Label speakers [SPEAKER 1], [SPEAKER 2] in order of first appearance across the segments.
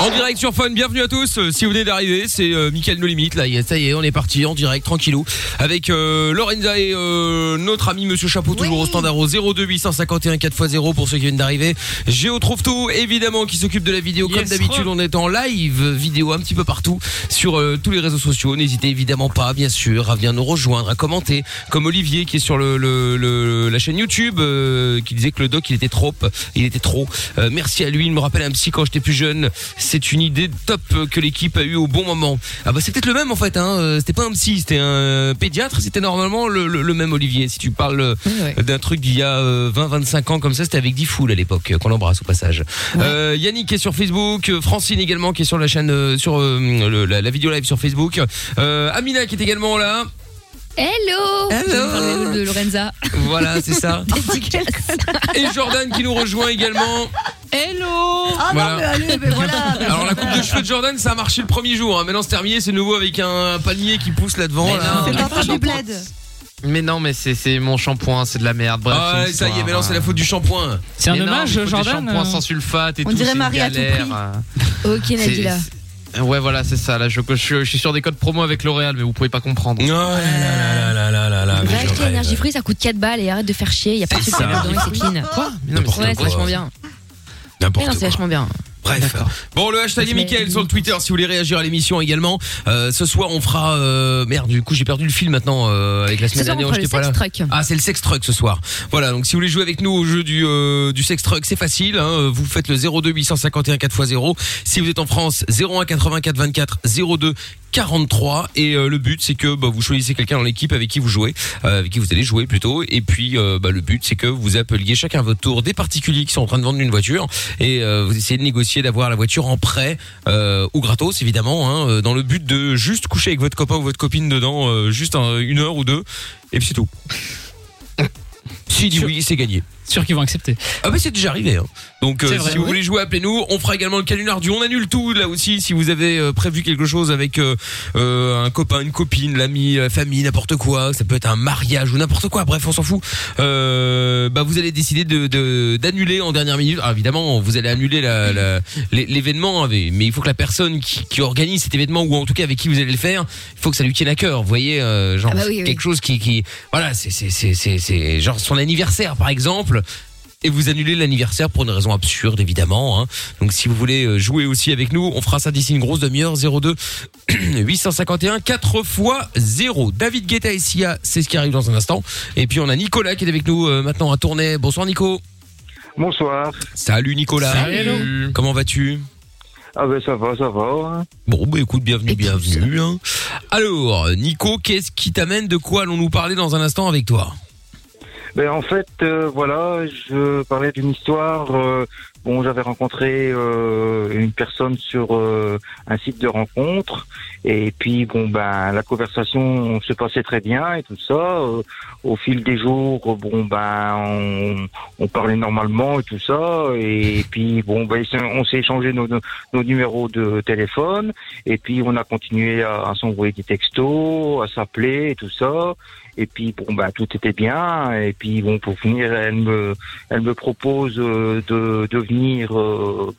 [SPEAKER 1] En direct sur Fun, bienvenue à tous. Euh, Si vous venez d'arriver, c'est euh, Mickaël No Limite. Là, il y a- ça y est, on est parti en direct, tranquillou, avec euh, Lorenza et euh, notre ami Monsieur Chapeau, toujours au standard au 02851 4x0 pour ceux qui viennent d'arriver. Géo trouve tout, évidemment, qui s'occupe de la vidéo comme
[SPEAKER 2] Yes,
[SPEAKER 1] d'habitude.
[SPEAKER 2] re.
[SPEAKER 1] On est en live euh, vidéo un petit peu partout sur euh, tous les réseaux sociaux. N'hésitez évidemment pas, bien sûr, à venir nous rejoindre, à commenter, comme Olivier qui est sur le, le- le- la chaîne YouTube, euh, qui disait que le doc il était trop, il était trop. Euh, merci à lui. Il me rappelle un psy quand j'étais plus jeune. C'est une idée top que l'équipe a eue au bon moment. Ah bah c'est peut-être le même en fait. Hein. Euh, C'était pas un psy, c'était un pédiatre. C'était normalement le, le- le même Olivier. Si tu parles euh, d'un truc d'il y a 20-25 ans comme ça, c'était avec Diffoul à l'époque. euh, Qu'on embrasse au passage. Euh, Yannick qui est sur Facebook, euh, Francine également qui est sur la chaîne, euh, sur euh, le- la, la vidéo live sur Facebook, Euh, Amina qui est également là.
[SPEAKER 3] Hello
[SPEAKER 1] Hello.
[SPEAKER 3] Je vais parler de Lorenza.
[SPEAKER 1] Voilà, c'est ça. Et Jordan qui nous rejoint également.
[SPEAKER 3] Hello Ah
[SPEAKER 1] Voilà. mais
[SPEAKER 3] allez, mais voilà
[SPEAKER 1] Alors la coupe de cheveux de Jordan, ça a marché le premier jour. Hein. Maintenant c'est terminé, c'est nouveau avec un palmier qui pousse là devant. là.
[SPEAKER 4] C'est l'enfant du bled.
[SPEAKER 5] Mais non, mais c'est c'est mon shampoing, c'est de la merde. Bref,
[SPEAKER 1] Ah ouais,
[SPEAKER 5] c'est une
[SPEAKER 1] ça y est,
[SPEAKER 5] histoire,
[SPEAKER 1] mais non, c'est la faute du shampoing.
[SPEAKER 5] C'est un
[SPEAKER 1] Mais non,
[SPEAKER 5] hommage,
[SPEAKER 1] mais faut des
[SPEAKER 5] Jordan,
[SPEAKER 1] shampoings
[SPEAKER 5] euh,
[SPEAKER 1] sans sulfate et
[SPEAKER 5] On
[SPEAKER 1] tout,
[SPEAKER 5] dirait
[SPEAKER 1] c'est une
[SPEAKER 5] Marie à tout
[SPEAKER 1] galère.
[SPEAKER 5] prix.
[SPEAKER 3] Ok,
[SPEAKER 5] C'est-
[SPEAKER 3] Nadila.
[SPEAKER 5] euh, Ouais, voilà, c'est ça. Là, je, je- je suis sur des codes promo avec L'Oréal, mais vous pouvez pas comprendre.
[SPEAKER 1] là là là là là.
[SPEAKER 3] Va acheter Energy Free, ça coûte 4 balles et arrête de faire chier, y a pas de
[SPEAKER 5] C'est
[SPEAKER 3] sucre
[SPEAKER 5] ça.
[SPEAKER 3] dedans et c'est clean. Quoi
[SPEAKER 5] Non, mais c'est
[SPEAKER 3] Ouais, c'est
[SPEAKER 5] quoi.
[SPEAKER 3] vachement bien. Mais non, c'est vachement bien.
[SPEAKER 1] Bref. Bon, le hashtag est Mickaël sur le Twitter si vous voulez réagir à l'émission également. Euh, ce soir, on fera. euh, Merde, du coup, j'ai perdu le fil maintenant euh, avec la
[SPEAKER 3] Ce
[SPEAKER 1] semaine
[SPEAKER 3] soir, on
[SPEAKER 1] dernière.
[SPEAKER 3] fera le
[SPEAKER 1] j'étais pas
[SPEAKER 3] sex
[SPEAKER 1] là.
[SPEAKER 3] truck.
[SPEAKER 1] Ah, c'est le sex truck ce soir. Voilà, donc si vous voulez jouer avec nous au jeu du, euh, du sex truck, c'est facile. hein. Vous faites le 02 851 4x0. Si vous êtes en France, 01 84 24 02 43 et euh, le but c'est que bah, vous choisissez quelqu'un dans l'équipe avec qui vous jouez euh, avec qui vous allez jouer plutôt et puis euh, bah, le but c'est que vous appeliez chacun à votre tour des particuliers qui sont en train de vendre une voiture et euh, vous essayez de négocier d'avoir la voiture en prêt euh, ou gratos évidemment hein, euh, dans le but de juste coucher avec votre copain ou votre copine dedans euh, juste un- une heure ou deux et puis c'est tout si dit oui, c'est gagné.
[SPEAKER 6] Sûr qu'ils vont accepter.
[SPEAKER 1] Ah bah c'est déjà arrivé. hein. Donc euh,
[SPEAKER 6] C'est vrai,
[SPEAKER 1] si vous
[SPEAKER 6] oui.
[SPEAKER 1] voulez jouer, appelez-nous. On fera également le canular du on annule tout là aussi. Si vous avez euh, prévu quelque chose avec euh, euh, un copain, une copine, l'ami, la famille, n'importe quoi, ça peut être un mariage ou n'importe quoi. Bref, on s'en fout. Euh, bah vous allez décider de de- d'annuler en dernière minute. Ah, évidemment, vous allez annuler la- la- l'é- l'événement, avec- mais il faut que la personne qui, qui organise cet événement ou en tout cas avec qui vous allez le faire, il faut que ça lui tienne à cœur. Vous voyez, euh, genre
[SPEAKER 2] Ah bah oui, oui.
[SPEAKER 1] quelque chose qui, qui voilà, c'est c'est c'est c'est- c'est genre son anniversaire par exemple et vous annulez l'anniversaire pour une raison absurde évidemment. hein. Donc si vous voulez euh, jouer aussi avec nous, on fera ça d'ici une grosse demi-heure 02 851 4 x 0. David Guetta et Sia, c'est ce qui arrive dans un instant. Et puis on a Nicolas qui est avec nous euh, maintenant à tourner. Bonsoir Nico.
[SPEAKER 7] Bonsoir.
[SPEAKER 1] Salut Nicolas.
[SPEAKER 7] Salut.
[SPEAKER 1] Comment vas-tu
[SPEAKER 7] Ah ben ça va, ça va.
[SPEAKER 1] Bon bah écoute, bienvenue, bienvenue. hein. Alors Nico, qu'est-ce qui t'amène De quoi allons-nous parler dans un instant avec toi
[SPEAKER 7] Ben en fait, euh, voilà, je parlais d'une histoire. euh, bon, j'avais rencontré euh, une personne sur euh, un site de rencontre, et puis bon ben la conversation se passait très bien et tout ça. Euh, au fil des jours, bon ben on, on parlait normalement et tout ça, et puis bon ben on s'est échangé nos, nos, nos numéros de téléphone, et puis on a continué à, à s'envoyer des textos, à s'appeler et tout ça. Et puis bon bah tout était bien. Et puis bon pour finir, elle me elle me propose euh, de de venir euh,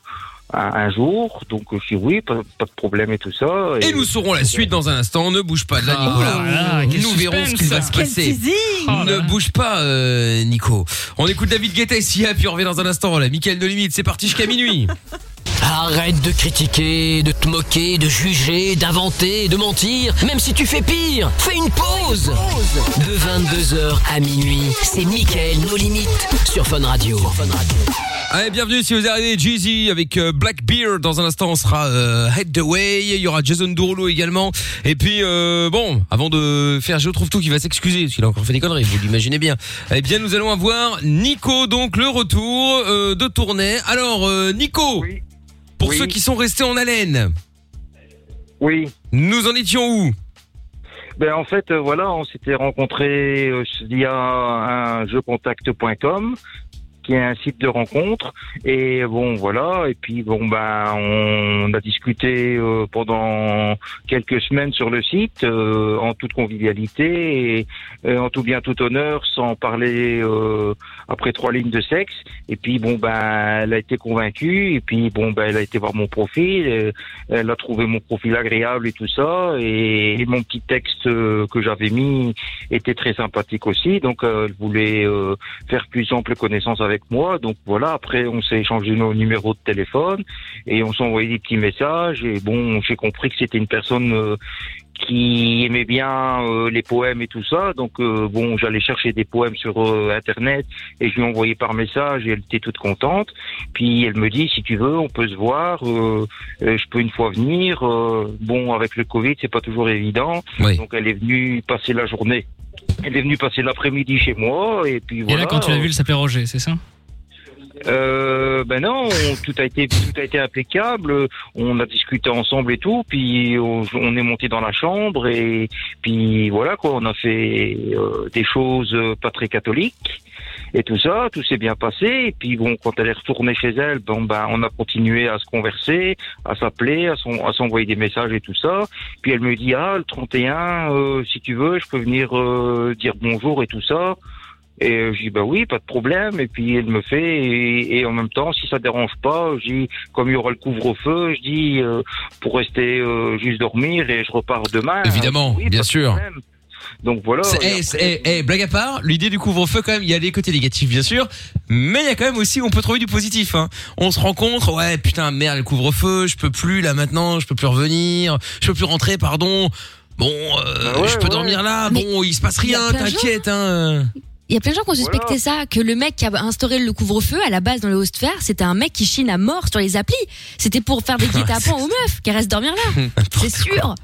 [SPEAKER 7] un, un jour. Donc je dis oui, pas, pas de problème et tout ça.
[SPEAKER 1] Et nous saurons la suite dans un instant. Ne bouge pas de là,
[SPEAKER 7] Ah,
[SPEAKER 1] Nicolas.
[SPEAKER 7] voilà, quel
[SPEAKER 1] nous verrons ce
[SPEAKER 7] suspense.
[SPEAKER 1] qu'il va se
[SPEAKER 7] Quel
[SPEAKER 1] passer.
[SPEAKER 7] teasing. Oh là
[SPEAKER 1] ne
[SPEAKER 7] là.
[SPEAKER 1] bouge pas, euh, Nico. On écoute David Guetta et Sia, puis on revient dans un instant. Voilà, Michael de Limite, c'est parti jusqu'à minuit.
[SPEAKER 8] Arrête de critiquer, de te moquer, de juger, d'inventer, de mentir. Même si tu fais pire, fais une pause. De 22h à minuit, c'est Michael nos limites sur Fun Radio.
[SPEAKER 1] Allez, bienvenue si vous arrivez. Jeezy avec euh, Blackbeard. Dans un instant, on sera euh, Head the Way. Il y aura Jason Derulo également. Et puis, euh, bon, avant de faire Je trouve tout qui va s'excuser, parce qu'il a encore fait des conneries, vous l'imaginez bien. Eh bien, nous allons avoir Nico, donc le retour euh, de tournée. Alors, euh, Nico, pour
[SPEAKER 7] Oui.
[SPEAKER 1] ceux qui sont restés en haleine,
[SPEAKER 7] Oui.
[SPEAKER 1] nous en étions où
[SPEAKER 7] Ben en fait, euh, voilà, on s'était rencontrés euh, via un jeucontact.com. qui est un site de rencontre. Et bon, voilà. Et puis bon, ben, on a discuté euh, pendant quelques semaines sur le site euh, en toute convivialité et, et en tout bien tout honneur, sans parler euh, après trois lignes de sexe. Et puis bon, ben, elle a été convaincue. Et puis bon, ben, elle a été voir mon profil. euh, elle a trouvé mon profil agréable et tout ça. Et, et mon petit texte euh, que j'avais mis était très sympathique aussi. Donc euh, elle voulait euh, faire plus ample connaissance avec moi. Donc voilà, après on s'est échangé nos numéros de téléphone et on s'est envoyé des petits messages. Et bon, j'ai compris que c'était une personne euh, qui aimait bien euh, les poèmes et tout ça. Donc euh, bon, j'allais chercher des poèmes sur euh, Internet et je lui ai envoyé par message et elle était toute contente. Puis elle me dit, si tu veux, on peut se voir, euh, euh, je peux une fois venir. Euh, bon, avec le Covid, c'est pas toujours évident.
[SPEAKER 1] Oui.
[SPEAKER 7] Donc elle est venue passer la journée. Elle est venue passer l'après-midi chez moi et puis
[SPEAKER 2] Et
[SPEAKER 7] voilà.
[SPEAKER 2] là, quand tu l'as vu, elle s'appelait Roger, c'est ça
[SPEAKER 7] Euh, ben non, on- tout a été tout a été impeccable. On a discuté ensemble et tout, puis on, on est monté dans la chambre et puis voilà quoi, on a fait euh, des choses euh, pas très catholiques et tout ça, tout s'est bien passé. Et puis bon, quand elle est retournée chez elle, bon ben on a continué à se converser, à s'appeler, à s'en- à s'envoyer des messages et tout ça. Puis elle me dit ah le 31, euh, si tu veux, je peux venir euh, dire bonjour et tout ça. Et euh, je dis bah oui, pas de problème. Et puis elle me fait et, et en même temps, si ça dérange pas, je dis comme il y aura le couvre-feu, je dis euh, pour rester euh, juste dormir et je repars demain.
[SPEAKER 1] Évidemment,
[SPEAKER 7] Oui, pas
[SPEAKER 1] bien
[SPEAKER 7] de
[SPEAKER 1] sûr.
[SPEAKER 7] problème. Donc voilà.
[SPEAKER 1] C'est-
[SPEAKER 7] Et
[SPEAKER 1] eh, c'est-
[SPEAKER 7] après-
[SPEAKER 1] eh, eh, blague à part, l'idée du couvre-feu quand même, il y a des côtés négatifs bien sûr, mais il y a quand même aussi, on peut trouver du positif. hein. On se rencontre, ouais putain merde le couvre-feu, je peux plus là maintenant, je peux plus revenir, je peux plus rentrer pardon. Bon, euh,
[SPEAKER 7] Bah ouais,
[SPEAKER 1] je peux
[SPEAKER 7] ouais.
[SPEAKER 1] dormir là,
[SPEAKER 3] Mais
[SPEAKER 1] bon il se passe
[SPEAKER 3] il y a
[SPEAKER 1] rien,
[SPEAKER 3] plein de gens.
[SPEAKER 1] t'inquiète. Hein.
[SPEAKER 3] Il y a plein de gens qui ont suspecté ça, que le mec qui a instauré le couvre-feu à la base dans le haut sphère, c'était un mec qui chine à mort sur les applis. C'était pour faire des guet-apens aux meufs qui restent dormir là. C'est sûr.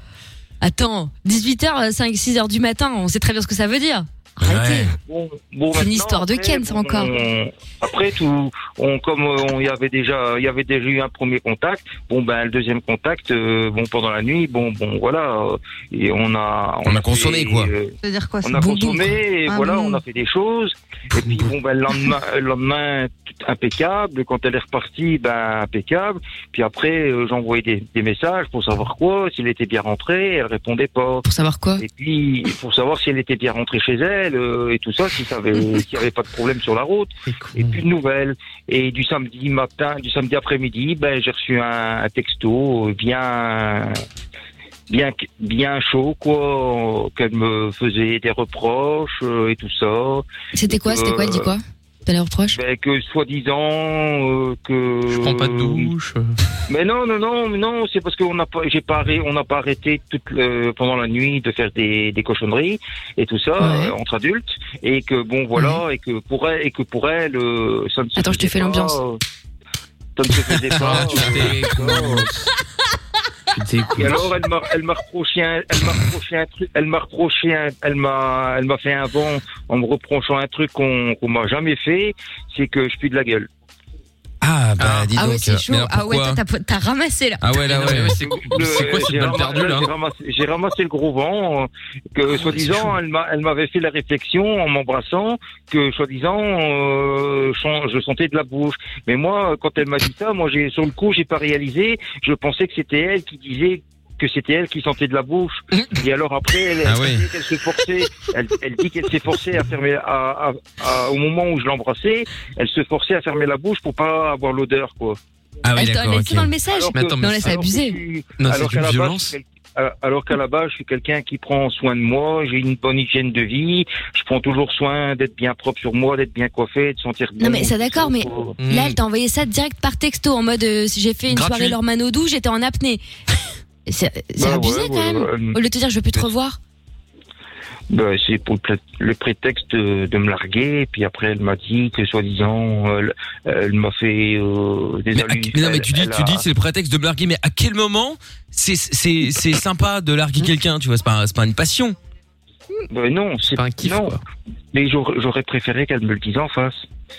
[SPEAKER 3] Attends, 18h, 5, 6h du matin, on sait très bien ce que ça veut dire. Arrêtez.
[SPEAKER 1] Ouais.
[SPEAKER 7] Bon, bon,
[SPEAKER 3] C'est une
[SPEAKER 7] maintenant,
[SPEAKER 3] histoire de
[SPEAKER 7] après,
[SPEAKER 3] Ken, ça,
[SPEAKER 7] bon, euh,
[SPEAKER 3] encore.
[SPEAKER 7] on- après tout, on, comme euh, on y avait déjà, il y avait déjà eu un premier contact. Bon ben le deuxième contact, euh, bon pendant la nuit, bon bon voilà, euh, et on a
[SPEAKER 1] On a consommé,
[SPEAKER 7] fait,
[SPEAKER 1] quoi.
[SPEAKER 7] euh,
[SPEAKER 4] C'est-à-dire quoi
[SPEAKER 7] on a
[SPEAKER 4] c'est-
[SPEAKER 7] consommé, et
[SPEAKER 4] Ah
[SPEAKER 7] voilà,
[SPEAKER 4] bon.
[SPEAKER 7] on a fait des choses. Et puis bon ben le lendemain, le lendemain tout impeccable. Quand elle est repartie, ben impeccable. Puis après euh, j'envoyais des, des messages pour savoir quoi, s'il était bien rentré, elle répondait pas.
[SPEAKER 3] Pour savoir quoi
[SPEAKER 7] Et puis, pour savoir si elle était bien rentrée chez elle euh, et tout ça, si ça avait- s'il n'y avait pas de problème sur la route. Et puis, de nouvelles. Et du samedi matin, du samedi après-midi, ben, j'ai reçu un, un texto euh, bien, bien, bien chaud, quoi, euh, qu'elle me faisait des reproches euh, et tout ça.
[SPEAKER 3] C'était quoi C'était quoi Dis quoi T'as les reproches
[SPEAKER 7] Ben, que soi-disant, euh, que.
[SPEAKER 5] Je prends pas de douche.
[SPEAKER 7] Mais non, non, non, non, c'est parce qu'on n'a pas, j'ai pas, arrêté, on n'a pas arrêté toute le- pendant la nuit de faire des, des cochonneries et tout ça
[SPEAKER 3] Ouais.
[SPEAKER 7] euh, entre adultes et que bon voilà et que pour elle et que pour elle euh, ça ne se
[SPEAKER 3] Attends, je te
[SPEAKER 7] faisait
[SPEAKER 3] fais
[SPEAKER 7] pas,
[SPEAKER 3] l'ambiance.
[SPEAKER 7] euh, Ça ne se faisait
[SPEAKER 5] Ah,
[SPEAKER 7] pas. euh, et alors elle m'a, elle m'a reproché, un, elle m'a reproché un truc, elle m'a reproché, un- elle m'a, elle m'a fait un vent en me reprochant un truc qu'on, qu'on m'a jamais fait, c'est que je suis de la gueule.
[SPEAKER 1] Ah bah dis
[SPEAKER 3] Ah ouais,
[SPEAKER 1] donc.
[SPEAKER 3] c'est chaud.
[SPEAKER 1] mais alors,
[SPEAKER 3] Ah ouais,
[SPEAKER 1] pourquoi
[SPEAKER 3] t'as- t'as t'as ramassé là.
[SPEAKER 1] ah ouais là
[SPEAKER 5] Non, mais
[SPEAKER 1] ouais.
[SPEAKER 5] ouais, c'est quoi
[SPEAKER 7] Le-
[SPEAKER 5] c'est quoi cette
[SPEAKER 7] j'ai
[SPEAKER 5] balle
[SPEAKER 7] ram-
[SPEAKER 5] perdue là
[SPEAKER 7] j'ai ramassé, j'ai ramassé le gros vent. euh, Que soi-disant, elle, m'a- elle m'avait fait la réflexion en m'embrassant que soi-disant, euh, je, je sentais de la bouche. Mais moi, quand elle m'a dit ça, moi, j'ai sur le coup, j'ai pas réalisé. Je pensais que c'était elle qui disait que c'était elle qui sentait de la bouche. Et alors après, elle,
[SPEAKER 1] Ah
[SPEAKER 7] elle
[SPEAKER 1] oui.
[SPEAKER 7] dit qu'elle se forçait. Elle, elle dit qu'elle s'est forcée à fermer. à- à- à- au moment où je l'embrassais, elle se forçait à fermer la bouche pour pas avoir l'odeur, quoi.
[SPEAKER 1] Ah oui
[SPEAKER 3] Elle t'a
[SPEAKER 1] d'accord.
[SPEAKER 3] laissé dans
[SPEAKER 1] ok.
[SPEAKER 3] le message
[SPEAKER 7] Alors
[SPEAKER 5] Mais attends, mais
[SPEAKER 3] Non, là, c'est
[SPEAKER 7] alors que
[SPEAKER 3] abusé.
[SPEAKER 7] tu-
[SPEAKER 5] non, c'est
[SPEAKER 7] alors qu'à
[SPEAKER 5] une
[SPEAKER 7] la base,
[SPEAKER 5] violence.
[SPEAKER 7] je suis quel- alors qu'à la base, je suis quelqu'un qui prend soin de moi, j'ai une bonne hygiène de vie, je prends toujours soin d'être bien propre sur moi, d'être bien coiffé, de sentir bien.
[SPEAKER 3] Non, mais ça, d'accord, mais- Là, elle t'a envoyé ça direct par texto en mode euh, j'ai fait une
[SPEAKER 1] Gratuit.
[SPEAKER 3] soirée Lormano doux, j'étais en apnée. C'est c'est
[SPEAKER 7] Bah
[SPEAKER 3] abusé
[SPEAKER 7] ouais,
[SPEAKER 3] quand
[SPEAKER 7] ouais,
[SPEAKER 3] même.
[SPEAKER 7] ouais,
[SPEAKER 3] Au lieu de te dire je veux plus te revoir.
[SPEAKER 7] Bah, c'est pour le, pré- le prétexte euh, de me larguer, et puis après elle m'a dit que soi-disant, euh, elle, elle m'a fait euh, des
[SPEAKER 1] Mais, à-
[SPEAKER 7] allusions.
[SPEAKER 1] mais non, mais tu dis,
[SPEAKER 7] Elle-
[SPEAKER 1] tu
[SPEAKER 7] elle
[SPEAKER 1] dis,
[SPEAKER 7] a-
[SPEAKER 1] c'est le prétexte de me larguer. Mais à
[SPEAKER 3] Mmh.
[SPEAKER 1] quel moment c'est c'est c'est sympa de larguer quelqu'un Tu vois, c'est pas c'est pas une passion.
[SPEAKER 7] Ben non, c'est
[SPEAKER 5] pas un kiff,
[SPEAKER 7] non.
[SPEAKER 5] quoi.
[SPEAKER 7] Mais j'aurais j'aurais préféré qu'elle me le dise en face.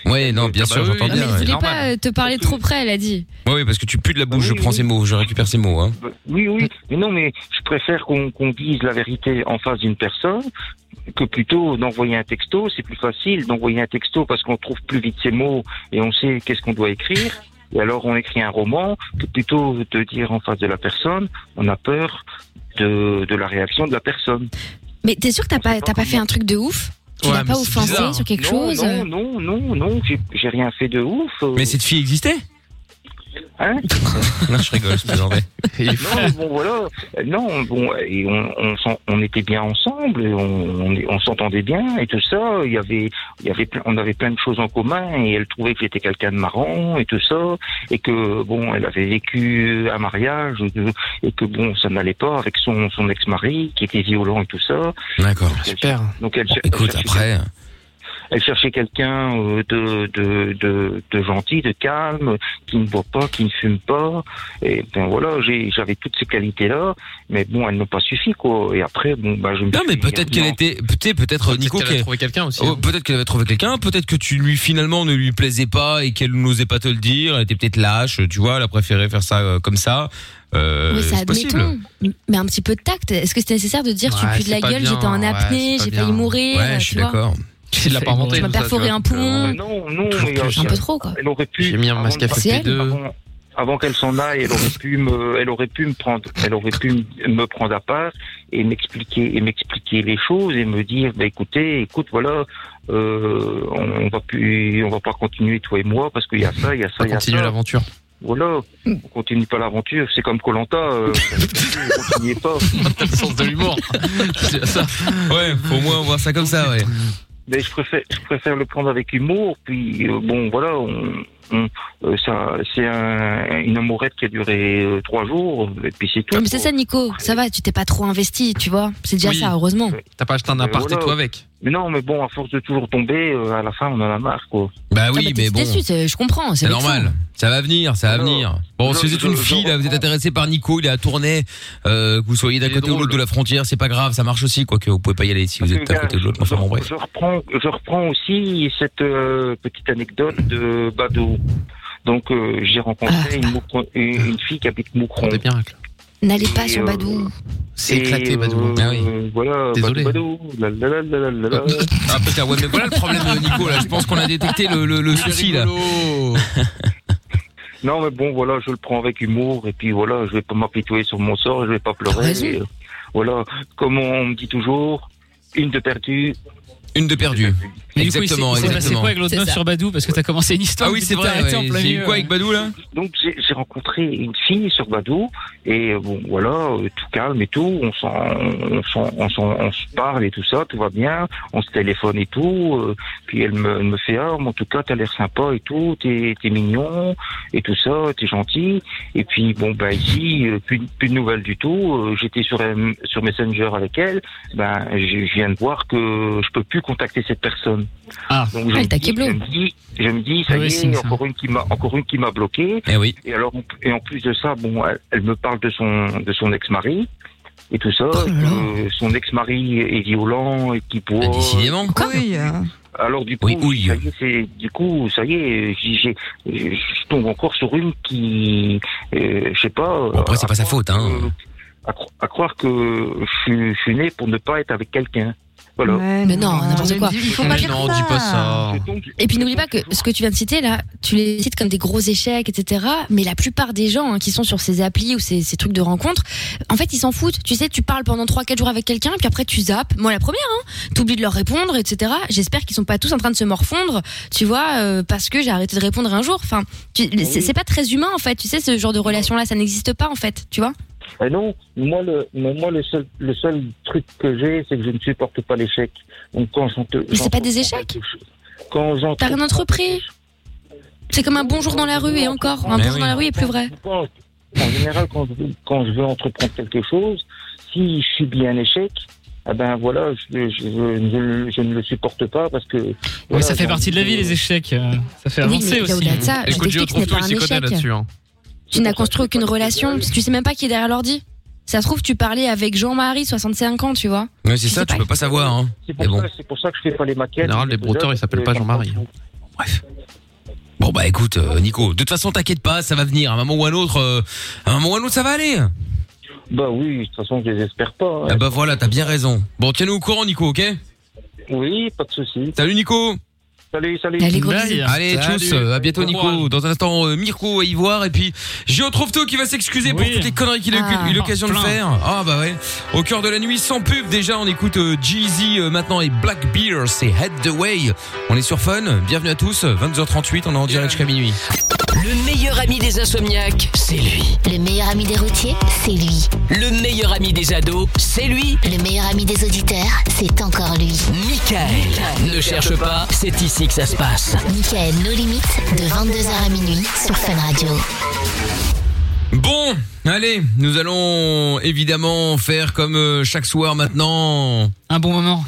[SPEAKER 1] Ouais, non, bien
[SPEAKER 5] Ah bah
[SPEAKER 1] sûr,
[SPEAKER 5] oui, oui,
[SPEAKER 1] j'entends bien.
[SPEAKER 3] mais je
[SPEAKER 1] ouais.
[SPEAKER 3] voulais
[SPEAKER 5] normal.
[SPEAKER 3] pas euh, te parler trop près, elle a dit.
[SPEAKER 1] Ouais, ouais, parce que tu pues de la bouche,
[SPEAKER 7] Oui,
[SPEAKER 1] je prends
[SPEAKER 7] oui.
[SPEAKER 1] ces mots, je récupère ces mots. Hein.
[SPEAKER 7] Ben, Oui, oui, mais non, mais je préfère qu'on qu'on dise la vérité en face d'une personne que plutôt d'envoyer un texto. C'est plus facile d'envoyer un texto parce qu'on trouve plus vite ses mots et on sait qu'est-ce qu'on doit écrire. Et alors on écrit un roman que plutôt de dire en face de la personne, on a peur de, de la réaction de la personne.
[SPEAKER 3] Mais t'es sûr que t'as pas, t'as pas fait un truc de ouf Tu
[SPEAKER 5] Ouais,
[SPEAKER 3] l'as
[SPEAKER 5] mais
[SPEAKER 3] pas
[SPEAKER 5] c'est
[SPEAKER 3] offensé
[SPEAKER 5] bizarre.
[SPEAKER 3] sur quelque
[SPEAKER 7] non,
[SPEAKER 3] chose
[SPEAKER 7] non, non, non, non, j'ai- j'ai rien fait de ouf. euh,
[SPEAKER 1] Mais cette fille existait
[SPEAKER 7] hein.
[SPEAKER 1] Non, je rigole, je plaisantais.
[SPEAKER 7] Non, bon voilà. Euh, Non, bon, et on, on, s'en- on était bien ensemble, et on, on, est- on s'entendait bien et tout ça. Il y avait, il y avait, plein- on avait plein de choses en commun et elle trouvait que j'étais quelqu'un de marrant et tout ça et que bon, elle avait vécu un mariage euh, et que bon, ça n'allait pas avec son, son ex-mari qui était violent et tout ça.
[SPEAKER 1] D'accord.
[SPEAKER 5] Super.
[SPEAKER 7] Donc elle,
[SPEAKER 1] Bon,
[SPEAKER 7] cher- elle
[SPEAKER 1] écoute,
[SPEAKER 7] cherchait-
[SPEAKER 1] après.
[SPEAKER 7] elle cherchait quelqu'un euh, de, de, de, de gentil, de calme, qui ne boit pas, qui ne fume pas. Et ben voilà, j'ai- j'avais toutes ces qualités-là, mais bon, elles n'ont pas suffi, quoi. Et après, bon, bah, je me
[SPEAKER 1] Non, mais
[SPEAKER 7] suis-
[SPEAKER 1] peut-être qu'elle
[SPEAKER 7] non.
[SPEAKER 1] était. Peut-être, peut-être,
[SPEAKER 5] Peut-être
[SPEAKER 1] Nico,
[SPEAKER 5] qu'elle a
[SPEAKER 1] qu'elle-
[SPEAKER 5] trouvé quelqu'un aussi.
[SPEAKER 1] Oh,
[SPEAKER 5] hein.
[SPEAKER 1] peut-être qu'elle avait trouvé quelqu'un, peut-être que tu lui finalement ne lui plaisais pas et qu'elle n'osait pas te le dire, elle était peut-être lâche, tu vois, elle a préféré faire ça euh, comme ça. Euh,
[SPEAKER 3] mais ça
[SPEAKER 1] c'est possible.
[SPEAKER 3] admettons. Mais un petit peu de tact. Est-ce que c'était nécessaire de dire tu
[SPEAKER 5] Ouais,
[SPEAKER 3] pues de la
[SPEAKER 5] c'est pas
[SPEAKER 3] gueule,
[SPEAKER 5] bien,
[SPEAKER 3] j'étais en
[SPEAKER 5] ouais, c'est
[SPEAKER 3] apnée,
[SPEAKER 5] pas
[SPEAKER 3] j'ai failli
[SPEAKER 5] bien.
[SPEAKER 3] mourir
[SPEAKER 1] Ouais, je
[SPEAKER 3] tu
[SPEAKER 1] suis
[SPEAKER 3] vois.
[SPEAKER 1] d'accord.
[SPEAKER 5] C'est de la parenté.
[SPEAKER 3] Tu m'as
[SPEAKER 5] tout ça,
[SPEAKER 3] perforé
[SPEAKER 5] tu vois,
[SPEAKER 3] un
[SPEAKER 5] donc, euh,
[SPEAKER 3] poumon.
[SPEAKER 7] Non, non,
[SPEAKER 5] Toujours
[SPEAKER 7] et
[SPEAKER 5] plus,
[SPEAKER 7] elle-
[SPEAKER 3] Un peu trop, quoi.
[SPEAKER 7] elle aurait pu.
[SPEAKER 5] J'ai mis un
[SPEAKER 7] avant
[SPEAKER 5] masque
[SPEAKER 7] de
[SPEAKER 5] à
[SPEAKER 7] partir,
[SPEAKER 3] partiel,
[SPEAKER 5] FP2.
[SPEAKER 7] avant- Avant qu'elle s'en aille, elle aurait pu me, elle aurait pu me prendre, elle aurait pu me- me prendre à part et m'expliquer et m'expliquer les choses et me dire, bah écoutez, écoute, voilà, euh, on, on va plus, on va pas continuer toi et moi parce qu'il y a ça, il y a ça,
[SPEAKER 5] Ça
[SPEAKER 7] il y a ça.
[SPEAKER 5] continue l'aventure.
[SPEAKER 7] Voilà,
[SPEAKER 3] Mm.
[SPEAKER 7] on continue pas l'aventure, c'est comme Colanta, euh, on continuez pas.
[SPEAKER 5] T'as le sens de l'humour. C'est ça.
[SPEAKER 1] Ouais, au moins on voit ça comme ça, ouais.
[SPEAKER 7] Mais je préfère, je préfère le prendre avec humour. Puis euh, bon, voilà, on, on- euh, ça, c'est un- une amourette qui a duré euh, trois jours, et puis c'est tout.
[SPEAKER 3] Non, mais c'est
[SPEAKER 7] quoi.
[SPEAKER 3] ça, Nico. Ça va, tu t'es pas trop investi, tu vois. C'est déjà
[SPEAKER 5] Oui.
[SPEAKER 3] ça, heureusement.
[SPEAKER 5] T'as pas acheté un
[SPEAKER 7] Mais
[SPEAKER 5] appart et
[SPEAKER 7] Euh, voilà.
[SPEAKER 5] tout avec.
[SPEAKER 7] Mais non, mais bon, à force de toujours tomber, euh, à la fin, on en a marre, quoi.
[SPEAKER 1] Bah
[SPEAKER 3] Ah,
[SPEAKER 1] oui,
[SPEAKER 3] bah, t'es
[SPEAKER 1] mais bon.
[SPEAKER 3] déçu, c'est- je comprends.
[SPEAKER 1] C'est normal. Ça va venir, ça va
[SPEAKER 7] Alors,
[SPEAKER 1] venir. Bon, si
[SPEAKER 7] je-
[SPEAKER 1] vous êtes une
[SPEAKER 7] je-
[SPEAKER 1] fille,
[SPEAKER 7] je
[SPEAKER 1] là, vous êtes
[SPEAKER 7] reprends.
[SPEAKER 1] intéressé par Nico, il est à Tournai, euh, que vous soyez d'un
[SPEAKER 5] Il est
[SPEAKER 1] côté ou
[SPEAKER 5] drôle.
[SPEAKER 1] l'autre de la frontière, c'est pas grave, ça marche aussi, quoique vous pouvez pas y aller si vous êtes d'un
[SPEAKER 7] Regarde,
[SPEAKER 1] côté ou de l'autre. mais Enfin bon, bref.
[SPEAKER 7] Je reprends, je reprends aussi cette euh, petite anecdote de Bado. Donc, euh, j'ai
[SPEAKER 3] Ah.
[SPEAKER 7] rencontré une, Moucron- une- une fille qui habite Moucron.
[SPEAKER 5] Prends des miracles.
[SPEAKER 3] N'allez pas
[SPEAKER 7] Et,
[SPEAKER 3] sur
[SPEAKER 7] euh,
[SPEAKER 3] Badou.
[SPEAKER 5] C'est
[SPEAKER 7] Et,
[SPEAKER 5] éclaté, Badou.
[SPEAKER 7] euh,
[SPEAKER 1] Ah oui.
[SPEAKER 7] Voilà,
[SPEAKER 5] Désolé.
[SPEAKER 7] Badou, Badou, la, la, la, la, la, la, la.
[SPEAKER 1] Ah putain, ouais, mais voilà le problème, euh, Nico, là. Je pense qu'on a détecté le, le, le souci, là.
[SPEAKER 5] rigolo.
[SPEAKER 7] Non, mais bon, voilà, je le prends avec humour, et puis voilà, je vais pas m'apitoyer sur mon sort, je vais pas
[SPEAKER 3] T'as
[SPEAKER 7] pleurer.
[SPEAKER 3] raison.
[SPEAKER 7] et, euh, voilà, comme on me dit toujours, une de perdue.
[SPEAKER 1] Une de perdue.
[SPEAKER 2] Mais du coup, il s'est- il
[SPEAKER 1] Exactement,
[SPEAKER 2] s'est passé
[SPEAKER 1] exactement.
[SPEAKER 2] quoi avec l'autre
[SPEAKER 3] C'est
[SPEAKER 2] meuf
[SPEAKER 3] ça.
[SPEAKER 2] sur Badou Parce que t'as commencé une histoire.
[SPEAKER 1] Ah oui,
[SPEAKER 2] mais
[SPEAKER 1] c'est
[SPEAKER 2] t'es
[SPEAKER 1] vrai.
[SPEAKER 2] arrêté en
[SPEAKER 1] ouais.
[SPEAKER 2] plein
[SPEAKER 1] J'ai eu
[SPEAKER 2] milieu.
[SPEAKER 1] quoi avec Badou là
[SPEAKER 7] Donc, j'ai j'ai rencontré une fille sur Badou, et euh, bon, voilà, euh, tout calme et tout, on s'en, on s'en- on s'en- on se parle et tout ça, tout va bien, on se téléphone et tout, euh, puis elle me, elle me fait, ah, mais en tout cas, t'as l'air sympa et tout, t'es t'es mignon, et tout ça, t'es gentil, et puis bon, ben ici, euh, plus, plus de nouvelles du tout, euh, j'étais sur, M- sur Messenger avec elle, ben, je je viens de voir que je peux plus contacter cette personne.
[SPEAKER 2] Ah.
[SPEAKER 7] Donc, je,
[SPEAKER 3] Ah,
[SPEAKER 7] me
[SPEAKER 3] elle t'a
[SPEAKER 7] dis,
[SPEAKER 3] keblo.
[SPEAKER 7] je me dis, je me dis, ça
[SPEAKER 2] Ouais,
[SPEAKER 7] y
[SPEAKER 2] signe,
[SPEAKER 7] est,
[SPEAKER 2] ça.
[SPEAKER 7] encore une qui m'a, encore une qui m'a bloqué.
[SPEAKER 1] Eh oui.
[SPEAKER 7] Et alors, et en plus de ça, bon, elle, elle me parle de son, de son ex-mari et tout ça.
[SPEAKER 3] Oh là là.
[SPEAKER 7] que son ex-mari est violent et qui boit.
[SPEAKER 1] Bah, décidément.
[SPEAKER 4] Oui,
[SPEAKER 7] hein.
[SPEAKER 4] euh,
[SPEAKER 7] Alors du coup,
[SPEAKER 1] Oui, oui.
[SPEAKER 7] ça y est, c'est du coup, ça y est, j'ai, j'ai- je tombe encore sur une qui, euh, je sais pas.
[SPEAKER 1] Bon, après, c'est
[SPEAKER 7] à
[SPEAKER 1] pas sa
[SPEAKER 7] croire
[SPEAKER 1] faute, hein.
[SPEAKER 7] que- À, cro- à croire que je suis- je suis né pour ne pas être avec quelqu'un. Voilà.
[SPEAKER 4] ouais,
[SPEAKER 3] Mais non, n'importe quoi.
[SPEAKER 4] Il faut pas dire
[SPEAKER 5] Ah, non,
[SPEAKER 4] ça.
[SPEAKER 5] dis pas ça.
[SPEAKER 7] Je tombe-
[SPEAKER 3] Et puis
[SPEAKER 7] je
[SPEAKER 3] n'oublie
[SPEAKER 7] tombe
[SPEAKER 3] pas que
[SPEAKER 7] toujours-
[SPEAKER 3] ce que tu viens de citer là, tu les cites comme des gros échecs, etc. Mais la plupart des gens hein, qui sont sur ces applis ou ces, ces trucs de rencontres, en fait, ils s'en foutent. Tu sais, tu parles pendant 3-4 jours avec quelqu'un, puis après tu zappes. Moi, la première, hein, t'oublies de leur répondre, etc. J'espère qu'ils sont pas tous en train de se morfondre, tu vois, euh, parce que j'ai arrêté de répondre un jour. Enfin, tu- c'est c'est pas très humain en fait. Tu sais, ce genre de relation là, ça n'existe pas en fait, tu vois.
[SPEAKER 5] Bah,
[SPEAKER 7] Eh non, moi le mais moi le seul le seul truc que j'ai, c'est que je ne supporte pas l'échec. Donc quand j'en te
[SPEAKER 3] Mais c'est
[SPEAKER 7] j'en-
[SPEAKER 3] pas des échecs.
[SPEAKER 7] Quand j'en
[SPEAKER 3] T'as rien entrepris. C'est comme un bon jour dans la rue et encore, un bon
[SPEAKER 1] Mais
[SPEAKER 3] jour
[SPEAKER 1] oui.
[SPEAKER 3] dans la rue est plus vrai.
[SPEAKER 7] Quand- en général, quand je, veux, quand je veux entreprendre quelque chose, si je subis un échec, eh ben voilà, je, je, je- je ne le supporte pas parce que.
[SPEAKER 2] Ouais,
[SPEAKER 1] Ah,
[SPEAKER 7] voilà,
[SPEAKER 2] ça fait
[SPEAKER 7] j'ai
[SPEAKER 2] partie de la
[SPEAKER 7] envie
[SPEAKER 2] vie, les échecs. euh, Ça fait
[SPEAKER 3] Oui,
[SPEAKER 2] avancer
[SPEAKER 3] mais
[SPEAKER 2] aussi.
[SPEAKER 3] au-delà de ça, la
[SPEAKER 5] Écoute, je
[SPEAKER 3] technique
[SPEAKER 5] trouve
[SPEAKER 3] n'est
[SPEAKER 5] tout,
[SPEAKER 3] pas
[SPEAKER 5] il
[SPEAKER 3] un
[SPEAKER 5] s'y connaît
[SPEAKER 3] échec.
[SPEAKER 5] là-dessus. hein.
[SPEAKER 3] Tu n'as construit aucune relation, parce que tu sais même pas qui est derrière l'ordi. Ça se trouve, tu parlais avec Jean-Marie, 65 ans, tu vois.
[SPEAKER 1] Ouais, c'est ça, tu peux pas savoir. Hein.
[SPEAKER 7] C'est pour,
[SPEAKER 1] Mais bon.
[SPEAKER 7] ça- c'est pour ça que je fais pas les maquettes.
[SPEAKER 1] En général, les brouteurs, ils s'appellent pas Jean-Marie. Bon bah écoute euh, Nico, de toute façon t'inquiète pas, ça va venir. À un moment ou à un autre, euh, à un moment ou à un autre ça va aller.
[SPEAKER 7] Bah oui, de toute façon je les espère pas. hein.
[SPEAKER 1] Ah bah voilà, t'as bien raison. Bon tiens-nous au courant Nico, ok
[SPEAKER 7] Oui, pas de souci.
[SPEAKER 1] Salut Nico.
[SPEAKER 7] Salut, salut.
[SPEAKER 1] Allez, tchuss, euh, à bientôt Nico. Dans un instant, euh, Mirko à y voir et puis je retrouve Théo qui va s'excuser pour
[SPEAKER 5] Oui.
[SPEAKER 1] toutes les conneries qu'il a eu-
[SPEAKER 5] Ah.
[SPEAKER 1] eu l'occasion de
[SPEAKER 5] Plein.
[SPEAKER 1] faire. Ah bah ouais. Au cœur de la nuit sans pub déjà, on écoute euh, Jeezy euh, maintenant et Black Beer, c'est Head the Way. On est sur Fun. Bienvenue à tous. 22h38, on est en direct jusqu'à minuit.
[SPEAKER 8] Le meilleur ami des insomniaques, c'est lui.
[SPEAKER 4] Le meilleur ami des routiers, c'est lui.
[SPEAKER 8] Le meilleur ami des ados, c'est lui.
[SPEAKER 4] Le meilleur ami des auditeurs, c'est encore lui.
[SPEAKER 8] Michael. Ne cherche pas, c'est ici que ça se passe.
[SPEAKER 4] Michael, nos limites, de 22h à minuit sur Fun Radio.
[SPEAKER 1] Bon, allez, nous allons évidemment faire comme euh, chaque soir maintenant.
[SPEAKER 2] Un bon moment.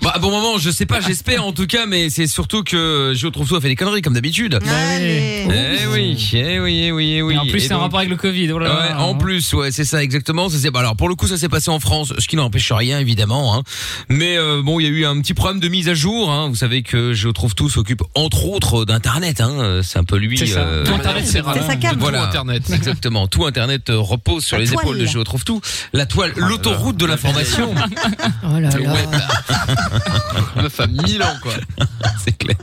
[SPEAKER 1] Bah, un bon moment, je sais pas, j'espère en tout cas, mais c'est surtout que je trouve ça fait des conneries comme d'habitude.
[SPEAKER 2] Allez.
[SPEAKER 1] Eh oui, eh oui, eh oui, eh oui.
[SPEAKER 2] Et en plus,
[SPEAKER 1] Et
[SPEAKER 2] c'est un
[SPEAKER 1] donc-
[SPEAKER 2] rapport avec le Covid. oh là là.
[SPEAKER 1] Ouais, en plus, ouais, c'est ça exactement. Ça s'est- bah, alors pour le coup, ça s'est passé en France, ce qui n'empêche rien évidemment. hein. Mais euh, bon, il y a eu un petit problème de mise à jour. hein. Vous savez que je trouve tout s'occupe entre autres d'internet. hein. Euh, C'est un peu lui. euh,
[SPEAKER 5] C'est ça. Tout Internet, c'est rare. C'est sa carte.
[SPEAKER 1] Voilà,
[SPEAKER 5] Tout Internet.
[SPEAKER 1] exactement. Tout internet euh, repose sur
[SPEAKER 5] La
[SPEAKER 1] les
[SPEAKER 5] toile.
[SPEAKER 1] épaules de je trouve tout. La toile, l'autoroute de l'information.
[SPEAKER 3] Oh là là.
[SPEAKER 1] Meuf à mille ans quoi. C'est clair.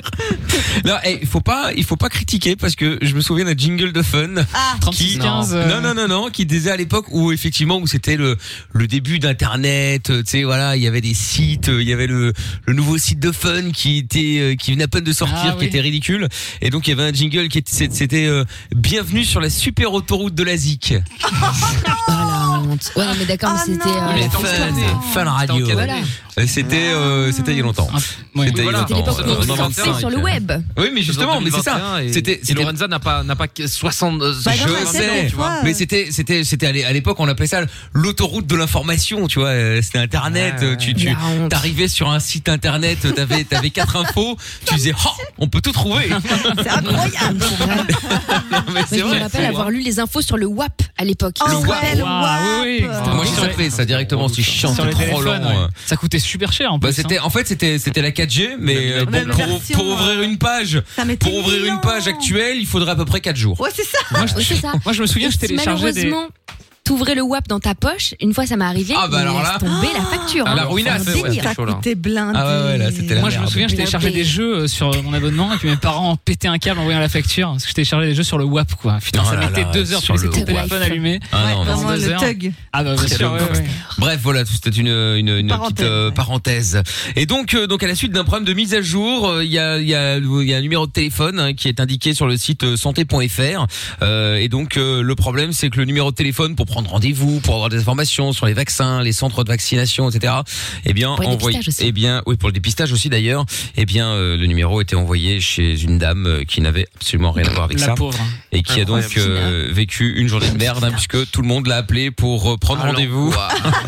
[SPEAKER 1] Non, eh, il faut pas, il faut pas critiquer parce que je me souviens d'un jingle de fun.
[SPEAKER 6] Ah,
[SPEAKER 1] qui,
[SPEAKER 6] 36-15, euh.
[SPEAKER 1] Non, non, non, non, qui disait à l'époque où effectivement où c'était le le début d'internet, euh, tu sais voilà, il y avait des sites, euh, il y avait le le nouveau site de fun qui était euh, qui venait à peine de sortir,
[SPEAKER 5] Ah
[SPEAKER 1] qui
[SPEAKER 5] oui.
[SPEAKER 1] était ridicule. Et donc il y avait un jingle qui était c'était euh, bienvenue sur la super autoroute de la ZIC.
[SPEAKER 3] Ah, la honte. Ouais, non, mais d'accord, mais c'était. euh,
[SPEAKER 1] Mais fun, fun radio.
[SPEAKER 3] Voilà.
[SPEAKER 1] Euh, C'était euh, c'était il y a longtemps. C'était il y a
[SPEAKER 5] Voilà.
[SPEAKER 1] longtemps. Euh,
[SPEAKER 5] Dans
[SPEAKER 1] dans
[SPEAKER 3] C'est sur le
[SPEAKER 5] 21,
[SPEAKER 3] web.
[SPEAKER 1] Oui, mais justement, mais c'est ça.
[SPEAKER 5] 2021, et-
[SPEAKER 1] C'était,
[SPEAKER 5] et
[SPEAKER 1] c'était-
[SPEAKER 5] Lorenza n'a pas, n'a pas que 60, euh,
[SPEAKER 1] je
[SPEAKER 5] je
[SPEAKER 1] sais, mais c'était, c'était, c'était à l'é- à l'époque on appelait ça l'autoroute de l'information, tu vois. euh, C'était Internet.
[SPEAKER 5] Ouais,
[SPEAKER 1] euh,
[SPEAKER 5] ouais.
[SPEAKER 1] Tu, tu,
[SPEAKER 5] La honte.
[SPEAKER 1] t'arrivais sur un site Internet, euh, t'avais, t'avais quatre infos. Tu disais, oh, on peut tout trouver.
[SPEAKER 6] C'est incroyable.
[SPEAKER 1] Non, mais
[SPEAKER 3] Moi,
[SPEAKER 1] c'est
[SPEAKER 3] je me
[SPEAKER 1] vrai.
[SPEAKER 3] rappelle avoir lu les infos sur le WAP à l'époque.
[SPEAKER 1] Le WAP. Ah,
[SPEAKER 2] oui, oui.
[SPEAKER 1] Moi, je fait ça directement. C'est chiant,
[SPEAKER 2] Sur
[SPEAKER 1] c'est
[SPEAKER 2] les
[SPEAKER 1] trop
[SPEAKER 2] téléphones,
[SPEAKER 1] lent.
[SPEAKER 2] ouais.
[SPEAKER 1] euh.
[SPEAKER 2] Ça coûtait super cher en
[SPEAKER 1] Bah,
[SPEAKER 2] plus.
[SPEAKER 1] c'était,
[SPEAKER 2] hein.
[SPEAKER 1] en fait, c'était, c'était la 4G, mais euh,
[SPEAKER 2] Même
[SPEAKER 1] pour, pour,
[SPEAKER 2] version,
[SPEAKER 1] pour ouvrir une page, pour ouvrir une page actuelle, il faudrait à peu près 4 jours.
[SPEAKER 6] Ouais, c'est ça.
[SPEAKER 2] Moi, je,
[SPEAKER 3] Ouais, c'est ça.
[SPEAKER 2] moi, je me souviens,
[SPEAKER 3] Et
[SPEAKER 2] je
[SPEAKER 3] si
[SPEAKER 2] téléchargeais des.
[SPEAKER 3] malheureusement, t'ouvrais le WAP dans ta poche. Une fois, ça m'est arrivé.
[SPEAKER 2] Ah, bah
[SPEAKER 3] il
[SPEAKER 2] alors
[SPEAKER 3] laisse
[SPEAKER 2] là.
[SPEAKER 3] tomber la facture.
[SPEAKER 2] Ah,
[SPEAKER 3] hein.
[SPEAKER 2] la ruinasse,
[SPEAKER 3] C'est un
[SPEAKER 2] ouais, ouais,
[SPEAKER 3] délire.
[SPEAKER 2] c'est chaud, là. T'es blindé.
[SPEAKER 1] Ah ouais, ouais, là, c'était la
[SPEAKER 2] Moi, je me
[SPEAKER 1] merde.
[SPEAKER 2] souviens, je téléchargeais des jeux euh, sur mon abonnement et puis mes parents pétaient un câble en voyant la facture parce que je téléchargeais des jeux sur le WAP quoi. Putain,
[SPEAKER 1] Oh
[SPEAKER 2] ça
[SPEAKER 1] là
[SPEAKER 2] mettait
[SPEAKER 1] là,
[SPEAKER 2] deux heures, tu
[SPEAKER 1] sur
[SPEAKER 2] laissais
[SPEAKER 1] le
[SPEAKER 2] ton
[SPEAKER 1] WAP.
[SPEAKER 2] téléphone allumé.
[SPEAKER 1] Ah non,
[SPEAKER 2] pendant
[SPEAKER 1] non.
[SPEAKER 2] deux heures. Ah bah bien
[SPEAKER 1] Très
[SPEAKER 2] sûr,
[SPEAKER 1] long.
[SPEAKER 2] ouais, ouais.
[SPEAKER 1] Bref, voilà, c'était une, une, une
[SPEAKER 2] Parenthèse,
[SPEAKER 1] petite euh, parenthèse. Et donc, euh, donc à la suite d'un problème de mise à jour, euh, il y, a, il y, a, il y a un numéro de téléphone hein, qui est indiqué sur le site euh, santé.fr. Euh, et donc, euh, le problème, c'est que le numéro de téléphone pour prendre rendez-vous, pour avoir des informations sur les vaccins, les centres de vaccination, etc. Eh bien,
[SPEAKER 5] Pour le
[SPEAKER 1] envoyé.
[SPEAKER 5] dépistage aussi.
[SPEAKER 1] Eh bien, oui, pour le dépistage aussi d'ailleurs. Eh bien, euh, le numéro était envoyé chez une dame euh, qui n'avait absolument rien à voir avec
[SPEAKER 5] La
[SPEAKER 1] ça,
[SPEAKER 5] pauvre. hein.
[SPEAKER 1] et qui a donc
[SPEAKER 5] Incroyable.
[SPEAKER 1] euh, vécu une journée de merde hein, puisque tout le monde l'a appelé pour euh, prendre
[SPEAKER 5] Ah,
[SPEAKER 1] rendez-vous.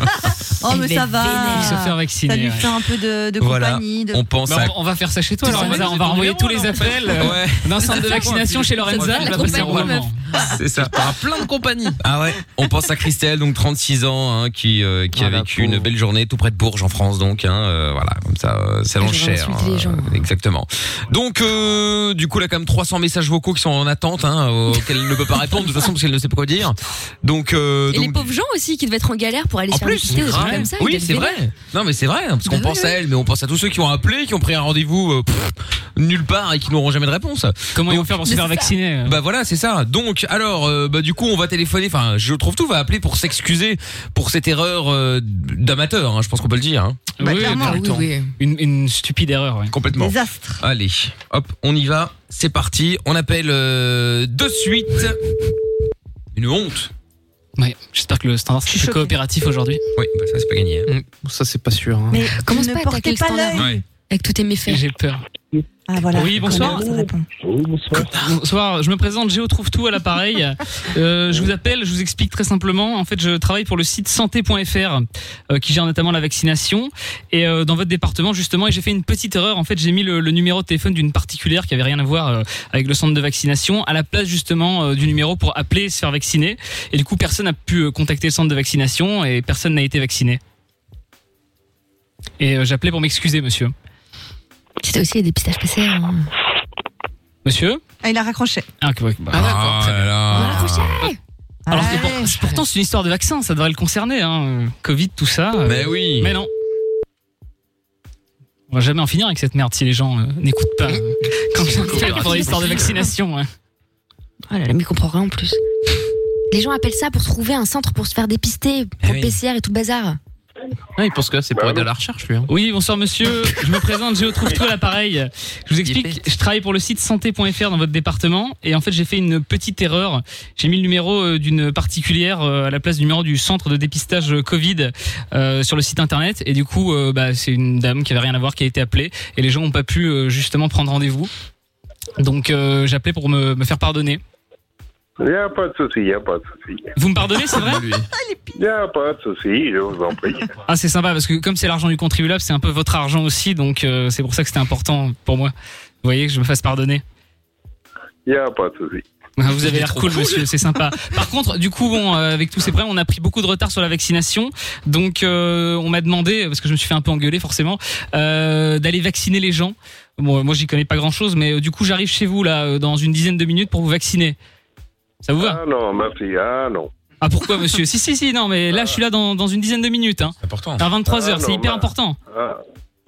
[SPEAKER 6] Oh, mais ça va.
[SPEAKER 2] se faire vacciner,
[SPEAKER 6] Ça lui
[SPEAKER 2] ouais.
[SPEAKER 6] fait un peu de, de
[SPEAKER 1] Voilà.
[SPEAKER 6] compagnie. De...
[SPEAKER 1] On pense
[SPEAKER 2] Bah,
[SPEAKER 1] à-
[SPEAKER 2] on, on va faire ça chez toi,
[SPEAKER 6] Tout
[SPEAKER 2] Lorenza.
[SPEAKER 6] simplement,
[SPEAKER 2] On va
[SPEAKER 6] c'est
[SPEAKER 2] renvoyer
[SPEAKER 6] ton
[SPEAKER 2] tous
[SPEAKER 6] numéro,
[SPEAKER 2] les
[SPEAKER 6] là, en
[SPEAKER 2] appels euh,
[SPEAKER 1] Ouais.
[SPEAKER 2] d'un centre de vaccination chez Lorenza.
[SPEAKER 1] C'est
[SPEAKER 2] on va passer au moment.
[SPEAKER 1] C'est ça.
[SPEAKER 5] Plein de compagnies.
[SPEAKER 1] Ah ouais. On pense à Christelle, donc 36 ans, hein, qui euh, qui a vécu une belle journée tout près de Bourges en France, donc hein, euh, voilà, comme ça, euh, ça lance
[SPEAKER 5] J'aurais
[SPEAKER 1] cher.
[SPEAKER 5] insulté les gens.
[SPEAKER 1] Exactement. Donc euh, du coup là, quand même 300 messages vocaux qui sont en attente, hein, auxquels elle ne peut pas répondre de toute façon parce qu'elle ne sait pas quoi dire. Donc
[SPEAKER 3] Et
[SPEAKER 1] euh,
[SPEAKER 3] les
[SPEAKER 1] donc
[SPEAKER 3] pauvres gens aussi qui devaient être en galère pour aller se faire visiter des trucs
[SPEAKER 1] Ouais.
[SPEAKER 3] comme ça. Bah ils
[SPEAKER 1] Oui,
[SPEAKER 3] devaient
[SPEAKER 1] c'est
[SPEAKER 3] être
[SPEAKER 1] vrai.
[SPEAKER 3] vénères.
[SPEAKER 1] Non, mais c'est vrai, hein, parce qu'on pense à elle, mais on pense à tous ceux qui ont appelé, qui ont pris un rendez-vous euh, pff, nulle part et qui n'auront jamais de réponse.
[SPEAKER 2] Comment ils vont faire pour se faire vacciner euh
[SPEAKER 1] Bah voilà, c'est ça. Donc, alors, euh, bah du coup, on va téléphoner. Enfin, je trouve tout va appeler pour s'excuser pour cette erreur euh, d'amateur. hein, je pense qu'on peut le dire. hein.
[SPEAKER 3] Bah,
[SPEAKER 6] Bah,
[SPEAKER 2] Oui, oui, oui. Une, une stupide erreur, ouais.
[SPEAKER 1] Complètement. Désastre. Allez, hop, on y va. C'est parti. On appelle euh, de suite. Une honte.
[SPEAKER 2] Ouais, j'espère que le standard c'est plus coopératif aujourd'hui. Mm.
[SPEAKER 1] Oui, bah ça c'est pas gagné.
[SPEAKER 5] Ça, c'est pas sûr.
[SPEAKER 6] Mais comment ne portez pas l'œil.
[SPEAKER 1] Ouais.
[SPEAKER 3] avec tous tes méfaits.
[SPEAKER 2] J'ai peur.
[SPEAKER 6] Ah voilà.
[SPEAKER 2] Oui, bonsoir.
[SPEAKER 6] Commerce répond.
[SPEAKER 2] Bonsoir, je me présente, Géo trouve tout à l'appareil. Euh, je vous appelle, je vous explique très simplement. En fait, je travaille pour le site santé.fr euh, qui gère notamment la vaccination et euh, dans votre département justement. Et j'ai fait une petite erreur. En fait, j'ai mis le, le numéro de téléphone d'une particulière qui avait rien à voir euh, avec le centre de vaccination à la place justement euh, du numéro pour appeler et se faire vacciner. Et du coup, personne n'a pu euh, contacter le centre de vaccination et personne n'a été vacciné. Et euh, j'appelais pour m'excuser, monsieur.
[SPEAKER 3] C'était aussi les dépistages PCR. hein.
[SPEAKER 2] Monsieur
[SPEAKER 6] Ah, il a raccroché.
[SPEAKER 2] Ah, ok, ok, bah,
[SPEAKER 1] Ah, là là.
[SPEAKER 2] Alors que
[SPEAKER 6] Ah, Ouais.
[SPEAKER 2] pour- pourtant c'est une histoire de vaccin, ça devrait le concerner, hein. euh, Covid, tout ça. euh,
[SPEAKER 1] Mais oui.
[SPEAKER 2] Mais non. On va jamais en finir avec cette merde si les gens euh, n'écoutent pas. euh, quand je
[SPEAKER 1] coopératif.
[SPEAKER 2] pour l'histoire de vaccination. hein.
[SPEAKER 3] Oh là là, mais il comprend rien en plus. Les gens appellent ça pour trouver un centre pour se faire dépister, pour
[SPEAKER 1] Eh oui.
[SPEAKER 3] PCR et tout le bazar.
[SPEAKER 5] Ah, il pense que là, c'est pour aider à la recherche, lui. hein.
[SPEAKER 2] Oui, bonsoir monsieur. Je me présente, je trouve tout à l'appareil. Je vous explique, je travaille pour le site santé.fr dans votre département et en fait j'ai fait une petite erreur. J'ai mis le numéro euh, d'une particulière euh, à la place du numéro du centre de dépistage euh, Covid euh, sur le site internet et du coup euh, bah, c'est une dame qui avait rien à voir qui a été appelée et les gens n'ont pas pu euh, justement prendre rendez-vous. Donc euh, j'appelais pour me, me faire pardonner.
[SPEAKER 9] Il n'y a pas de souci, il n'y a pas de souci.
[SPEAKER 2] Vous me pardonnez, c'est vrai
[SPEAKER 9] Il n'y a pas de souci, je vous en prie.
[SPEAKER 2] Ah c'est sympa parce que comme c'est l'argent du contribuable, c'est un peu votre argent aussi donc euh, c'est pour ça que c'était important pour moi. Vous voyez que je me fasse pardonner.
[SPEAKER 9] Il n'y a pas de souci.
[SPEAKER 2] Ah, Vous avez l'air cool, monsieur, c'est sympa. Par contre, du coup, bon, euh, avec tous ces problèmes, on a pris beaucoup de retard sur la vaccination. Donc, euh, on m'a demandé, parce que je me suis fait un peu engueuler forcément, euh, d'aller vacciner les gens. Bon, euh, moi, j'y connais pas grand-chose, mais euh, du coup, j'arrive chez vous là euh, dans une dizaine de minutes pour vous vacciner. Ça vous va
[SPEAKER 9] Ah non, merci, ah non.
[SPEAKER 2] Ah pourquoi, monsieur Si, si, si, non, mais là, je suis là dans, dans une dizaine de minutes. Hein.
[SPEAKER 1] C'est important.
[SPEAKER 2] À 23
[SPEAKER 9] Ah,
[SPEAKER 2] heures, c'est
[SPEAKER 9] non,
[SPEAKER 2] hyper
[SPEAKER 9] bah.
[SPEAKER 2] important.
[SPEAKER 9] Ah,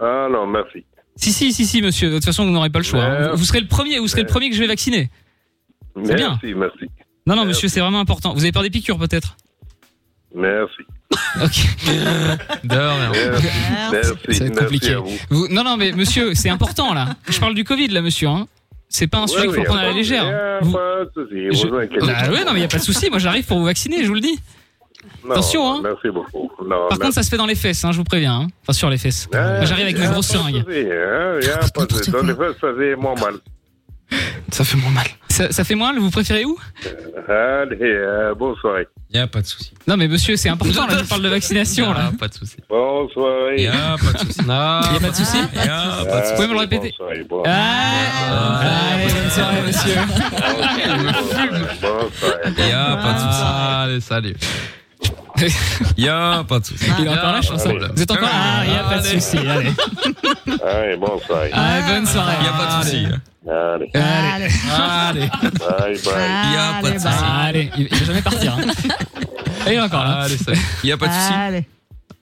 [SPEAKER 9] ah non, merci.
[SPEAKER 2] Si, si, si, si, monsieur. De toute façon, vous n'aurez pas le choix. hein.
[SPEAKER 9] Ouais.
[SPEAKER 2] Vous- Vous serez le premier, vous serez le
[SPEAKER 9] Ouais.
[SPEAKER 2] premier que je vais vacciner.
[SPEAKER 9] Merci,
[SPEAKER 2] bien.
[SPEAKER 9] merci.
[SPEAKER 2] Non, non,
[SPEAKER 9] Ouais,
[SPEAKER 2] monsieur, c'est vraiment important. Vous avez peur des piqûres, peut-être
[SPEAKER 9] Merci.
[SPEAKER 2] Ok.
[SPEAKER 1] D'accord.
[SPEAKER 9] Merci,
[SPEAKER 6] Merci.
[SPEAKER 9] merci,
[SPEAKER 2] Ça va
[SPEAKER 9] merci
[SPEAKER 2] être compliqué.
[SPEAKER 9] à vous.
[SPEAKER 2] Vous- Non, non, mais monsieur, c'est important là. Je parle du Covid là, monsieur. Hein. C'est pas un sujet qu'il faut prendre à la
[SPEAKER 9] Il n'y
[SPEAKER 2] légère.
[SPEAKER 9] a
[SPEAKER 2] Vous-
[SPEAKER 9] hein, pas de souci,
[SPEAKER 2] Je-
[SPEAKER 9] vous inquiétez pas.
[SPEAKER 2] Ah ouais, non, mais y a pas de souci. Moi, j'arrive pour vous vacciner, je vous le dis.
[SPEAKER 9] Oh, Non,
[SPEAKER 2] attention, hein.
[SPEAKER 9] Merci beaucoup. Non,
[SPEAKER 2] Par contre,
[SPEAKER 9] merci.
[SPEAKER 2] ça se fait dans les fesses, hein, je vous préviens. Hein. Enfin, sur les fesses.
[SPEAKER 9] Ah,
[SPEAKER 2] J'arrive avec
[SPEAKER 9] il y
[SPEAKER 2] ma
[SPEAKER 9] a
[SPEAKER 2] grosse
[SPEAKER 9] pas de
[SPEAKER 2] seringue.
[SPEAKER 9] souci, hein, Il n'y a pas de souci. Dans les faits, ça fait moins mal.
[SPEAKER 1] Ça fait moins mal.
[SPEAKER 2] Ça, ça fait moins, vous préférez où
[SPEAKER 9] Allez, euh, bonne soirée.
[SPEAKER 1] Y a pas de souci.
[SPEAKER 2] Non, mais monsieur, c'est important là. Je parle de vaccination là.
[SPEAKER 5] Ah, pas de soucis.
[SPEAKER 9] Bonne soirée.
[SPEAKER 1] Y a pas de souci.
[SPEAKER 2] Y a pas de souci.
[SPEAKER 1] Y a pas de
[SPEAKER 9] Ah,
[SPEAKER 2] Vous pouvez me le
[SPEAKER 9] bonne
[SPEAKER 2] répéter
[SPEAKER 9] soirée, bonne-
[SPEAKER 2] Ah, allez, bonne soirée, monsieur.
[SPEAKER 9] bonne soirée.
[SPEAKER 1] souci. Y a pas de souci.
[SPEAKER 5] Allez, salut.
[SPEAKER 1] Y a pas de souci.
[SPEAKER 6] Ah.
[SPEAKER 2] Il est encore là, chanson.
[SPEAKER 9] Allez.
[SPEAKER 2] Vous êtes encore Ah, y a pas de souci. Allez.
[SPEAKER 9] Allez, bonne soirée.
[SPEAKER 2] Ah, bonne soirée.
[SPEAKER 1] Y a pas de souci.
[SPEAKER 9] Allez,
[SPEAKER 2] Allez.
[SPEAKER 6] Allez.
[SPEAKER 1] Allez.
[SPEAKER 9] bye bye.
[SPEAKER 1] Il y a pas de
[SPEAKER 6] Allez,
[SPEAKER 1] souci.
[SPEAKER 6] bah.
[SPEAKER 2] Ah, allez, il il va jamais partir. hein. Et il est encore là.
[SPEAKER 5] Allez, salut.
[SPEAKER 1] Y a pas de souci.
[SPEAKER 6] Allez.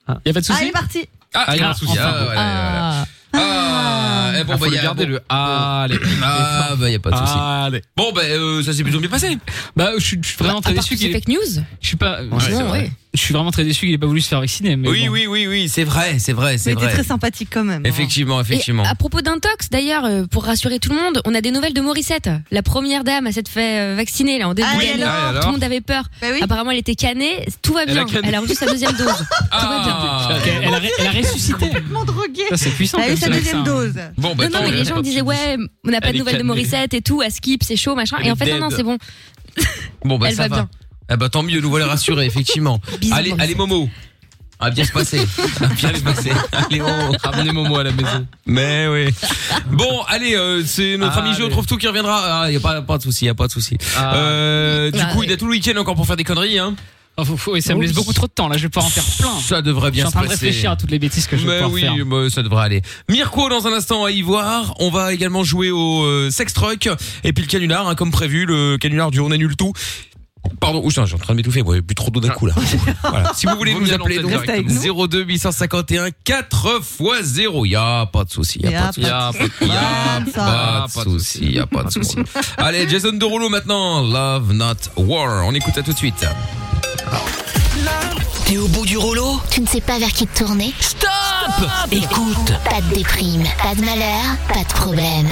[SPEAKER 2] Y a pas de
[SPEAKER 6] Ah, il
[SPEAKER 2] souci
[SPEAKER 6] est parti.
[SPEAKER 1] Ah, y a pas de souci.
[SPEAKER 2] enfin.
[SPEAKER 1] Ah, ouais, ouais, ouais.
[SPEAKER 6] Ah.
[SPEAKER 1] Ah, eh,
[SPEAKER 5] Ah,
[SPEAKER 1] bon, bah,
[SPEAKER 5] faut le
[SPEAKER 1] y a-
[SPEAKER 5] garder,
[SPEAKER 1] bon.
[SPEAKER 5] le Allez.
[SPEAKER 1] Ah, bah, y a pas de souci.
[SPEAKER 2] Allez.
[SPEAKER 1] Bon, bah, euh, ça s'est plutôt bien passé.
[SPEAKER 2] Bah, je suis je suis vraiment
[SPEAKER 3] À
[SPEAKER 2] très
[SPEAKER 3] part
[SPEAKER 2] déçu
[SPEAKER 3] toutes ces
[SPEAKER 2] qu'il ait... Ah,
[SPEAKER 3] fake news.
[SPEAKER 6] Ah,
[SPEAKER 2] Je suis pas.
[SPEAKER 1] Ouais,
[SPEAKER 3] sinon,
[SPEAKER 1] c'est vrai.
[SPEAKER 3] ouais.
[SPEAKER 2] Je suis vraiment très déçu qu'il ait pas voulu se faire vacciner. Mais
[SPEAKER 1] Oui,
[SPEAKER 2] bon.
[SPEAKER 1] oui, oui, oui, c'est vrai, c'est vrai,
[SPEAKER 6] Mais
[SPEAKER 1] c'est
[SPEAKER 6] il était
[SPEAKER 1] vrai.
[SPEAKER 6] très sympathique quand même.
[SPEAKER 1] Effectivement,
[SPEAKER 3] Et
[SPEAKER 1] effectivement.
[SPEAKER 3] à propos d'intox, d'ailleurs, euh, pour rassurer tout le monde, on a des nouvelles de Morissette, la première dame à s'être fait euh, vacciner là en début
[SPEAKER 6] Ah, et
[SPEAKER 3] d'année.
[SPEAKER 6] alors
[SPEAKER 1] Ah, et alors
[SPEAKER 3] Tout le monde avait peur.
[SPEAKER 6] Bah oui.
[SPEAKER 3] Apparemment, elle était canée. Tout va
[SPEAKER 5] Elle a
[SPEAKER 3] bien.
[SPEAKER 5] canné.
[SPEAKER 3] Elle a reçu sa deuxième dose.
[SPEAKER 1] Ah.
[SPEAKER 2] Ok, Elle, a, ré- elle a ressuscité.
[SPEAKER 6] Complètement drogué.
[SPEAKER 2] Ça, c'est puissant.
[SPEAKER 6] Elle a eu
[SPEAKER 2] comme
[SPEAKER 6] sa
[SPEAKER 2] ça,
[SPEAKER 6] deuxième
[SPEAKER 2] ça.
[SPEAKER 6] dose.
[SPEAKER 1] Bon, bah,
[SPEAKER 3] non, non,
[SPEAKER 1] très
[SPEAKER 3] mais les
[SPEAKER 1] bien.
[SPEAKER 3] gens disaient, ouais, on n'a pas
[SPEAKER 5] Elle
[SPEAKER 3] de
[SPEAKER 5] est
[SPEAKER 3] nouvelles de
[SPEAKER 5] canée.
[SPEAKER 3] Morissette et tout, à skip, c'est chaud, machin.
[SPEAKER 1] Elle
[SPEAKER 3] Et en fait,
[SPEAKER 1] est
[SPEAKER 3] non, non,
[SPEAKER 1] dead.
[SPEAKER 3] c'est bon.
[SPEAKER 1] Bon, bah,
[SPEAKER 3] Elle
[SPEAKER 1] ça
[SPEAKER 3] va
[SPEAKER 1] va.
[SPEAKER 3] bien.
[SPEAKER 1] Ah, bah, tant mieux, nous voilà rassurés, effectivement.
[SPEAKER 3] Bisous,
[SPEAKER 1] Allez,
[SPEAKER 3] Morissette.
[SPEAKER 1] allez, Momo. Ah, bien se passer. Ah, bien se passer. Allez, Momo.
[SPEAKER 5] Ramenez Momo à la maison.
[SPEAKER 1] Mais oui. Bon, allez, euh, c'est notre ami
[SPEAKER 2] Ah,
[SPEAKER 5] Allez.
[SPEAKER 1] Géo trouve tout qui reviendra. Ah, y a pas, pas de souci, y a pas de souci.
[SPEAKER 5] Ah.
[SPEAKER 1] Euh, du
[SPEAKER 3] Ah,
[SPEAKER 1] coup,
[SPEAKER 3] ouais.
[SPEAKER 1] il a tout le week-end encore pour faire des conneries, hein.
[SPEAKER 2] Oh, faut- faut- et ça me laisse beaucoup trop de temps. Là, je vais pouvoir en faire plein.
[SPEAKER 1] Ça devrait
[SPEAKER 2] Je suis
[SPEAKER 1] bien
[SPEAKER 2] en
[SPEAKER 1] se
[SPEAKER 2] train de
[SPEAKER 1] passer.
[SPEAKER 2] réfléchir à toutes les bêtises que je vais
[SPEAKER 1] Mais
[SPEAKER 2] pouvoir
[SPEAKER 1] oui,
[SPEAKER 2] faire.
[SPEAKER 1] mais ça devrait aller. Mirko dans un instant à Ivoire. On va également jouer au euh, sex truck et puis le canular, hein, comme prévu, le canular du on annule tout. Pardon, Ouh, putain, je suis en train de m'étouffer, ouais, plus trop d'eau d'un coup là. Voilà. Si Ah. vous voulez
[SPEAKER 5] Vaut
[SPEAKER 1] nous
[SPEAKER 5] mieux
[SPEAKER 1] appeler,
[SPEAKER 5] l'antenne
[SPEAKER 1] donc,
[SPEAKER 6] Reste avec
[SPEAKER 1] 02 851 4 x 0. Y a pas de souci, y a
[SPEAKER 6] Y
[SPEAKER 1] pas de souci.
[SPEAKER 5] Y a pas de
[SPEAKER 1] Y a
[SPEAKER 6] Comme ça.
[SPEAKER 1] pas de souci, y a pas de souci. Allez, Jason Derulo maintenant, Love Not War. On écoute ça tout de suite.
[SPEAKER 8] T'es au bout du rouleau
[SPEAKER 4] Tu ne sais pas vers qui te tourner
[SPEAKER 8] Stop, Écoute,
[SPEAKER 4] Pas de déprime, pas de malheur, pas de problème.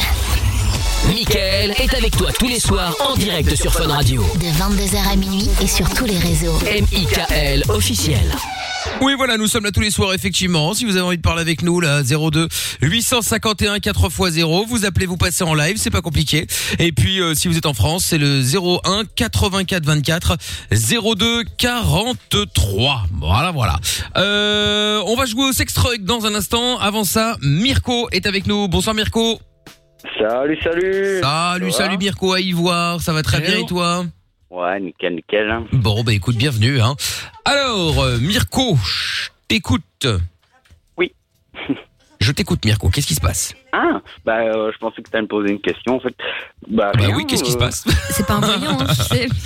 [SPEAKER 8] Mickaël est avec toi tous les soirs en direct sur Fun Radio.
[SPEAKER 4] De 22h à minuit et sur tous les réseaux.
[SPEAKER 8] M.I.K.L. officiel.
[SPEAKER 1] Oui, voilà, nous sommes là tous les soirs, effectivement. Si vous avez envie de parler avec nous, là, 02 851 4x0, vous appelez, vous passez en live, c'est pas compliqué. Et puis, euh, si vous êtes en France, c'est le 01 84 24 02 43. Voilà, voilà. Euh, on va jouer au sextruck dans un instant. Avant ça, Mirko est avec nous. Bonsoir, Mirko.
[SPEAKER 9] Salut, salut.
[SPEAKER 1] Salut,
[SPEAKER 9] Ça va
[SPEAKER 1] salut, Mirko à Ivoire. Ça va très bien et toi?
[SPEAKER 9] Ouais, nickel, nickel. hein.
[SPEAKER 1] Bon, bah écoute, bienvenue. Hein. Alors, euh, Mirko, je t'écoute.
[SPEAKER 9] Oui.
[SPEAKER 1] Je t'écoute, Mirko. Qu'est-ce qui se passe
[SPEAKER 9] Ah, bah, euh, je pensais que t'allais me poser une question, en fait.
[SPEAKER 1] Bah
[SPEAKER 9] Bah, rien,
[SPEAKER 1] oui, qu'est-ce qui se
[SPEAKER 9] euh,
[SPEAKER 1] passe
[SPEAKER 3] C'est pas un voyant, hein, tu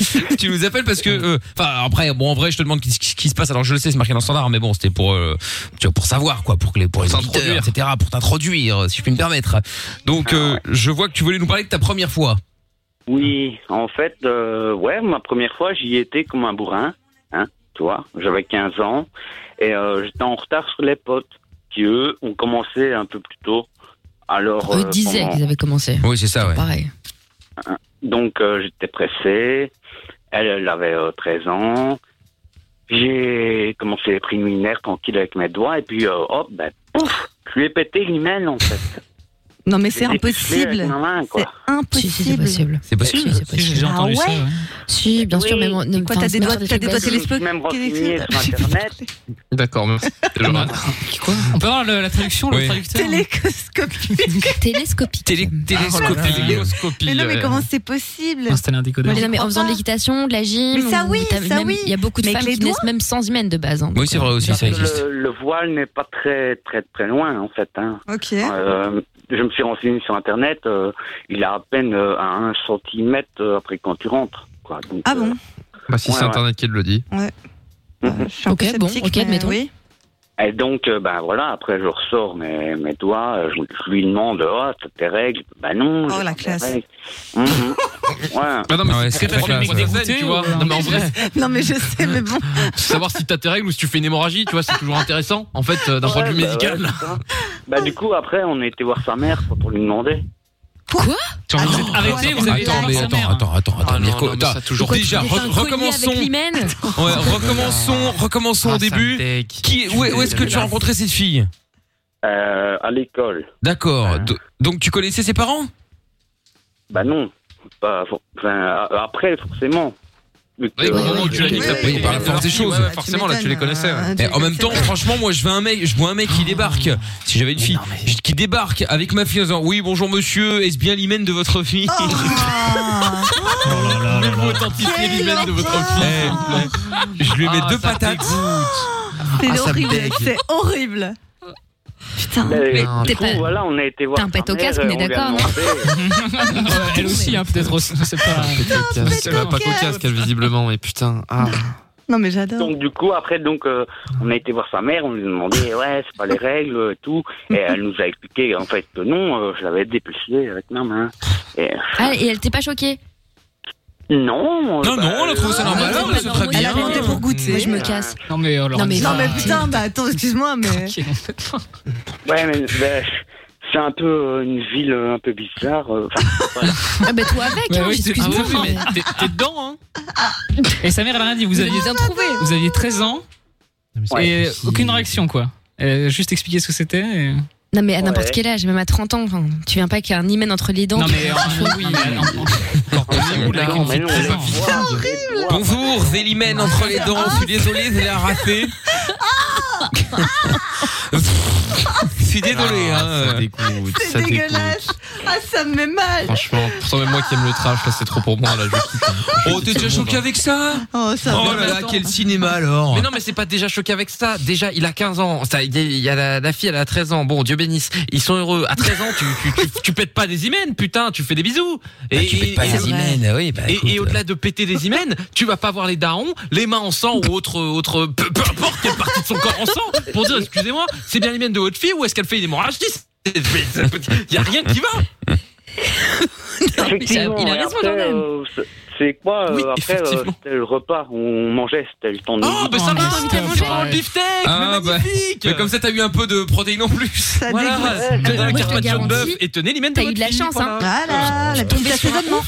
[SPEAKER 3] sais.
[SPEAKER 1] Tu nous appelles parce que, euh, enfin, après, bon, en vrai, je te demande qu'est-ce qui- qui se passe. Alors, je le sais, c'est marqué dans le standard, mais bon, c'était pour, euh, tu vois, pour savoir quoi, pour que les, pour les auditeurs,
[SPEAKER 5] t'introduire.
[SPEAKER 1] etc., pour t'introduire, euh, si je puis me permettre. Donc, euh, je vois que tu voulais nous parler de ta première fois.
[SPEAKER 9] Oui, en fait, euh, ouais, ma première fois, j'y étais comme un bourrin, hein, tu vois. J'avais 15 ans et euh, j'étais en retard sur les potes qui, eux, ont commencé un peu plus tôt. Alors,
[SPEAKER 3] Eux
[SPEAKER 9] euh,
[SPEAKER 3] Ah, disaient
[SPEAKER 9] pendant-
[SPEAKER 3] qu'ils avaient commencé.
[SPEAKER 1] Oui, c'est ça, ouais.
[SPEAKER 3] Pareil.
[SPEAKER 9] donc euh, j'étais pressé. Elle, elle avait euh, 13 ans. J'ai commencé les préliminaires tranquille avec mes doigts et puis, euh, hop, ben, pouf, je lui ai pété l'email, en fait.
[SPEAKER 6] Non, mais c'est
[SPEAKER 9] J'ai décuplé avec
[SPEAKER 6] impossible.
[SPEAKER 9] ma main,
[SPEAKER 6] C'est
[SPEAKER 9] quoi.
[SPEAKER 3] Si, si, c'est
[SPEAKER 6] impossible.
[SPEAKER 3] possible.
[SPEAKER 1] C'est possible.
[SPEAKER 3] Si, c'est
[SPEAKER 2] Si, J'ai
[SPEAKER 3] possible.
[SPEAKER 2] déjà
[SPEAKER 6] Ah
[SPEAKER 2] entendu ça.
[SPEAKER 6] ouais
[SPEAKER 2] ouais.
[SPEAKER 3] Si, bien sûr,
[SPEAKER 9] Oui.
[SPEAKER 3] mais moi, ne
[SPEAKER 6] Et quoi, t'as des doigts- t'as des doigts
[SPEAKER 9] Je me suis
[SPEAKER 6] télespo-
[SPEAKER 9] même renseigné sur Internet.
[SPEAKER 5] D'accord, merci. Je
[SPEAKER 2] Non,
[SPEAKER 5] rate.
[SPEAKER 2] Quoi On peut avoir le- la traduction,
[SPEAKER 1] Oui.
[SPEAKER 2] le traducteur hein.
[SPEAKER 6] Télescopie.
[SPEAKER 3] Télescopique.
[SPEAKER 1] Télé,
[SPEAKER 5] oh
[SPEAKER 1] télescopie.
[SPEAKER 2] Ah, voilà.
[SPEAKER 5] Télescopie,
[SPEAKER 6] Mais non,
[SPEAKER 5] ouais.
[SPEAKER 6] mais comment c'est possible
[SPEAKER 2] Non, c'était l'un des codeurs.
[SPEAKER 3] Mais non, mais en
[SPEAKER 6] comprends
[SPEAKER 3] faisant de
[SPEAKER 6] pas.
[SPEAKER 3] l'équitation, de la gym,
[SPEAKER 6] Mais ça
[SPEAKER 3] ou
[SPEAKER 6] oui,
[SPEAKER 3] t'as
[SPEAKER 6] ça
[SPEAKER 3] même-
[SPEAKER 6] oui.
[SPEAKER 3] il y a beaucoup de
[SPEAKER 6] Mais
[SPEAKER 3] femmes
[SPEAKER 6] avec les
[SPEAKER 3] qui naissent
[SPEAKER 6] doigts
[SPEAKER 3] même sans hymen de base. hein,
[SPEAKER 1] Oui,
[SPEAKER 3] donc,
[SPEAKER 1] c'est
[SPEAKER 3] euh,
[SPEAKER 1] vrai aussi, ça existe.
[SPEAKER 9] Le, le voile n'est pas très, très, très loin, en fait. Hein.
[SPEAKER 6] Ok.
[SPEAKER 9] Euh, je me suis renseigné sur Internet. euh, il est à peine euh, à un centimètre euh, après quand tu rentres. Quoi. Donc,
[SPEAKER 6] Ah bon
[SPEAKER 9] euh,
[SPEAKER 5] Bah, si
[SPEAKER 9] Ouais,
[SPEAKER 5] c'est
[SPEAKER 9] ouais.
[SPEAKER 5] Internet qui le dit.
[SPEAKER 6] Euh, je suis un
[SPEAKER 3] Ok,
[SPEAKER 6] peu
[SPEAKER 3] bon,
[SPEAKER 6] sceptique,
[SPEAKER 3] ok,
[SPEAKER 6] mais
[SPEAKER 3] admettons.
[SPEAKER 6] Oui.
[SPEAKER 9] et donc, euh, ben voilà, après je ressors mes, mes doigts, euh, je, je lui demande, ah, t'as tes règles Ben non.
[SPEAKER 6] Oh,
[SPEAKER 9] j'ai
[SPEAKER 6] la
[SPEAKER 9] pas tes
[SPEAKER 6] classe.
[SPEAKER 9] règles. Mhm. ouais.
[SPEAKER 5] Bah, non, mais
[SPEAKER 1] Ah ouais,
[SPEAKER 5] c'est
[SPEAKER 1] c'est
[SPEAKER 5] pour
[SPEAKER 1] très
[SPEAKER 5] faire des
[SPEAKER 1] classe, ouais.
[SPEAKER 5] veines, tu vois.
[SPEAKER 2] Dégoûté,
[SPEAKER 5] Non, mais en vrai,
[SPEAKER 6] Non, mais je sais, mais bon.
[SPEAKER 5] savoir si t'as tes règles ou si tu fais une hémorragie, tu vois, c'est toujours intéressant, en fait, euh, d'un point de vue
[SPEAKER 6] Oh,
[SPEAKER 9] Ouais, bah,
[SPEAKER 5] médical.
[SPEAKER 9] ouais, c'est ça. bah du coup, après, on a été voir sa mère pour- pour lui demander.
[SPEAKER 2] Genre, vous êtes
[SPEAKER 6] Ah,
[SPEAKER 2] arrêtés, vous avez
[SPEAKER 1] Attends,
[SPEAKER 2] été voir
[SPEAKER 1] mais
[SPEAKER 2] sa
[SPEAKER 1] attends,
[SPEAKER 2] mère.
[SPEAKER 1] attends, attends, attends,
[SPEAKER 5] Ah, non,
[SPEAKER 1] Mirko.
[SPEAKER 5] non, mais ça,
[SPEAKER 1] attends,
[SPEAKER 5] toujours.
[SPEAKER 3] tu
[SPEAKER 1] déjà,
[SPEAKER 3] t'es fait
[SPEAKER 1] re-
[SPEAKER 3] un collier
[SPEAKER 1] recommençons,
[SPEAKER 3] Avec l'hymen
[SPEAKER 1] ouais, recommençons, recommençons au début. Qui, où est- où est-ce que tu as rencontré cette fille
[SPEAKER 9] Euh, à l'école.
[SPEAKER 1] D'accord.
[SPEAKER 9] Euh.
[SPEAKER 1] Do- Donc tu connaissais ses parents
[SPEAKER 9] Bah non. Pas for- enfin, a- après, forcément. Vu que-
[SPEAKER 5] Oui, au moment où tu l'as
[SPEAKER 6] Oui,
[SPEAKER 5] niqué, t'as
[SPEAKER 6] oui,
[SPEAKER 5] pris
[SPEAKER 6] oui,
[SPEAKER 1] par la
[SPEAKER 6] oui, oui,
[SPEAKER 1] force des
[SPEAKER 6] oui,
[SPEAKER 1] choses.
[SPEAKER 6] oui, oui,
[SPEAKER 5] Forcément, là, tu les
[SPEAKER 6] m'étonnes,
[SPEAKER 5] connaissais, ouais.
[SPEAKER 6] euh, tu Oh.
[SPEAKER 1] hein. Et
[SPEAKER 6] les
[SPEAKER 1] en même temps,
[SPEAKER 6] connaissais.
[SPEAKER 1] franchement, moi je veux un mec, je vois un mec qui débarque. Si j'avais une fille qui débarque avec ma fille en disant oui bonjour monsieur, est-ce bien l'hymen de votre fille
[SPEAKER 6] Oh. Ah,
[SPEAKER 5] Vous authentifiez
[SPEAKER 6] quel
[SPEAKER 5] l'hymen de votre
[SPEAKER 6] horreur.
[SPEAKER 5] fille.
[SPEAKER 1] Je lui mets
[SPEAKER 5] Ah,
[SPEAKER 1] deux
[SPEAKER 5] ça
[SPEAKER 1] patates.
[SPEAKER 6] C'est
[SPEAKER 5] Ah, ça me
[SPEAKER 6] horrible,
[SPEAKER 5] dégue.
[SPEAKER 6] c'est horrible. Putain.
[SPEAKER 9] Mais,
[SPEAKER 5] Non,
[SPEAKER 3] t'es
[SPEAKER 9] du coup,
[SPEAKER 3] pas-
[SPEAKER 9] voilà, on a été voir.
[SPEAKER 3] t'as un
[SPEAKER 9] sa
[SPEAKER 3] pet au
[SPEAKER 9] mère euh,
[SPEAKER 3] casque,
[SPEAKER 9] et
[SPEAKER 3] on est
[SPEAKER 9] lui a
[SPEAKER 1] Ah,
[SPEAKER 3] d'accord, non
[SPEAKER 9] demandé-
[SPEAKER 2] Euh, Elle aussi, hein, peut-être aussi. Je sais pas.
[SPEAKER 5] Elle va Ah, pas qu'au casque, elle, visiblement, mais putain. Ah.
[SPEAKER 6] Non, mais j'adore.
[SPEAKER 9] Donc du coup, après, donc, euh, on a été voir sa mère, on lui demandait, ouais, c'est pas les règles, euh, tout. Et elle nous a expliqué, en fait, que non, euh, je l'avais dépêché avec ma main. Et, euh,
[SPEAKER 3] Ah, et elle t'est pas choquée
[SPEAKER 9] non. euh,
[SPEAKER 1] Non,
[SPEAKER 9] bah,
[SPEAKER 1] non, elle a trouvé ça
[SPEAKER 9] euh,
[SPEAKER 1] normal,
[SPEAKER 3] non,
[SPEAKER 1] hein, c'est
[SPEAKER 3] non,
[SPEAKER 1] très
[SPEAKER 3] non,
[SPEAKER 6] Elle
[SPEAKER 1] bien.
[SPEAKER 6] a demandé pour goûter.
[SPEAKER 3] Moi, je me casse.
[SPEAKER 2] Non, mais
[SPEAKER 5] euh,
[SPEAKER 2] euh, alors.
[SPEAKER 3] Non, mais-
[SPEAKER 6] Non, mais putain, bah attends, excuse-moi, mais.
[SPEAKER 9] Ouais, mais bah, c'est un peu euh, une ville euh, un peu bizarre. euh, enfin,
[SPEAKER 3] Ah, bah toi avec, hein, excuse-moi.
[SPEAKER 2] t'es ah, t'es dedans, hein. Et sa mère, elle a rien dit. Vous
[SPEAKER 3] Vous avez
[SPEAKER 2] aviez,
[SPEAKER 3] bien trouvé.
[SPEAKER 2] vous aviez 13 ans et aucune réaction, quoi. Elle a juste expliqué ce que c'était. et-
[SPEAKER 3] Non, mais à n'importe
[SPEAKER 9] Ouais.
[SPEAKER 3] quel âge, même à 30 ans, enfin, tu viens pas avec un hymen entre les dents.
[SPEAKER 2] Non, mais. euh, oui, mais non.
[SPEAKER 9] mais
[SPEAKER 1] Oula,
[SPEAKER 9] non, mais non,
[SPEAKER 2] c'est
[SPEAKER 9] on va
[SPEAKER 2] bizarre.
[SPEAKER 9] voir, on va voir.
[SPEAKER 1] Bonjour, c'est
[SPEAKER 3] Ah,
[SPEAKER 1] l'hymen entre les dents, je suis désolé de la rater.
[SPEAKER 3] Ah
[SPEAKER 1] Je suis désolé, hein.
[SPEAKER 5] Ah, ça dégoûte, ça
[SPEAKER 6] C'est
[SPEAKER 5] dégoûte.
[SPEAKER 6] dégueulasse. Ah, ça me met mal.
[SPEAKER 5] Franchement, pourtant même moi qui aime le trash, là c'est trop pour moi là. Je quitte, hein.
[SPEAKER 1] Oh, t'es déjà choqué avec ça
[SPEAKER 6] Oh, ça
[SPEAKER 1] Oh
[SPEAKER 6] me
[SPEAKER 1] là là, quel cinéma alors
[SPEAKER 10] Mais non, mais c'est pas déjà choqué avec ça. Déjà, il a 15 ans. Ça, il y a- il y a la, la fille, elle a 13 ans. Bon, Dieu bénisse. Ils sont heureux. À 13 ans, tu, tu, tu, tu pètes pas des hymens, putain. Tu fais des bisous. Et,
[SPEAKER 1] Bah, Tu pètes pas
[SPEAKER 10] et-
[SPEAKER 1] les hymens, oui, bah
[SPEAKER 10] et-
[SPEAKER 1] écoute,
[SPEAKER 10] et au-delà de péter des hymens, tu vas pas voir les darons, les mains en sang ou autre, autre, peu, peu importe quelle partie de son corps en sang, pour dire, excusez-moi, c'est bien l'hymen de votre fille ou est-ce qu'elle fait une hémorragie? Il y a rien qui va.
[SPEAKER 9] Effectivement,
[SPEAKER 3] Il a
[SPEAKER 9] et
[SPEAKER 3] raison,
[SPEAKER 9] après,
[SPEAKER 3] quand même.
[SPEAKER 9] euh, c'est- c'est quoi euh,
[SPEAKER 10] Oui,
[SPEAKER 9] Après, euh,
[SPEAKER 10] effectivement.
[SPEAKER 9] c'était le repas, on mangeait, c'était le temps de
[SPEAKER 10] Oh,
[SPEAKER 9] midi.
[SPEAKER 10] mais ça
[SPEAKER 2] mais
[SPEAKER 10] va,
[SPEAKER 2] c'est
[SPEAKER 10] t'as
[SPEAKER 2] pas
[SPEAKER 10] mangé
[SPEAKER 2] vrai.
[SPEAKER 10] le beefsteak,
[SPEAKER 1] Ah,
[SPEAKER 10] mais
[SPEAKER 1] bah.
[SPEAKER 10] magnifique.
[SPEAKER 1] Mais comme ça, t'as eu un peu de protéines en plus.
[SPEAKER 6] Ça
[SPEAKER 10] Voilà,
[SPEAKER 6] dégoûte.
[SPEAKER 10] tenez un
[SPEAKER 3] Moi, je te
[SPEAKER 10] carpaccio de
[SPEAKER 3] garantis,
[SPEAKER 10] bœuf et tenez l'hymen de
[SPEAKER 3] t'as eu
[SPEAKER 10] votre
[SPEAKER 3] de la
[SPEAKER 10] fille,
[SPEAKER 3] chance, hein.
[SPEAKER 10] voilà.
[SPEAKER 6] Voilà, la petite assaisonnement.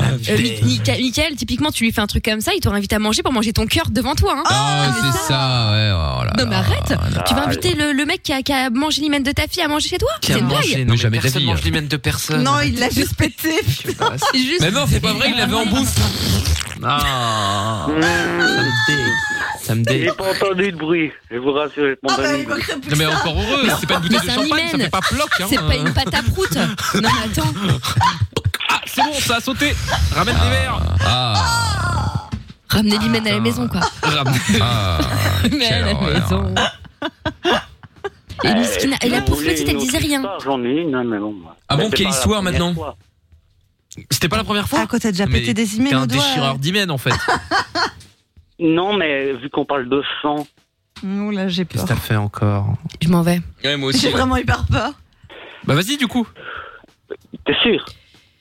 [SPEAKER 1] Ah,
[SPEAKER 3] Euh, Mi- Mika- Michael, typiquement, tu lui fais un truc comme ça, il t'aurait invité à manger pour manger ton cœur devant toi. hein.
[SPEAKER 1] Ah, c'est ça, ouais, oh là
[SPEAKER 3] non
[SPEAKER 1] là.
[SPEAKER 3] mais arrête Tu vas
[SPEAKER 1] Ah,
[SPEAKER 3] inviter le, le mec qui a, qui a mangé l'hymen de ta fille à manger chez toi
[SPEAKER 1] Qui a
[SPEAKER 3] C'est une
[SPEAKER 1] mangé,
[SPEAKER 3] blague
[SPEAKER 1] non, mais jamais de la
[SPEAKER 10] personne
[SPEAKER 1] vie.
[SPEAKER 10] mange l'hymen de personne. bah,
[SPEAKER 6] Non, il l'a juste pété.
[SPEAKER 3] Juste-
[SPEAKER 1] Mais non, c'est pas vrai, il l'avait en bouffe.
[SPEAKER 10] Ah, ça me dégue. Ça me dégue.
[SPEAKER 9] J'ai pas entendu de bruit, je vous rassure, j'ai
[SPEAKER 10] Ah, bah,
[SPEAKER 9] pas entendu de bruit.
[SPEAKER 10] Non, mais encore heureux, c'est pas une
[SPEAKER 3] Mais
[SPEAKER 10] bouteille de
[SPEAKER 3] c'est un
[SPEAKER 10] champagne, ça
[SPEAKER 3] hymen.
[SPEAKER 10] fait pas ploc. Hein.
[SPEAKER 3] C'est pas une pâte à prout Non mais attends
[SPEAKER 10] Ah, c'est bon, ça a sauté. Ramène les verres.
[SPEAKER 1] Ah,
[SPEAKER 3] Ramener l'hymen à la maison quoi
[SPEAKER 10] Ramène.
[SPEAKER 1] ah,
[SPEAKER 3] Mais à la
[SPEAKER 1] quelle horreur.
[SPEAKER 3] maison
[SPEAKER 9] Eh,
[SPEAKER 3] Et Miskina- et la
[SPEAKER 9] Vous
[SPEAKER 3] pauvre
[SPEAKER 9] voulez
[SPEAKER 3] petite
[SPEAKER 9] Ah, une
[SPEAKER 3] elle
[SPEAKER 9] autre
[SPEAKER 3] disait rien
[SPEAKER 9] histoire J'en ai une, hein, mais bon.
[SPEAKER 1] Ah bon,
[SPEAKER 9] C'est
[SPEAKER 1] quelle
[SPEAKER 9] pas la
[SPEAKER 1] histoire,
[SPEAKER 9] première
[SPEAKER 1] maintenant
[SPEAKER 9] fois.
[SPEAKER 10] C'était pas la première fois
[SPEAKER 6] Ah, quoi, t'as déjà
[SPEAKER 10] Mais
[SPEAKER 6] pété des
[SPEAKER 10] T'es
[SPEAKER 6] hymen
[SPEAKER 10] un
[SPEAKER 6] au doigt
[SPEAKER 10] déchireur d'hymen en fait.
[SPEAKER 9] Non, mais vu qu'on parle de sang,
[SPEAKER 6] Ouh là, j'ai
[SPEAKER 10] Qu'est-ce
[SPEAKER 6] peur.
[SPEAKER 10] que t'as fait encore
[SPEAKER 3] Je m'en vais
[SPEAKER 1] Ouais, moi
[SPEAKER 6] J'ai
[SPEAKER 1] aussi.
[SPEAKER 6] vraiment hyper peur.
[SPEAKER 10] Bah vas-y du coup.
[SPEAKER 9] t'es sûr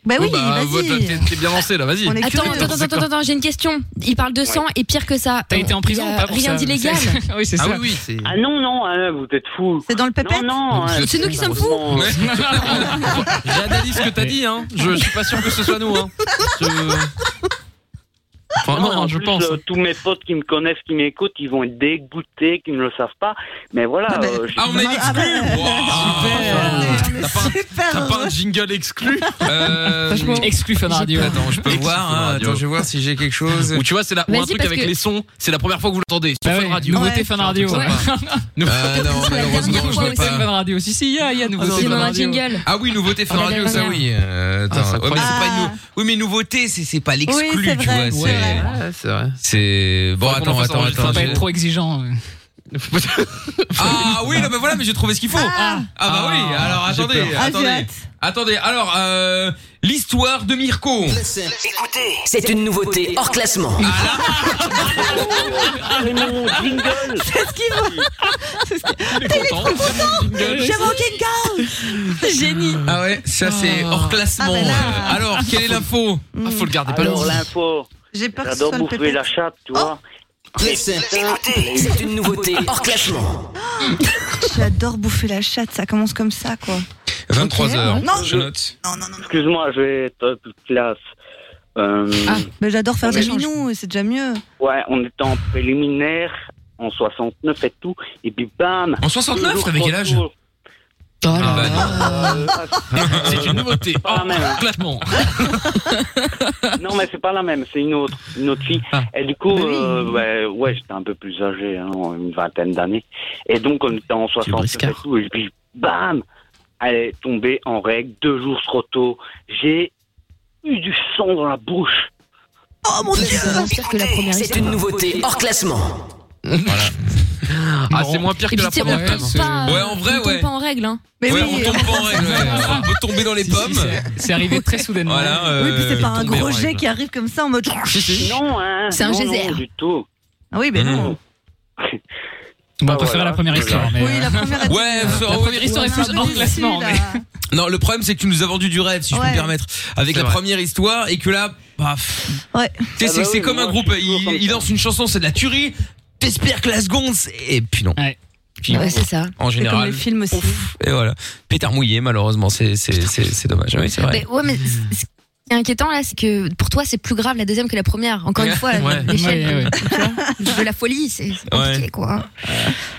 [SPEAKER 6] Bah oui,
[SPEAKER 10] bah, voilà,
[SPEAKER 6] vas-y.
[SPEAKER 10] t'es- T'es bien lancé là, vas-y.
[SPEAKER 6] On est
[SPEAKER 3] Attends,
[SPEAKER 6] curieux. hein.
[SPEAKER 3] attends, attends, attends, attends, j'ai une question Il parle de sang et pire que ça
[SPEAKER 2] Ah, T'as été en prison
[SPEAKER 3] Il y a
[SPEAKER 2] pas pour
[SPEAKER 3] Rien
[SPEAKER 2] ça
[SPEAKER 3] d'illégal
[SPEAKER 2] C'est- Oui, c'est
[SPEAKER 10] Ah
[SPEAKER 2] ça.
[SPEAKER 10] oui, oui, c'est.
[SPEAKER 9] Ah non, non, hein, vous êtes fous.
[SPEAKER 6] C'est dans le pépette
[SPEAKER 9] Non, non, hein,
[SPEAKER 3] C'est nous qui sommes fous
[SPEAKER 9] franchement, euh,
[SPEAKER 10] J'analyse ce que t'as dit, hein. Je, je suis pas sûr que ce soit nous, hein. Je- Enfin,
[SPEAKER 9] Non,
[SPEAKER 10] non,
[SPEAKER 9] en
[SPEAKER 10] je
[SPEAKER 9] plus,
[SPEAKER 10] pense.
[SPEAKER 9] euh, tous mes potes qui me connaissent, qui m'écoutent, ils vont être dégoûtés, qui ne le savent pas. Mais voilà,
[SPEAKER 6] Ah, mais-
[SPEAKER 9] euh, j'ai-
[SPEAKER 1] Ah, on a une
[SPEAKER 6] Ah, bah,
[SPEAKER 1] exclu
[SPEAKER 10] Ah.
[SPEAKER 6] ouais,
[SPEAKER 1] Wow.
[SPEAKER 6] mais
[SPEAKER 1] Ah, T'as pas
[SPEAKER 6] super
[SPEAKER 10] T'as pas un
[SPEAKER 6] heureux.
[SPEAKER 10] jingle exclu
[SPEAKER 1] Euh,
[SPEAKER 2] Exclu Fun Radio.
[SPEAKER 1] Attends, je peux
[SPEAKER 10] Exclu
[SPEAKER 1] voir.
[SPEAKER 10] Fun
[SPEAKER 1] hein.
[SPEAKER 10] Radio.
[SPEAKER 1] Attends, je vais voir si j'ai quelque chose.
[SPEAKER 10] Ou tu vois, c'est là, ou
[SPEAKER 3] Vas-y,
[SPEAKER 10] un truc
[SPEAKER 3] parce
[SPEAKER 10] avec
[SPEAKER 3] que-
[SPEAKER 10] les sons, c'est la première fois que vous l'entendez. Sur
[SPEAKER 2] Bah
[SPEAKER 10] Fun
[SPEAKER 2] ouais,
[SPEAKER 10] Radio.
[SPEAKER 2] Nouveauté
[SPEAKER 6] Ouais.
[SPEAKER 2] Fun Radio.
[SPEAKER 3] Ouais.
[SPEAKER 1] Ah
[SPEAKER 3] C'est
[SPEAKER 1] non,
[SPEAKER 3] la
[SPEAKER 1] malheureusement,
[SPEAKER 3] dernière
[SPEAKER 1] je
[SPEAKER 3] fois
[SPEAKER 1] n'ai
[SPEAKER 3] aussi.
[SPEAKER 2] Fun
[SPEAKER 1] pas.
[SPEAKER 2] Radio. Si, si, il y a, il y a nouveauté
[SPEAKER 3] C'est
[SPEAKER 2] Fun
[SPEAKER 3] dans un
[SPEAKER 2] Radio.
[SPEAKER 3] jingle
[SPEAKER 1] Ah oui, nouveauté Fun
[SPEAKER 3] Oh, la
[SPEAKER 1] Radio, ça
[SPEAKER 3] dernière.
[SPEAKER 1] oui. Euh, attends,
[SPEAKER 10] Ah, ça
[SPEAKER 1] ouais, mais c'est pas
[SPEAKER 6] Ah.
[SPEAKER 1] une nou- Oui, mais nouveauté, c'est c'est pas
[SPEAKER 6] Oui,
[SPEAKER 1] l'exclu,
[SPEAKER 6] c'est
[SPEAKER 1] tu vois.
[SPEAKER 6] vrai.
[SPEAKER 1] c'est-
[SPEAKER 6] Ouais.
[SPEAKER 10] c'est vrai.
[SPEAKER 1] C'est bon,
[SPEAKER 10] Faudra qu'on
[SPEAKER 1] attends,
[SPEAKER 10] en fasse
[SPEAKER 1] attends,
[SPEAKER 10] un
[SPEAKER 1] attends.
[SPEAKER 2] Faut pas
[SPEAKER 1] j'ai-
[SPEAKER 2] être trop exigeant.
[SPEAKER 1] Ah oui, non mais voilà, mais j'ai trouvé ce qu'il faut.
[SPEAKER 6] Ah,
[SPEAKER 1] Ah bah oui, alors
[SPEAKER 10] j'ai
[SPEAKER 1] attendez,
[SPEAKER 6] Ah, j'ai
[SPEAKER 1] attendez.
[SPEAKER 6] hâte.
[SPEAKER 1] Attendez, alors euh, l'histoire de Mirko.
[SPEAKER 8] C'est une nouveauté hors classement.
[SPEAKER 9] c'est mon jingle.
[SPEAKER 6] Qu'est-ce qu'il veut J'ai manqué une carte Génie
[SPEAKER 1] Ah ouais, ça c'est hors classement.
[SPEAKER 6] Ah bah là. Mm.
[SPEAKER 1] Euh, Alors, quelle est l'info
[SPEAKER 10] Ah, faut le garder pas
[SPEAKER 9] Alors
[SPEAKER 10] loin.
[SPEAKER 9] l'info,
[SPEAKER 6] J'ai peur que ce
[SPEAKER 9] j'adore
[SPEAKER 6] soit le
[SPEAKER 9] bouffer
[SPEAKER 6] pépette.
[SPEAKER 9] la chatte, tu vois.
[SPEAKER 8] C'est une nouveauté hors classement.
[SPEAKER 6] J'adore bouffer la chatte, ça commence comme ça, quoi.
[SPEAKER 1] 23h.
[SPEAKER 6] Non.
[SPEAKER 1] Je note.
[SPEAKER 6] Non, non, non, non.
[SPEAKER 9] Excuse-moi, je vais être plus classe. Euh,
[SPEAKER 6] Mais j'adore faire
[SPEAKER 9] Ouais,
[SPEAKER 6] des
[SPEAKER 9] change.
[SPEAKER 6] minous, et c'est déjà mieux.
[SPEAKER 9] Ouais, on était en préliminaire en 69 et tout, et puis bam.
[SPEAKER 1] En 69, t'avais quel âge
[SPEAKER 9] Toujours,
[SPEAKER 3] Oh là
[SPEAKER 1] Ah bah non.
[SPEAKER 9] euh, ah,
[SPEAKER 10] C'est une nouveauté.
[SPEAKER 9] c'est pas la même. hein.
[SPEAKER 10] Classement.
[SPEAKER 9] Non, mais c'est pas la même, c'est une autre, une autre fille.
[SPEAKER 10] Ah.
[SPEAKER 9] Et du coup,
[SPEAKER 6] Bah oui.
[SPEAKER 9] euh, ouais, ouais, j'étais un peu plus âgé, hein, une vingtaine d'années. Et donc, on était en 60 et
[SPEAKER 10] briscard.
[SPEAKER 9] tout, et puis, bam, elle est tombée en règle deux jours trop tôt. J'ai eu du sang dans la bouche.
[SPEAKER 6] Oh mon dieu
[SPEAKER 3] C'est moins pire que la première
[SPEAKER 8] C'est une nouveauté hors classement.
[SPEAKER 10] Ah, c'est moins pire
[SPEAKER 3] Et
[SPEAKER 10] que
[SPEAKER 3] puis
[SPEAKER 10] la
[SPEAKER 3] tu sais, on
[SPEAKER 10] première.
[SPEAKER 2] première,
[SPEAKER 3] tombe
[SPEAKER 2] c'est-
[SPEAKER 3] pas
[SPEAKER 1] Ouais, en vrai,
[SPEAKER 3] on tombe
[SPEAKER 1] ouais.
[SPEAKER 3] pas en règle hein.
[SPEAKER 6] Mais
[SPEAKER 1] ouais,
[SPEAKER 6] oui
[SPEAKER 1] on tombe pas en règle. ouais. On peut tomber dans les
[SPEAKER 2] Si, si,
[SPEAKER 1] pommes.
[SPEAKER 2] c'est- C'est arrivé très soudainement.
[SPEAKER 1] Voilà.
[SPEAKER 6] Oui, puis c'est
[SPEAKER 1] euh,
[SPEAKER 6] pas un
[SPEAKER 1] tomber en
[SPEAKER 6] gros jet
[SPEAKER 1] règle.
[SPEAKER 6] qui arrive comme ça en mode.
[SPEAKER 9] Non, hein.
[SPEAKER 3] C'est un
[SPEAKER 9] non, non,
[SPEAKER 3] geyser.
[SPEAKER 9] du tout.
[SPEAKER 6] Ah oui, mais
[SPEAKER 1] Mhm.
[SPEAKER 6] non.
[SPEAKER 2] Bon, on
[SPEAKER 9] Ah,
[SPEAKER 2] préférait
[SPEAKER 9] voilà.
[SPEAKER 2] la première histoire. mais,
[SPEAKER 6] Oui, la première est-
[SPEAKER 1] euh, Ouais,
[SPEAKER 6] Ouais,
[SPEAKER 1] Flo-
[SPEAKER 2] première histoire est
[SPEAKER 6] c'est un
[SPEAKER 2] plus
[SPEAKER 6] peu
[SPEAKER 2] hors
[SPEAKER 6] difficile,
[SPEAKER 2] classement.
[SPEAKER 6] là.
[SPEAKER 2] mais-
[SPEAKER 1] Non, le problème c'est que tu nous as vendu du rêve, si je peux
[SPEAKER 6] Ouais.
[SPEAKER 1] me permettre, avec
[SPEAKER 10] C'est
[SPEAKER 1] la
[SPEAKER 10] vrai.
[SPEAKER 1] première histoire et que là, bah, pff,
[SPEAKER 6] Ouais.
[SPEAKER 1] tu sais,
[SPEAKER 9] Ah bah
[SPEAKER 1] c'est c'est
[SPEAKER 9] oui,
[SPEAKER 1] comme
[SPEAKER 9] moi,
[SPEAKER 1] un
[SPEAKER 9] je
[SPEAKER 1] groupe,
[SPEAKER 9] suis toujours
[SPEAKER 1] il,
[SPEAKER 9] comme
[SPEAKER 1] il
[SPEAKER 9] ça.
[SPEAKER 1] lance une chanson, c'est de la tuerie, t'espères que la seconde, c'est- et puis non.
[SPEAKER 2] Ouais.
[SPEAKER 1] Puis,
[SPEAKER 3] Ouais c'est ça
[SPEAKER 1] en
[SPEAKER 6] C'est comme
[SPEAKER 1] général,
[SPEAKER 6] les films aussi.
[SPEAKER 1] et voilà, pétard mouillé, malheureusement, c'est c'est- c'est- c'est dommage. Oui, c'est vrai.
[SPEAKER 3] Mais ouais, mais c- ce qui est inquiétant là, c'est que pour toi, c'est plus grave la deuxième que la première. Encore une fois,
[SPEAKER 10] Ouais.
[SPEAKER 3] l'échelle
[SPEAKER 2] Ouais, ouais.
[SPEAKER 3] de la folie, c'est c'est compliqué quoi.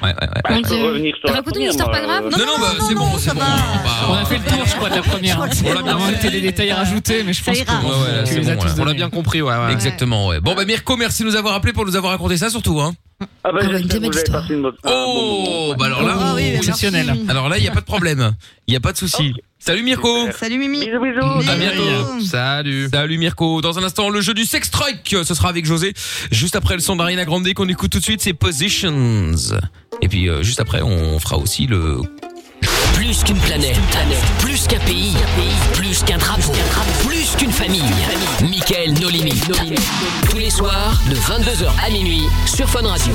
[SPEAKER 1] Ouais, ouais, ouais.
[SPEAKER 3] Mon
[SPEAKER 9] Je peux
[SPEAKER 3] Dieu.
[SPEAKER 9] revenir sur la
[SPEAKER 3] Raconte-nous une
[SPEAKER 9] première, euh,
[SPEAKER 3] histoire
[SPEAKER 9] moi,
[SPEAKER 3] pas grave.
[SPEAKER 1] Non, non, bah, c'est
[SPEAKER 6] non,
[SPEAKER 1] bon, c'est
[SPEAKER 6] ça
[SPEAKER 1] bon.
[SPEAKER 6] va.
[SPEAKER 1] Bah,
[SPEAKER 2] On a fait le tour, je crois, de la première. hein.
[SPEAKER 6] crois que
[SPEAKER 2] On a bien
[SPEAKER 6] c'est
[SPEAKER 2] noté
[SPEAKER 6] bon.
[SPEAKER 2] les détails à rajouter, mais je
[SPEAKER 6] Ça
[SPEAKER 2] pense
[SPEAKER 6] ira.
[SPEAKER 2] que
[SPEAKER 1] Ouais, ouais, là,
[SPEAKER 2] tu
[SPEAKER 1] c'est
[SPEAKER 2] les
[SPEAKER 1] bon,
[SPEAKER 2] as
[SPEAKER 1] là.
[SPEAKER 2] tous
[SPEAKER 1] On
[SPEAKER 10] On a
[SPEAKER 2] donnés.
[SPEAKER 10] bien compris, ouais. ouais.
[SPEAKER 1] Exactement, ouais. Bon, bah, Mirko, merci de nous avoir appelé pour nous avoir raconté ça, surtout, hein.
[SPEAKER 9] Ah bah,
[SPEAKER 3] Ah bah,
[SPEAKER 9] j'espère
[SPEAKER 3] une
[SPEAKER 9] que
[SPEAKER 3] belle
[SPEAKER 9] vous avez
[SPEAKER 3] histoire.
[SPEAKER 9] passé une bonne- un bon moment.
[SPEAKER 1] Oh, bah, alors
[SPEAKER 6] Ah
[SPEAKER 1] là,
[SPEAKER 6] oui, mais merci.
[SPEAKER 2] Exceptionnel.
[SPEAKER 1] alors là, il n'y a pas de problème. Il n'y a pas de souci.
[SPEAKER 9] Oh.
[SPEAKER 1] Salut, Mirko.
[SPEAKER 6] Salut Mimi.
[SPEAKER 9] Bisous, bisous.
[SPEAKER 1] À
[SPEAKER 6] Bisous.
[SPEAKER 1] bientôt. Salut. Salut Mirko. Dans un instant, le jeu du sex strike. Ce sera avec José. Juste après le son d'Ariana Grande qu'on écoute tout de suite, c'est Positions. Et puis euh, juste après, on fera aussi le.
[SPEAKER 8] Plus qu'une planète, plus qu'un pays, plus qu'un drapeau, plus qu'une famille. Michael No Limit. Tous les soirs, de 22h à minuit, sur Fun Radio.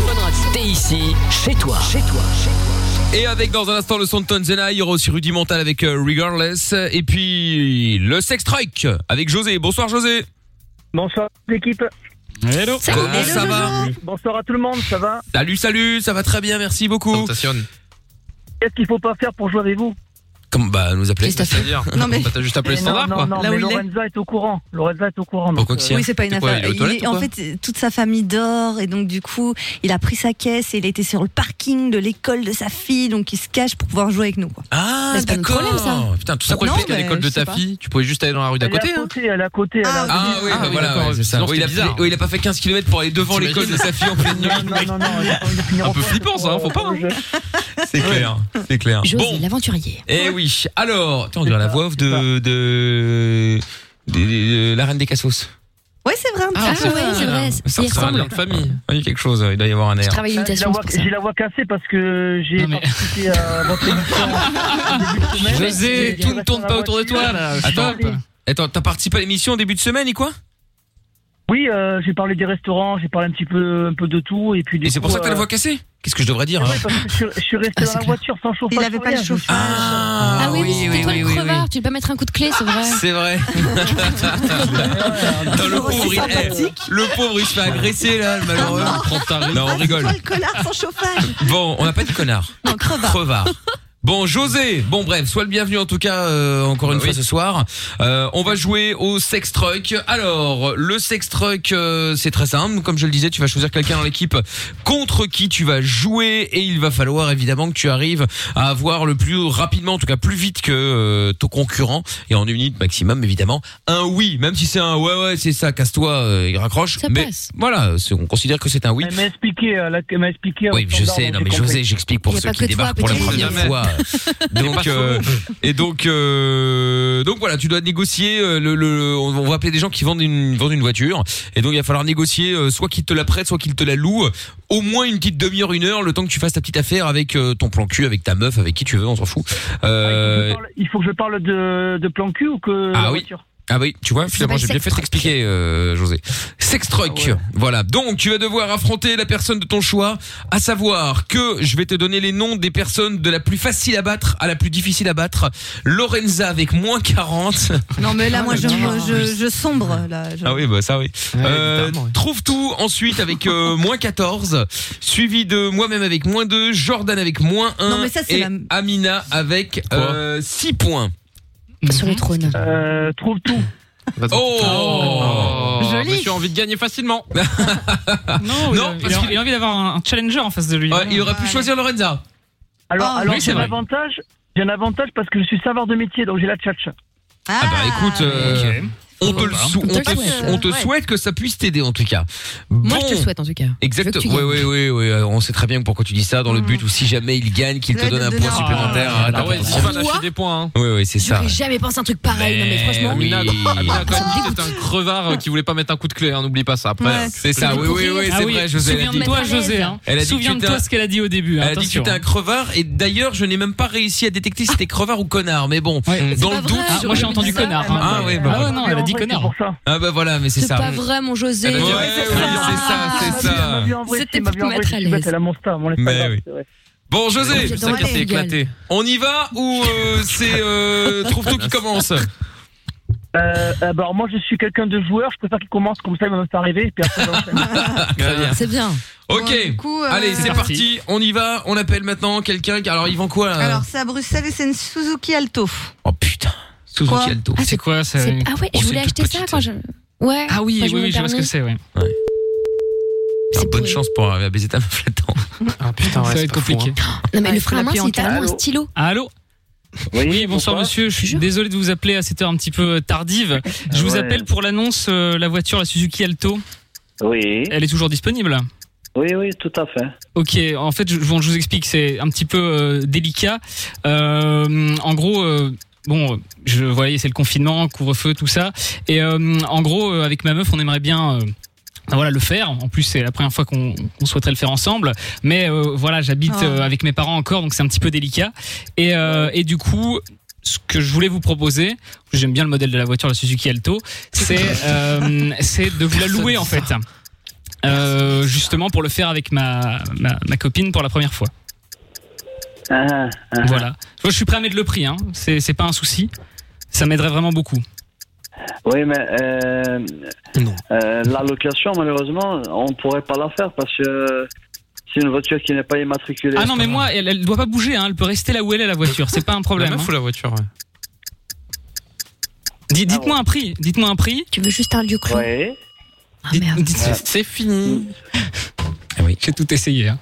[SPEAKER 8] T'es ici, chez toi. Chez toi.
[SPEAKER 1] Et avec dans un instant le son de Tonzena, il y aura aussi Rudimental avec euh, Regardless. Et puis le sex strike avec José. Bonsoir José.
[SPEAKER 7] Bonsoir l'équipe,
[SPEAKER 2] Hello.
[SPEAKER 1] Comment ça va
[SPEAKER 7] bonsoir à tout le monde, ça va
[SPEAKER 1] Salut, salut. Ça va très bien, merci beaucoup.
[SPEAKER 10] Tentation.
[SPEAKER 7] Qu'est-ce qu'il faut pas faire pour jouer avec vous
[SPEAKER 1] Comme bah nous appeler.
[SPEAKER 3] Qu'est-ce que t'as fait
[SPEAKER 1] C'est-à-dire
[SPEAKER 3] Non, mais-
[SPEAKER 1] Bah, t'as juste appelé
[SPEAKER 3] Mais
[SPEAKER 1] le standard
[SPEAKER 3] non,
[SPEAKER 1] quoi.
[SPEAKER 3] non,
[SPEAKER 11] Là
[SPEAKER 3] mais
[SPEAKER 11] où il est.
[SPEAKER 3] Lorenza est au courant. Lorenza est au courant. donc,
[SPEAKER 1] Pourquoi que c'est
[SPEAKER 3] euh,
[SPEAKER 1] un-
[SPEAKER 3] oui, c'est pas une
[SPEAKER 1] C'est quoi,
[SPEAKER 3] affaire.
[SPEAKER 1] il est aux
[SPEAKER 3] Il
[SPEAKER 1] toilettes
[SPEAKER 3] est-
[SPEAKER 1] ou
[SPEAKER 3] en
[SPEAKER 1] quoi
[SPEAKER 3] fait,
[SPEAKER 6] toute sa famille dort et donc du coup, il a pris sa caisse et il était sur le parking de l'école de sa fille, donc il se cache pour pouvoir jouer avec nous. Quoi.
[SPEAKER 1] Ah,
[SPEAKER 6] Mais c'est pas notre problème, ça.
[SPEAKER 1] Putain, tout
[SPEAKER 6] ça
[SPEAKER 5] Pourquoi
[SPEAKER 6] pour-
[SPEAKER 5] jusqu'à
[SPEAKER 6] Non, mais
[SPEAKER 5] l'école de
[SPEAKER 6] je
[SPEAKER 5] ta
[SPEAKER 6] sais pas.
[SPEAKER 5] fille Tu pouvais juste aller dans la rue d'à côté.
[SPEAKER 11] Elle est à
[SPEAKER 5] hein.
[SPEAKER 11] côté, elle est à côté, elle est à
[SPEAKER 1] Ah
[SPEAKER 11] côté.
[SPEAKER 1] oui, bah voilà, ouais, c'est ça.
[SPEAKER 5] Sinon,
[SPEAKER 1] Oui, il, a,
[SPEAKER 5] c'était bizarre.
[SPEAKER 1] oui, il a pas fait 15 km pour aller devant
[SPEAKER 5] T'imagines
[SPEAKER 1] l'école de sa fille en pleine nuit.
[SPEAKER 11] Non, non, non.
[SPEAKER 1] Un peu flippant ça, hein, faut pas. hein. C'est clair, c'est clair.
[SPEAKER 3] José,
[SPEAKER 1] Ah, Bon,
[SPEAKER 3] l'aventurier.
[SPEAKER 1] eh oui. Alors, tiens, on dirait la voix off de de, de- de- de la reine des cassos.
[SPEAKER 6] Ouais, c'est vrai. un
[SPEAKER 3] Ah,
[SPEAKER 6] petit
[SPEAKER 3] ouais,
[SPEAKER 6] peu.
[SPEAKER 3] c'est vrai.
[SPEAKER 1] Ça
[SPEAKER 3] Il ressemble.
[SPEAKER 1] ressemble à famille. Il y a quelque chose, il doit y avoir un
[SPEAKER 3] Je
[SPEAKER 1] air.
[SPEAKER 3] travaille l'imitation. c'est pour ça.
[SPEAKER 11] J'ai la voix cassée parce que j'ai participé à votre émission.
[SPEAKER 1] José, tout ne tourne pas autour de toi là. Attends, attends, t'as participé à l'émission au début de semaine et quoi
[SPEAKER 11] Oui, euh, j'ai parlé des restaurants, j'ai parlé un petit peu, un peu de tout, et puis. du
[SPEAKER 1] Et c'est pour
[SPEAKER 11] coup,
[SPEAKER 1] ça que t'as la
[SPEAKER 11] euh,
[SPEAKER 1] voix cassée Qu'est-ce que je devrais dire hein
[SPEAKER 11] ouais, parce que je, suis- je suis resté dans la voiture sans chauffage.
[SPEAKER 6] Il avait pas le chauffage.
[SPEAKER 3] Ah oui, oui, c'était toi
[SPEAKER 1] oui,
[SPEAKER 3] le
[SPEAKER 1] oui,
[SPEAKER 3] crevard. Tu veux pas mettre un coup de clé, c'est vrai.
[SPEAKER 6] Ah.
[SPEAKER 1] C'est vrai. Dans
[SPEAKER 6] Oh,
[SPEAKER 1] le pauvre, il, eh, le pauvre, il se fait agresser là, le malheureux. non, on rigole.
[SPEAKER 6] Le connard sans chauffage.
[SPEAKER 1] Bon, on n'a pas dit connard.
[SPEAKER 6] Non, crevard.
[SPEAKER 1] Crevard. Bon, José, bon bref, sois le bienvenu en tout cas euh, encore
[SPEAKER 11] Bah
[SPEAKER 1] une fois ce soir. Euh, on va jouer au sex truck. Alors, le sex truck, euh, c'est très simple. Comme je le disais, tu vas choisir quelqu'un dans l'équipe contre qui tu vas jouer et il va falloir évidemment que tu arrives à avoir le plus rapidement, en tout cas plus vite que euh, ton concurrent et en une minute maximum évidemment un oui, même si c'est un ouais ouais c'est ça, casse-toi, euh, il raccroche. mais voilà, c'est- on considère que c'est un oui.
[SPEAKER 11] Elle m'a expliqué, euh, la- elle m'a expliqué.
[SPEAKER 1] Oui, je sais, non, mais José, j'explique pour ceux qui débarquent pour la première fois. Donc, euh, et donc, euh, donc voilà, tu dois négocier. euh, le, le- on on va appeler des gens qui vendent une, vendent une voiture, et donc il va falloir négocier euh, soit qu'ils te la prêtent, soit qu'ils te la louent. euh, Au moins une petite demi-heure, une heure, le temps que tu fasses ta petite affaire avec euh, ton plan cul, avec ta meuf, avec qui tu veux, on s'en fout. Euh,
[SPEAKER 11] Il faut que je parle de, de plan cul ou
[SPEAKER 6] Mmh.
[SPEAKER 11] que.
[SPEAKER 1] Ah
[SPEAKER 11] la
[SPEAKER 1] oui.
[SPEAKER 11] voiture
[SPEAKER 1] ah oui, tu vois,
[SPEAKER 6] bah,
[SPEAKER 1] finalement j'ai
[SPEAKER 11] s'appelle
[SPEAKER 1] bien fait t'expliquer, euh, José. Sextruck,
[SPEAKER 6] Ah
[SPEAKER 1] voilà. Donc tu vas devoir affronter la personne de ton choix, à savoir que je vais te donner les noms des personnes de la plus facile à battre à la plus difficile à battre. Lorenza avec moins 40.
[SPEAKER 6] Non, mais là, moi, je, je, je sombre. Là, je-
[SPEAKER 1] Ah oui, bah ça oui. Euh, trouve tout ensuite avec euh, moins 14, suivi de moi-même avec moins 2, Jordan avec moins 1
[SPEAKER 6] Non, mais ça, c'est
[SPEAKER 1] et
[SPEAKER 6] la-
[SPEAKER 1] Amina avec euh, 6 points.
[SPEAKER 3] Sur
[SPEAKER 1] Mhm.
[SPEAKER 3] le trône.
[SPEAKER 11] Euh, trouve tout.
[SPEAKER 1] Oh,
[SPEAKER 11] Joli.
[SPEAKER 5] Monsieur a envie de gagner facilement.
[SPEAKER 2] Non,
[SPEAKER 5] Non,
[SPEAKER 2] il, a, il a envie d'avoir un, un challenger en face de lui.
[SPEAKER 1] il aurait pu choisir Lorenza.
[SPEAKER 11] Alors,
[SPEAKER 2] Ah,
[SPEAKER 11] alors
[SPEAKER 2] oui, c'est
[SPEAKER 11] j'ai un
[SPEAKER 2] vrai.
[SPEAKER 11] avantage. J'ai un avantage parce que je suis saveur de métier, donc j'ai la tchatcha.
[SPEAKER 1] Ah, bah écoute, euh, on te, le sou-
[SPEAKER 3] On te
[SPEAKER 1] on
[SPEAKER 3] le
[SPEAKER 1] te-
[SPEAKER 3] souhaite.
[SPEAKER 1] on te
[SPEAKER 3] Ouais.
[SPEAKER 1] souhaite que ça puisse t'aider en tout cas.
[SPEAKER 3] Moi, je te
[SPEAKER 1] Bon.
[SPEAKER 3] le souhaite en tout cas. Je veux que tu
[SPEAKER 1] Exactement. Oui, oui, oui, oui. euh, On sait très bien pourquoi tu dis ça dans le but où si jamais il gagne, qu'il te
[SPEAKER 3] Ouais,
[SPEAKER 1] donne
[SPEAKER 3] de
[SPEAKER 1] un
[SPEAKER 3] donner
[SPEAKER 1] point
[SPEAKER 3] un-
[SPEAKER 1] supplémentaire. hein,
[SPEAKER 3] Ah,
[SPEAKER 6] bah
[SPEAKER 3] ah
[SPEAKER 1] Arrête ta
[SPEAKER 3] ouais,
[SPEAKER 1] position.
[SPEAKER 3] on va lâcher
[SPEAKER 5] des points.
[SPEAKER 1] Oui, oui, c'est hein. ça.
[SPEAKER 3] J'aurais jamais pensé à un truc pareil. Non, mais franchement.
[SPEAKER 1] oui.
[SPEAKER 5] Amina, quand même, c'était un crevard euh, qui voulait pas mettre un coup de clé, hein, n'oublie pas ça. Après,
[SPEAKER 1] Ouais. C'est ça, oui, oui, oui, c'est
[SPEAKER 5] Ah
[SPEAKER 1] vrai, José, elle a dit.
[SPEAKER 2] Souviens-toi, José. hein.
[SPEAKER 1] Elle a dit que
[SPEAKER 2] Souviens-toi
[SPEAKER 1] t'étais un-
[SPEAKER 2] ce qu'elle a dit au début. hein,
[SPEAKER 1] Elle a dit que tu
[SPEAKER 2] attention,
[SPEAKER 1] étais un crevard et d'ailleurs je n'ai même pas réussi à détecter si c'était crevard ou connard mais bon dans le doute
[SPEAKER 2] Ah, moi j'ai entendu connard. hein.
[SPEAKER 1] ah ouais
[SPEAKER 2] Ah
[SPEAKER 1] bah,
[SPEAKER 2] ouais,
[SPEAKER 1] voilà.
[SPEAKER 2] non, elle a dit connard.
[SPEAKER 1] Ah, bah voilà mais c'est
[SPEAKER 3] C'est
[SPEAKER 1] ça
[SPEAKER 3] pas vrai, mon José.
[SPEAKER 1] Ouais, ouais, c'est ça c'est ça
[SPEAKER 3] C'était pour te mettre à l'aise.
[SPEAKER 11] Elle a mon star, mon laisse pas
[SPEAKER 1] Mais
[SPEAKER 11] grave,
[SPEAKER 1] oui.
[SPEAKER 11] c'est vrai.
[SPEAKER 1] Bon
[SPEAKER 11] José,
[SPEAKER 1] José,
[SPEAKER 11] je sais qu'il s'est éclaté.
[SPEAKER 1] On y va ou euh, c'est euh, trouve tout qui commence
[SPEAKER 11] Euh, euh, bah, alors moi je suis quelqu'un de joueur, je préfère qu'il commence comme ça il va me faire rêver et puis après j'enchaîne.
[SPEAKER 3] C'est bien.
[SPEAKER 1] Ok.
[SPEAKER 6] euh,
[SPEAKER 1] Allez,
[SPEAKER 6] C'est
[SPEAKER 1] c'est parti. On y va. On appelle maintenant quelqu'un. qui- Alors, ils vend quoi euh, là
[SPEAKER 6] Alors, c'est à Bruxelles et c'est une Suzuki Alto.
[SPEAKER 1] Oh putain.
[SPEAKER 6] Quoi
[SPEAKER 1] Suzuki Alto.
[SPEAKER 2] C'est quoi ça
[SPEAKER 3] C'est- Ah ouais,
[SPEAKER 1] Oh,
[SPEAKER 3] je
[SPEAKER 1] c'est
[SPEAKER 3] voulais
[SPEAKER 1] une
[SPEAKER 3] acheter
[SPEAKER 1] toute
[SPEAKER 3] ça
[SPEAKER 1] petite.
[SPEAKER 3] quand je. Ouais.
[SPEAKER 2] Ah oui,
[SPEAKER 3] quand
[SPEAKER 2] oui,
[SPEAKER 3] j'ai eu mon
[SPEAKER 2] oui, je vois ce que
[SPEAKER 3] permis.
[SPEAKER 2] c'est, ouais.
[SPEAKER 1] Putain, Ah, bonne chance pour arriver à baiser ta meuf là-dedans.
[SPEAKER 2] Ah putain, ça va être compliqué.
[SPEAKER 3] Non, mais
[SPEAKER 6] Ouais,
[SPEAKER 3] le
[SPEAKER 6] faut
[SPEAKER 3] frein à main,
[SPEAKER 6] l'appuyer en
[SPEAKER 3] c'est tellement
[SPEAKER 6] quatre.
[SPEAKER 3] un stylo.
[SPEAKER 2] Allô Oui, bonsoir monsieur, je suis désolé de vous appeler à cette heure un petit peu tardive. Je vous
[SPEAKER 9] Ouais.
[SPEAKER 2] appelle pour l'annonce, euh, la voiture, la Suzuki Alto,
[SPEAKER 9] Oui,
[SPEAKER 2] elle est toujours disponible
[SPEAKER 9] oui, oui, tout à fait.
[SPEAKER 2] Ok, en fait, je, bon, je vous explique, c'est un petit peu euh, délicat. Euh, en gros, euh, bon, je voyais, c'est le confinement, couvre-feu, tout ça. Et euh, en gros, euh, avec ma meuf, on aimerait bien. euh, voilà le faire en plus c'est la première fois qu'on qu'on souhaiterait le faire ensemble mais euh, voilà j'habite
[SPEAKER 11] Ah.
[SPEAKER 2] euh, avec mes parents encore donc c'est un petit peu délicat et, euh, et du coup ce que je voulais vous proposer j'aime bien le modèle de la voiture la Suzuki Alto c'est euh, c'est de vous la louer en fait euh, justement pour le faire avec ma, ma, ma copine pour la première fois.
[SPEAKER 9] Ah, ah,
[SPEAKER 2] Voilà. Moi, je suis prêt à mettre le prix, hein. c'est c'est pas un souci. Ça m'aiderait vraiment beaucoup.
[SPEAKER 9] Oui, mais euh, euh, la location, malheureusement, on pourrait pas la faire parce que C'est une voiture qui n'est pas immatriculée.
[SPEAKER 2] Ah non, mais moi, elle, elle doit pas bouger, hein, elle peut rester là où elle est la voiture, c'est pas un problème.
[SPEAKER 10] La meuf
[SPEAKER 2] hein.
[SPEAKER 10] ou la voiture ouais.
[SPEAKER 2] Di- Dites-moi un prix, dites-moi un prix.
[SPEAKER 3] Tu veux juste un lieu clos Ah,
[SPEAKER 9] Ouais.
[SPEAKER 2] C'est fini. Ah oui, j'ai tout essayé. Hein.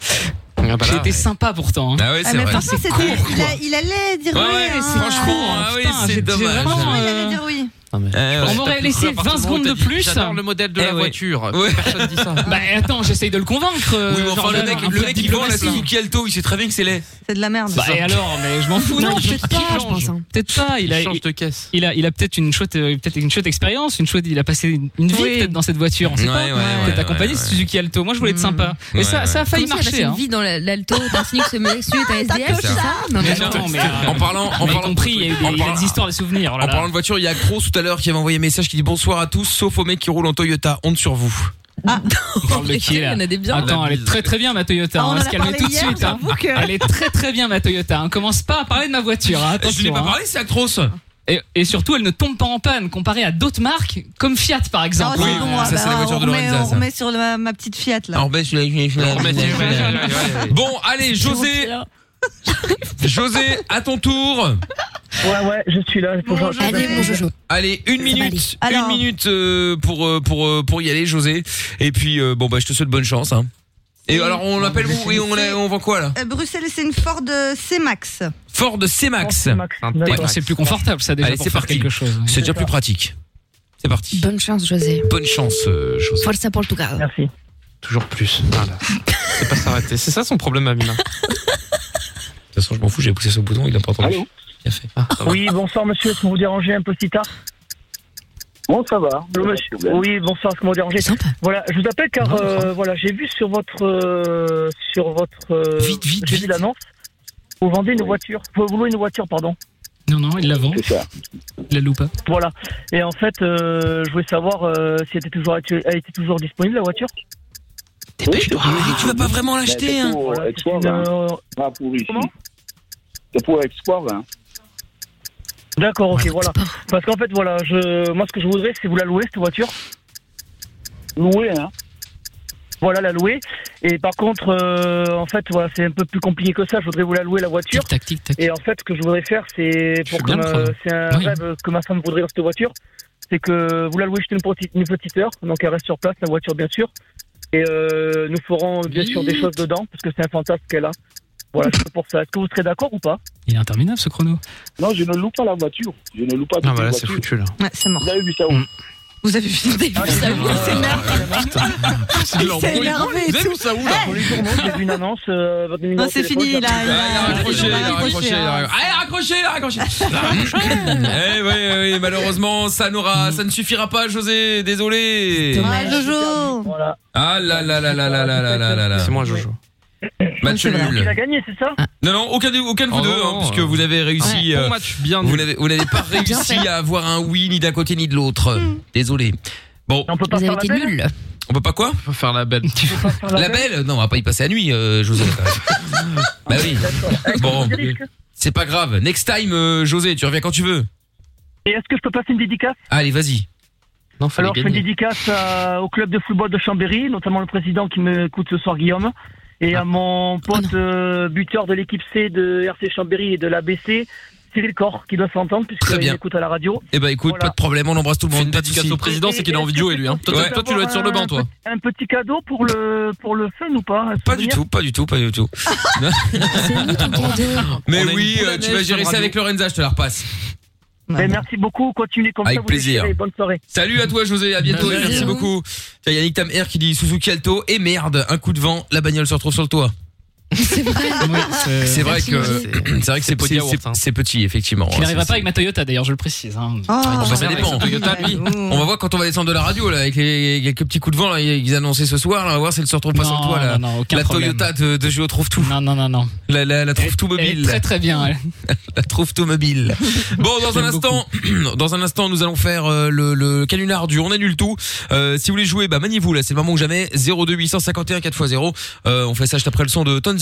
[SPEAKER 10] Mm. bah
[SPEAKER 2] j'ai
[SPEAKER 10] là,
[SPEAKER 2] été
[SPEAKER 10] ouais.
[SPEAKER 2] sympa pourtant. hein.
[SPEAKER 1] Ah ouais,
[SPEAKER 6] Ah, mais franchement,
[SPEAKER 2] C'est
[SPEAKER 6] c'était-
[SPEAKER 2] court.
[SPEAKER 6] il, a- il allait dire
[SPEAKER 2] Ouais,
[SPEAKER 6] oui.
[SPEAKER 2] ouais,
[SPEAKER 6] hein.
[SPEAKER 2] c'est- franchement, ah oui,
[SPEAKER 6] Putain,
[SPEAKER 2] c'est
[SPEAKER 6] j'ai- j'ai
[SPEAKER 1] dommage.
[SPEAKER 6] vraiment-
[SPEAKER 2] Franchement,
[SPEAKER 6] il
[SPEAKER 2] euh,
[SPEAKER 6] allait dire oui.
[SPEAKER 2] On m'aurait laissé 20 secondes de plus.
[SPEAKER 10] J'adore le modèle de
[SPEAKER 1] Ah, Eh
[SPEAKER 10] la
[SPEAKER 1] ouais.
[SPEAKER 10] voiture.
[SPEAKER 1] Ouais.
[SPEAKER 10] Personne dit
[SPEAKER 3] Ah
[SPEAKER 10] ça.
[SPEAKER 2] Bah attends, j'essaye de le convaincre. euh,
[SPEAKER 1] Oui, mais enfin, le
[SPEAKER 2] Jordan,
[SPEAKER 1] mec,
[SPEAKER 2] un peu
[SPEAKER 1] le
[SPEAKER 2] de
[SPEAKER 1] mec qui vend la
[SPEAKER 2] diplomatie.
[SPEAKER 1] Suzuki Alto, il sait très bien que c'est laid.
[SPEAKER 6] C'est de la merde.
[SPEAKER 2] Bah et alors, mais je m'en fous.
[SPEAKER 3] Non,
[SPEAKER 2] Non,
[SPEAKER 3] peut-être pas, je pense. hein.
[SPEAKER 2] peut-être pas. Il a,
[SPEAKER 10] Il change de caisse.
[SPEAKER 2] il a, il a peut-être une chouette, euh, peut-être une chouette expérience, une chouette. Il a passé une, une vie
[SPEAKER 3] Oui.
[SPEAKER 2] peut-être dans cette voiture. On sait
[SPEAKER 1] Ouais,
[SPEAKER 2] pas.
[SPEAKER 1] ouais,
[SPEAKER 2] peut-être
[SPEAKER 1] ouais,
[SPEAKER 2] accompagné
[SPEAKER 1] ouais,
[SPEAKER 2] ce
[SPEAKER 1] ouais.
[SPEAKER 2] Suzuki Alto. Moi, je voulais être sympa. Mais
[SPEAKER 1] Ouais,
[SPEAKER 2] ça,
[SPEAKER 1] ouais.
[SPEAKER 2] ça a failli
[SPEAKER 3] Comment ça,
[SPEAKER 2] marcher.
[SPEAKER 3] Elle a
[SPEAKER 2] hein.
[SPEAKER 3] une vie dans la- l'alto, t'insinues que ce mec
[SPEAKER 6] Ah,
[SPEAKER 3] celui est un SDF, c'est
[SPEAKER 1] ça.
[SPEAKER 3] ça Non,
[SPEAKER 2] Mais
[SPEAKER 3] mais
[SPEAKER 2] non, mais
[SPEAKER 1] En parlant, en
[SPEAKER 2] en
[SPEAKER 1] parlant,
[SPEAKER 2] compris, il y a eu des,
[SPEAKER 1] en
[SPEAKER 2] il y a
[SPEAKER 1] parlant-
[SPEAKER 2] des histoires, des souvenirs. oh là
[SPEAKER 1] en
[SPEAKER 2] là.
[SPEAKER 1] parlant de voiture, il y a Cross tout à l'heure qui avait envoyé un message qui dit bonsoir à tous, sauf aux mecs qui roulent en Toyota, honte sur vous.
[SPEAKER 2] On parle de qui
[SPEAKER 3] Il y
[SPEAKER 2] là
[SPEAKER 3] en a des biens.
[SPEAKER 2] Attends, elle est très très bien ma Toyota.
[SPEAKER 6] Ah,
[SPEAKER 2] on
[SPEAKER 6] on
[SPEAKER 2] va
[SPEAKER 6] en
[SPEAKER 2] se
[SPEAKER 6] a
[SPEAKER 2] calmer
[SPEAKER 6] parlé
[SPEAKER 2] tout de
[SPEAKER 6] hier,
[SPEAKER 2] suite. hein.
[SPEAKER 6] j'avoue que-
[SPEAKER 2] Elle est très très bien ma Toyota. hein. Commence pas à parler de ma voiture. hein.
[SPEAKER 1] Je l'ai
[SPEAKER 2] Attention.
[SPEAKER 1] pas
[SPEAKER 2] hein.
[SPEAKER 1] parlé, c'est Actros.
[SPEAKER 2] Et, et surtout, elle ne tombe pas en panne comparée à d'autres marques comme Fiat par exemple.
[SPEAKER 6] Ah,
[SPEAKER 1] Oui,
[SPEAKER 6] c'est bon,
[SPEAKER 1] ça,
[SPEAKER 6] ah,
[SPEAKER 1] c'est la
[SPEAKER 6] bah,
[SPEAKER 1] voiture de
[SPEAKER 6] on remet-
[SPEAKER 1] Lorenza,
[SPEAKER 6] On
[SPEAKER 1] ça.
[SPEAKER 6] remet sur la- ma petite Fiat là.
[SPEAKER 1] Alors, ben, je l'ai- je l'ai- je l'ai- Bon, allez, José, José, à ton tour.
[SPEAKER 11] Ouais, ouais, je suis là. Faut que je-
[SPEAKER 3] Allez, mon Jojo.
[SPEAKER 1] Allez, une
[SPEAKER 3] va aller.
[SPEAKER 1] minute, une
[SPEAKER 6] Alors.
[SPEAKER 1] minute euh, pour euh, pour euh, pour y aller, José. Et puis euh, bon bah je te souhaite bonne chance. Hein. Et alors on l'appelle où et on la- on vend quoi là
[SPEAKER 6] Euh, Bruxelles, c'est une Ford euh, C-Max.
[SPEAKER 1] Ford C-Max.
[SPEAKER 11] Max.
[SPEAKER 1] Ouais,
[SPEAKER 2] Attends, c'est plus confortable ça déjà
[SPEAKER 1] Allez,
[SPEAKER 2] pour
[SPEAKER 1] c'est
[SPEAKER 2] faire
[SPEAKER 1] parti.
[SPEAKER 2] quelque chose.
[SPEAKER 1] C'est déjà plus pratique. C'est parti.
[SPEAKER 3] Bonne chance, José.
[SPEAKER 1] Bonne chance, euh, José.
[SPEAKER 3] Forza Portugal.
[SPEAKER 11] Merci.
[SPEAKER 10] Toujours plus. Voilà. C'est pas s'arrêter. C'est ça son problème, Amina.
[SPEAKER 1] De toute façon, je m'en fous, j'ai poussé ce bouton, il a pas entendu.
[SPEAKER 11] Allô
[SPEAKER 1] Bien fait.
[SPEAKER 11] Oui, bonsoir monsieur, est-ce que vous dérangez un peu si tard
[SPEAKER 9] Bon, ça va.
[SPEAKER 11] Allô, monsieur Oui, bonsoir, est-ce que vous dérangez
[SPEAKER 3] Sympa.
[SPEAKER 11] Voilà, je vous appelle car
[SPEAKER 1] Non,
[SPEAKER 11] euh, voilà, j'ai vu sur votre euh, sur votre euh,
[SPEAKER 1] Vite, vite,
[SPEAKER 11] j'ai vu
[SPEAKER 1] vite.
[SPEAKER 11] l'annonce. Vous vendez une
[SPEAKER 9] Oui.
[SPEAKER 11] voiture, vous louez une voiture, pardon.
[SPEAKER 2] Non, non, il la vend,
[SPEAKER 9] C'est ça.
[SPEAKER 2] il la loue pas.
[SPEAKER 11] Voilà. Et en fait, euh, je voulais savoir euh, si elle était toujours actu- elle était toujours disponible la voiture. Bah,
[SPEAKER 9] Dépêche-toi.
[SPEAKER 1] Ah, tu vas pas vraiment l'acheter, hein.
[SPEAKER 9] pour
[SPEAKER 11] Voilà, c'est
[SPEAKER 9] Explorer,
[SPEAKER 11] une,
[SPEAKER 9] hein.
[SPEAKER 11] euh,
[SPEAKER 9] Pas pour ici.
[SPEAKER 11] Comment
[SPEAKER 9] C'est pour Explorer, hein.
[SPEAKER 11] D'accord,
[SPEAKER 2] Oh,
[SPEAKER 11] ok, voilà.
[SPEAKER 3] Export.
[SPEAKER 11] Parce qu'en fait, voilà, je moi ce que je voudrais, c'est vous la louer cette voiture.
[SPEAKER 9] Loué, hein.
[SPEAKER 11] Voilà, la louer. Et par contre, euh, en fait, voilà, c'est un peu plus compliqué que ça. Je voudrais vous la louer la voiture.
[SPEAKER 2] Tic tac tic tac.
[SPEAKER 11] Et en fait, ce que je voudrais faire, c'est
[SPEAKER 2] Tu
[SPEAKER 11] pour
[SPEAKER 2] fais
[SPEAKER 11] que
[SPEAKER 2] bien le
[SPEAKER 11] ma-
[SPEAKER 2] chrono.
[SPEAKER 11] c'est un
[SPEAKER 2] Oui.
[SPEAKER 11] rêve que ma femme voudrait dans cette voiture, c'est que vous la louez juste une petite, une petite heure, donc elle reste sur place, la voiture bien sûr, et euh, nous ferons bien sûr des choses dedans parce que c'est un fantasme qu'elle a. Voilà, c'est pour ça. Est-ce que vous serez d'accord ou pas
[SPEAKER 2] Il est interminable ce chrono.
[SPEAKER 9] Non, je ne loue pas la voiture. Je ne loue pas
[SPEAKER 10] Non,
[SPEAKER 9] toute
[SPEAKER 10] bah là,
[SPEAKER 9] la
[SPEAKER 10] c'est
[SPEAKER 9] voiture.
[SPEAKER 10] foutu, là.
[SPEAKER 6] Ouais, c'est mort.
[SPEAKER 9] Vous avez vu ça où
[SPEAKER 10] Mm.
[SPEAKER 6] Vous avez vu
[SPEAKER 11] C'est
[SPEAKER 10] C'est de
[SPEAKER 6] C'est
[SPEAKER 10] l'embrouille.
[SPEAKER 6] énervé et tout.
[SPEAKER 10] ça où,
[SPEAKER 11] J'ai vu une annonce. euh, votre numéro
[SPEAKER 6] Non,
[SPEAKER 11] de
[SPEAKER 6] c'est
[SPEAKER 11] téléphone,
[SPEAKER 6] fini,
[SPEAKER 11] j'ai
[SPEAKER 6] il a-
[SPEAKER 11] appelé.
[SPEAKER 6] il
[SPEAKER 1] Ah, il a
[SPEAKER 6] a
[SPEAKER 1] raccroché, il
[SPEAKER 6] il a
[SPEAKER 1] a raccroché, il a
[SPEAKER 6] hein.
[SPEAKER 1] raccroché. Allez, raccrochez, il a raccroché. Ah,
[SPEAKER 12] Ah,
[SPEAKER 1] Eh oui, oui, malheureusement, ça
[SPEAKER 6] Mm.
[SPEAKER 1] n'aura, ça ne suffira pas, José. Désolé.
[SPEAKER 6] Ouais, Jojo.
[SPEAKER 11] Voilà.
[SPEAKER 1] Ah là là là là là là là là là là.
[SPEAKER 10] C'est moi, Jojo.
[SPEAKER 1] Match
[SPEAKER 6] C'est vrai.
[SPEAKER 11] Il a
[SPEAKER 1] nul.
[SPEAKER 11] gagné, c'est
[SPEAKER 10] Ah.
[SPEAKER 11] ça
[SPEAKER 1] Non non, aucun de aucun de vous
[SPEAKER 10] Oh
[SPEAKER 1] deux,
[SPEAKER 10] non,
[SPEAKER 1] hein,
[SPEAKER 10] non,
[SPEAKER 1] puisque
[SPEAKER 10] euh,
[SPEAKER 1] vous avez réussi. euh,
[SPEAKER 10] Bon match, bien
[SPEAKER 1] Vous
[SPEAKER 10] nul.
[SPEAKER 1] n'avez vous n'avez pas réussi à avoir un oui ni d'un côté ni de l'autre. Désolé. Bon,
[SPEAKER 11] On peut pas
[SPEAKER 3] Vous avez
[SPEAKER 11] faire
[SPEAKER 3] été
[SPEAKER 11] la belle
[SPEAKER 3] nuls.
[SPEAKER 1] on peut pas quoi
[SPEAKER 10] Faut faire la belle.
[SPEAKER 11] On peut pas faire
[SPEAKER 1] La belle Non, on va pas y passer la nuit, euh, José. bah oui. Bon,
[SPEAKER 11] Des risques.
[SPEAKER 1] c'est pas grave. Next time, euh, José, tu reviens quand tu veux.
[SPEAKER 11] Et est-ce que je peux passer une dédicace
[SPEAKER 1] Allez, vas-y.
[SPEAKER 10] Non, fallait
[SPEAKER 11] Alors, je fais une
[SPEAKER 10] gagner.
[SPEAKER 11] dédicace euh, au club de football de Chambéry, notamment le président qui me écoute ce soir, Guillaume, et
[SPEAKER 10] Ah.
[SPEAKER 11] à mon
[SPEAKER 6] Oh
[SPEAKER 11] pote euh, buteur de l'équipe C de RC Chambéry et de l'ABC, Cyril Cor, qui doit s'entendre
[SPEAKER 1] Très
[SPEAKER 11] puisqu'il
[SPEAKER 1] bien.
[SPEAKER 11] m'écoute à la radio.
[SPEAKER 1] Eh ben écoute,
[SPEAKER 11] Voilà.
[SPEAKER 1] pas de problème, on embrasse tout le
[SPEAKER 10] Fais
[SPEAKER 1] monde.
[SPEAKER 10] une
[SPEAKER 1] pas de
[SPEAKER 10] dédicace
[SPEAKER 1] soucis.
[SPEAKER 10] au président, c'est qu'il est en vidéo et lui. Hein. Toi,
[SPEAKER 1] Ouais.
[SPEAKER 10] toi, tu dois être sur le banc, toi.
[SPEAKER 11] Un petit cadeau pour le pour le fun ou pas un
[SPEAKER 1] Pas du
[SPEAKER 11] souvenir
[SPEAKER 1] tout, pas du tout, pas du tout.
[SPEAKER 3] C'est nous ton cadeau.
[SPEAKER 1] Mais
[SPEAKER 10] On a
[SPEAKER 1] oui,
[SPEAKER 10] une boule à
[SPEAKER 1] euh, tu
[SPEAKER 10] neige
[SPEAKER 1] vas
[SPEAKER 10] sur
[SPEAKER 1] gérer ça
[SPEAKER 10] radio.
[SPEAKER 1] avec Lorenza, je te la repasse.
[SPEAKER 11] Ben, merci beaucoup, continuez comme
[SPEAKER 1] Avec
[SPEAKER 11] ça. vous
[SPEAKER 1] plaisir.
[SPEAKER 11] déchirez. Bonne soirée.
[SPEAKER 1] Salut à toi José, à bientôt, et
[SPEAKER 3] Bisous.
[SPEAKER 1] merci beaucoup. Tiens, Yannick Tamer qui dit Suzuki Alto, et merde, un coup de vent, la bagnole se retrouve sur le toit.
[SPEAKER 3] C'est vrai.
[SPEAKER 2] Oui, c'est-
[SPEAKER 1] C'est vrai
[SPEAKER 3] Merci,
[SPEAKER 1] que
[SPEAKER 3] José.
[SPEAKER 1] c'est vrai que c'est
[SPEAKER 10] C'est petit,
[SPEAKER 1] petit,
[SPEAKER 10] yaourt,
[SPEAKER 1] c'est-
[SPEAKER 10] hein.
[SPEAKER 1] c'est petit effectivement.
[SPEAKER 2] Il n'arrivera
[SPEAKER 1] C'est-
[SPEAKER 2] pas avec ma Toyota d'ailleurs, je le précise. hein.
[SPEAKER 6] Oh,
[SPEAKER 1] ça
[SPEAKER 10] Merde,
[SPEAKER 1] dépend.
[SPEAKER 10] avec ce Toyota, lui.
[SPEAKER 1] On va voir quand on va descendre de la radio là avec les quelques petits coups de vent là qu'ils annonçaient ce soir. Là, on va voir si elle se retrouve pas sur le
[SPEAKER 2] Non,
[SPEAKER 1] toit là.
[SPEAKER 2] non, non, aucun
[SPEAKER 1] La
[SPEAKER 2] problème.
[SPEAKER 1] Toyota de, de Géo trouve tout.
[SPEAKER 2] Non, non, non, non.
[SPEAKER 1] La, la, la trouve tout
[SPEAKER 2] Elle est
[SPEAKER 1] mobile.
[SPEAKER 2] très très bien. elle.
[SPEAKER 1] La trouve tout mobile. Bon, dans un
[SPEAKER 2] J'aime
[SPEAKER 1] instant, dans un instant, nous allons faire euh, le, le canular du on annule tout. Euh, si vous voulez jouer, bah maniez-vous là, c'est le moment ou jamais. 02 851 4x0. Euh, on fait ça juste après le son de Tonzenai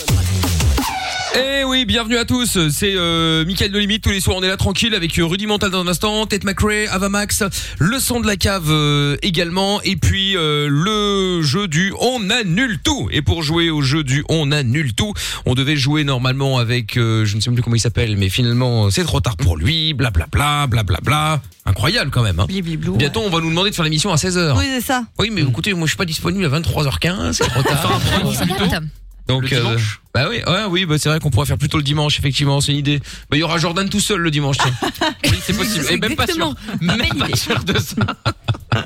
[SPEAKER 1] Eh oui, bienvenue à tous. C'est euh, Michael de Limite. Tous les soirs, on est là tranquille avec euh, Rudy Mental dans un instant, Ted McRae, Avamax, le son de la cave euh, également, et puis euh, le jeu du on annule tout. Et pour jouer au jeu du on annule tout, on devait jouer normalement avec, euh, je ne sais même plus comment il s'appelle, mais finalement euh, c'est trop tard pour lui. Blablabla, blablabla. Incroyable quand même. hein.
[SPEAKER 6] Blibliblou,
[SPEAKER 1] Bientôt, on va nous demander de faire l'émission à 16h.
[SPEAKER 6] Oui,
[SPEAKER 13] Ah,
[SPEAKER 6] c'est
[SPEAKER 13] bah,
[SPEAKER 6] ça.
[SPEAKER 1] Oui, mais écoutez, moi je suis pas disponible à 23h15, c'est trop tard. Donc, euh, bah oui, ouais, oui, bah c'est vrai qu'on pourra faire plutôt le dimanche, effectivement, c'est une idée. Bah il y aura Jordan tout seul le dimanche. tiens. oui, c'est possible. Et même pas sûr, même
[SPEAKER 12] Ah,
[SPEAKER 1] pas sûr de ça.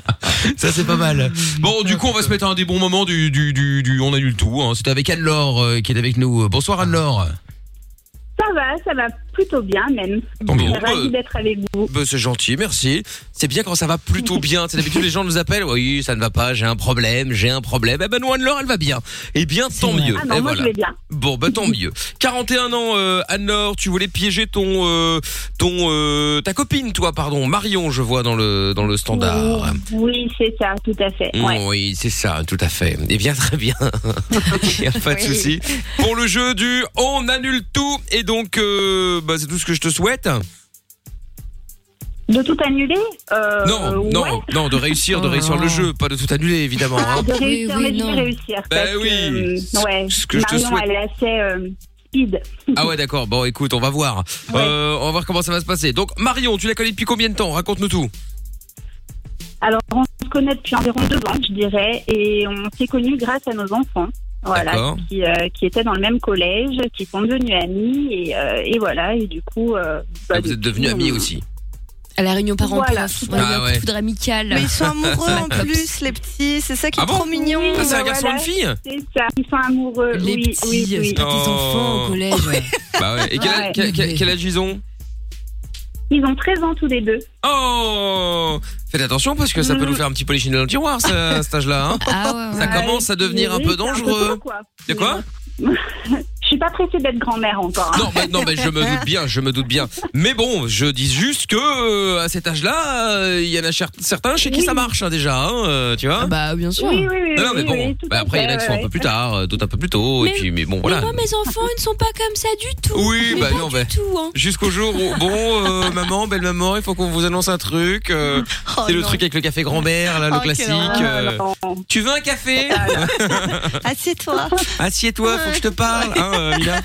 [SPEAKER 1] Ça c'est pas mal. Bon, du coup, on va se mettre à un des bons moments du du du, du on annule tout. Hein. C'était avec Anne-Laure euh, qui est avec nous. Bonsoir Anne-Laure.
[SPEAKER 13] Ça va, ça va plutôt bien même.
[SPEAKER 1] Tant
[SPEAKER 13] Je suis
[SPEAKER 1] mieux.
[SPEAKER 13] ravie
[SPEAKER 1] Euh,
[SPEAKER 13] d'être avec vous.
[SPEAKER 1] Bah, c'est gentil, merci. C'est bien quand ça va plutôt bien. C'est d'habitude les gens nous appellent, oui, ça ne va pas, j'ai un problème, j'ai un problème. Eh ben nous Anne-Laure, elle va bien. Eh bien, tant mieux.
[SPEAKER 13] Ah non,
[SPEAKER 1] Et
[SPEAKER 13] moi
[SPEAKER 1] voilà.
[SPEAKER 13] je vais bien.
[SPEAKER 1] Bon, bah tant mieux. 41 ans, euh, Anne-Laure, tu voulais piéger ton euh, ton euh, ta copine, toi, pardon, Marion, je vois dans le dans le standard.
[SPEAKER 13] Oui, c'est ça, tout à fait. Oh. Ouais.
[SPEAKER 1] Oui, c'est ça, tout à fait. Eh bien, très bien. Il n'y a pas de
[SPEAKER 13] Oui.
[SPEAKER 1] souci. Pour le jeu du on annule tout, et donc, euh, bah, c'est tout ce que je te souhaite.
[SPEAKER 13] Euh,
[SPEAKER 1] Mm.
[SPEAKER 13] De tout annuler euh,
[SPEAKER 1] non,
[SPEAKER 13] ouais. Oh.
[SPEAKER 1] non, non, de réussir, de réussir le jeu, pas de tout annuler, évidemment. hein.
[SPEAKER 13] Ah, de réussir, mais je vais réussir.
[SPEAKER 1] Bah
[SPEAKER 13] parce
[SPEAKER 1] oui,
[SPEAKER 13] que, euh, ouais,
[SPEAKER 1] ce que je te
[SPEAKER 13] Marion,
[SPEAKER 1] souhaite.
[SPEAKER 13] elle est assez euh, speed.
[SPEAKER 1] Ah ouais, d'accord. Bon, écoute, on va voir. Euh, on va voir comment ça va se passer. Donc, Marion, tu la connais depuis combien de temps Raconte-nous tout.
[SPEAKER 13] Alors, on se connaît depuis environ deux ans, je dirais, et on s'est connus grâce à nos enfants, voilà,
[SPEAKER 1] D'accord.
[SPEAKER 13] qui, euh, qui étaient dans le même collège, qui sont devenus amis, et, euh, et voilà, et du coup, euh,
[SPEAKER 1] Ah, vous êtes devenus amis aussi.
[SPEAKER 3] À la réunion parents-prof,
[SPEAKER 1] Voilà.
[SPEAKER 3] il y a
[SPEAKER 1] Ah
[SPEAKER 3] un
[SPEAKER 1] ouais.
[SPEAKER 3] coup de foudre amical.
[SPEAKER 1] Mais ils sont amoureux, en
[SPEAKER 3] plus,
[SPEAKER 6] les petits, c'est ça
[SPEAKER 1] qui est Ah bon trop mignon. Ah, c'est un garçon et une fille
[SPEAKER 13] C'est ça, ils sont amoureux.
[SPEAKER 3] Les
[SPEAKER 13] oui, oui,
[SPEAKER 3] petits,
[SPEAKER 13] oui.
[SPEAKER 3] c'est pas
[SPEAKER 1] Oh.
[SPEAKER 3] tes enfants au collège. ouais.
[SPEAKER 1] Bah ouais. Et quel, âge-
[SPEAKER 13] Ouais.
[SPEAKER 1] quel- quel- quel âge ils ont
[SPEAKER 13] Ils ont 13 ans tous les deux.
[SPEAKER 1] Oh Faites attention parce que ça peut nous faire un petit peu les chenilles dans le tiroir, ça, à cet âge-là. hein. Ça commence à devenir un
[SPEAKER 13] Ah Oui,
[SPEAKER 1] peu
[SPEAKER 13] c'est
[SPEAKER 1] dangereux.
[SPEAKER 13] tôt, quoi.
[SPEAKER 1] De quoi
[SPEAKER 13] Je suis pas pressée d'être grand-mère encore. hein.
[SPEAKER 1] Non, mais Bah, non, mais je me doute bien, je me doute bien. Mais bon, je dis juste que euh, à cet âge-là, euh, il y en a cher- certains chez qui ça marche hein, déjà, hein, euh, tu vois.
[SPEAKER 3] bah bien sûr. Oui, oui, oui,
[SPEAKER 1] Non, non, mais
[SPEAKER 3] oui,
[SPEAKER 1] bon.
[SPEAKER 3] oui, tout
[SPEAKER 1] bah,
[SPEAKER 3] à
[SPEAKER 1] après, il y en a
[SPEAKER 3] fait,
[SPEAKER 1] qui sont un
[SPEAKER 3] ouais.
[SPEAKER 1] peu plus tard, euh, d'autres un peu plus tôt, et puis mais bon voilà.
[SPEAKER 3] Mais moi, mes enfants, ils ne sont pas comme ça du tout.
[SPEAKER 1] Oui,
[SPEAKER 3] Mais
[SPEAKER 1] bah
[SPEAKER 3] pas
[SPEAKER 1] non,
[SPEAKER 3] du
[SPEAKER 1] bah,
[SPEAKER 3] tout, hein.
[SPEAKER 1] Jusqu'au jour où bon euh, maman, belle maman, il faut qu'on vous annonce un truc. euh,
[SPEAKER 3] Oh
[SPEAKER 1] c'est le
[SPEAKER 3] non.
[SPEAKER 1] truc avec le café grand-mère, là, le
[SPEAKER 3] Oh, quelle
[SPEAKER 1] classique. euh,
[SPEAKER 13] horreur.
[SPEAKER 1] tu veux un café
[SPEAKER 6] Assieds-toi.
[SPEAKER 1] Assieds-toi, faut que je te parle, hein, euh, Mila.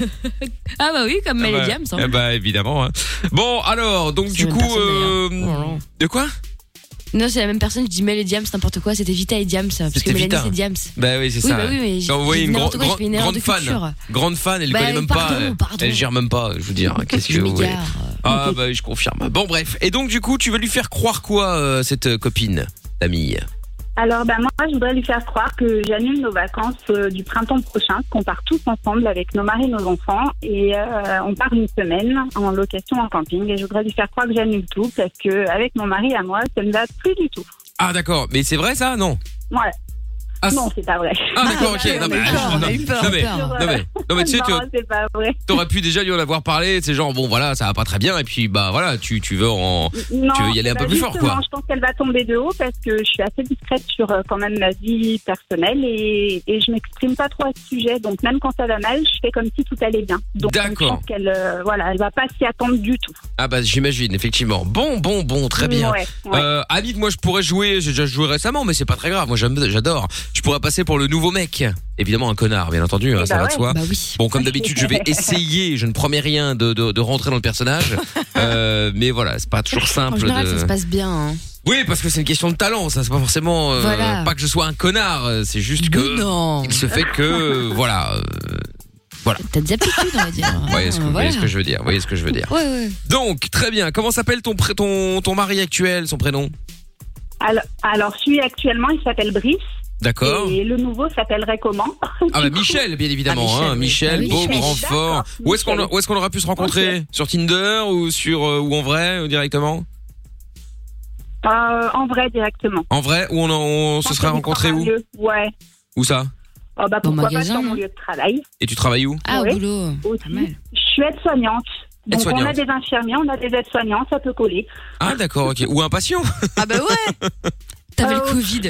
[SPEAKER 3] Ah bah oui, comme
[SPEAKER 1] Ah bah,
[SPEAKER 3] Mélédia, me semble.
[SPEAKER 1] eh bah évidemment. hein. Bon alors, donc du coup, euh,
[SPEAKER 3] Oh
[SPEAKER 1] de quoi
[SPEAKER 3] Non, c'est la même personne, je dis Mel et Diams, n'importe quoi, c'était Vita et Diams. Parce que
[SPEAKER 1] C'était
[SPEAKER 3] Mélanie,
[SPEAKER 1] Vita.
[SPEAKER 3] c'est Diams.
[SPEAKER 1] Bah oui, c'est
[SPEAKER 3] Oui,
[SPEAKER 1] ça.
[SPEAKER 3] bah oui, mais
[SPEAKER 1] J'ai
[SPEAKER 3] j'ai-
[SPEAKER 1] envoyé
[SPEAKER 3] j'ai
[SPEAKER 1] une,
[SPEAKER 3] dit
[SPEAKER 1] grand-
[SPEAKER 3] n'importe quoi,
[SPEAKER 1] grand-
[SPEAKER 3] je fais une erreur
[SPEAKER 1] grande
[SPEAKER 3] de
[SPEAKER 1] fan.
[SPEAKER 3] culture.
[SPEAKER 1] Grande fan, elle
[SPEAKER 3] Bah,
[SPEAKER 1] connaît même
[SPEAKER 3] pardon,
[SPEAKER 1] pas. elle-
[SPEAKER 3] pardon.
[SPEAKER 1] Elle gère même pas, je vous dire. hein, Qu'est-ce que
[SPEAKER 3] Je
[SPEAKER 1] vous voulez.
[SPEAKER 3] m'égare.
[SPEAKER 1] Ah bah je confirme. Bon bref, et donc du coup, tu vas lui faire croire quoi euh, cette euh, copine, Tamille
[SPEAKER 13] Alors, bah, moi, je voudrais lui faire croire que j'annule nos vacances euh, du printemps prochain, qu'on part tous ensemble avec nos maris et nos enfants. Et euh, on part une semaine en location en camping. Et je voudrais lui faire croire que j'annule tout, parce que avec mon mari à moi, ça ne va plus du tout.
[SPEAKER 1] Ah d'accord, mais c'est vrai ça Non.
[SPEAKER 3] Ah,
[SPEAKER 13] Voilà. non, c'est pas vrai.
[SPEAKER 1] Ah
[SPEAKER 3] bah,
[SPEAKER 1] d'accord, ok. Non mais non, non, non, mais non, mais- non, mais tu sais tu
[SPEAKER 13] Non, c'est pas vrai.
[SPEAKER 1] T'aurais pu déjà lui en avoir parlé, c'est genre bon voilà, ça va pas très bien et puis bah voilà, tu tu veux en
[SPEAKER 13] Non,
[SPEAKER 1] tu veux y aller un
[SPEAKER 13] bah
[SPEAKER 1] peu plus fort
[SPEAKER 13] justement,
[SPEAKER 1] quoi.
[SPEAKER 13] Je pense qu'elle va tomber de haut parce que je suis assez discrète sur euh, quand même ma vie personnelle et, et je m'exprime pas trop à ce sujet. Donc même quand ça va mal, je fais comme si tout allait bien. Donc je
[SPEAKER 1] D'accord.
[SPEAKER 13] pense qu'elle euh, voilà, elle va pas s'y attendre du tout.
[SPEAKER 1] Ah bah j'imagine effectivement. Bon bon bon, très bien.
[SPEAKER 13] Ouais, ouais.
[SPEAKER 1] Euh, Hamid, moi je pourrais jouer, j'ai déjà joué récemment mais c'est pas très grave, moi j'aime- j'adore. Je pourrais passer pour le nouveau mec. Évidemment un connard, bien entendu, hein, ça
[SPEAKER 13] bah
[SPEAKER 1] va de
[SPEAKER 13] ouais.
[SPEAKER 1] soi.
[SPEAKER 13] Bah oui.
[SPEAKER 1] Bon comme d'habitude, je vais essayer, je ne promets rien de de, de rentrer dans le personnage. Euh, mais voilà, c'est pas toujours simple
[SPEAKER 3] En général,
[SPEAKER 1] de
[SPEAKER 3] ça se passe bien. hein.
[SPEAKER 1] Oui, parce que c'est une question de talent, ça. C'est pas forcément euh,
[SPEAKER 3] Voilà.
[SPEAKER 1] pas que je sois un connard. euh, C'est juste que il se fait que euh, voilà, euh, voilà.
[SPEAKER 3] T'as des aptitudes, on va dire.
[SPEAKER 1] Vous voyez, ce que, vous voyez ce que je veux dire. Vous voyez ce que je veux dire.
[SPEAKER 3] Ouais, ouais.
[SPEAKER 1] Donc très bien. Comment s'appelle ton pré- ton ton mari actuel, son prénom
[SPEAKER 13] Alors, alors celui actuellement, il s'appelle Brice
[SPEAKER 1] D'accord.
[SPEAKER 13] et le nouveau s'appellerait comment
[SPEAKER 1] Ah bah Michel, bien évidemment.
[SPEAKER 13] Ah,
[SPEAKER 1] hein, Michel,
[SPEAKER 13] Michel, oui.
[SPEAKER 1] beau,
[SPEAKER 13] Michel,
[SPEAKER 1] grand,
[SPEAKER 13] d'accord,
[SPEAKER 1] fort. Où est-ce qu'on
[SPEAKER 13] Michel.
[SPEAKER 1] où est-ce qu'on aura pu se rencontrer Sur Tinder ou sur euh, ou en vrai ou directement
[SPEAKER 13] Euh, En vrai directement.
[SPEAKER 1] En vrai ou on, on se serait rencontré où
[SPEAKER 13] Lieu. Ouais.
[SPEAKER 1] Où ça
[SPEAKER 13] Oh bah pourquoi pas sur mon lieu de travail.
[SPEAKER 1] Et tu travailles où
[SPEAKER 13] Ah, au boulot. Je suis aide-soignante. Donc
[SPEAKER 1] Aide-soignante.
[SPEAKER 13] on a des infirmiers, on a des aides-soignants, ça peut coller.
[SPEAKER 1] Ah d'accord, ok. Ou un patient
[SPEAKER 6] Ah bah ouais.
[SPEAKER 3] T'avais le Covid.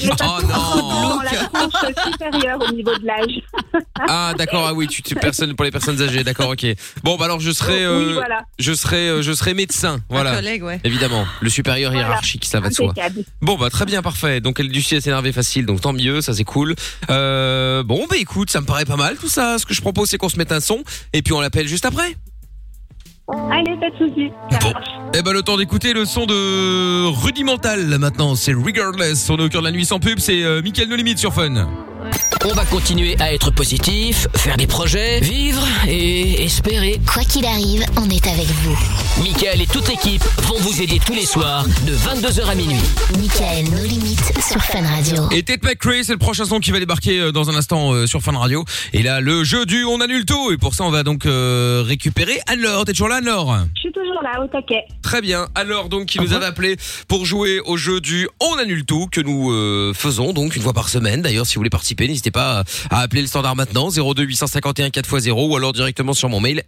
[SPEAKER 13] Je n'ai pas
[SPEAKER 1] Oh
[SPEAKER 13] tout
[SPEAKER 1] non.
[SPEAKER 13] encore dans la tranche supérieure au niveau de l'âge.
[SPEAKER 1] Ah d'accord ah oui tu, tu personne pour les personnes âgées d'accord ok bon bah alors je serai euh,
[SPEAKER 13] Oui, voilà.
[SPEAKER 1] je serai euh, je serai médecin voilà
[SPEAKER 13] collègue, ouais.
[SPEAKER 1] évidemment le supérieur
[SPEAKER 13] Voilà.
[SPEAKER 1] hiérarchique ça va de soi
[SPEAKER 13] Impeccable.
[SPEAKER 1] bon bah très bien parfait donc elle Lucie elle s'est énervée facile donc tant mieux ça c'est cool euh, bon bah écoute ça me paraît pas mal tout ça ce que je propose c'est qu'on se mette un son et puis on l'appelle juste après
[SPEAKER 13] Allez, pas de soucis.
[SPEAKER 1] Eh ben le temps d'écouter le son de Rudimental là, maintenant, c'est Regardless, on est au cœur de la nuit sans pub, c'est euh, Mickaël No Limite sur Fun.
[SPEAKER 8] On va continuer à être positif, faire des projets, vivre et espérer.
[SPEAKER 4] Quoi qu'il arrive, on est avec vous.
[SPEAKER 8] Michael et toute l'équipe vont vous aider tous les soirs de 22h à minuit.
[SPEAKER 4] Michael, nos limites sur Fun Radio.
[SPEAKER 1] Et Ted McRae, c'est le prochain son qui va débarquer euh, dans un instant euh, sur Fun Radio. Et là, le jeu du on annule tout. Et pour ça, on va donc euh, récupérer Anne-Laure. T'es toujours là, Anne-Laure
[SPEAKER 13] Je suis toujours là, au taquet.
[SPEAKER 1] Très bien. Alors donc qui nous avait appelé pour jouer au jeu du on annule tout que nous euh, faisons donc une fois par semaine. D'ailleurs, si vous voulez participer, n'hésitez pas à- à appeler le standard maintenant 02 851 4x0 ou alors directement sur mon mail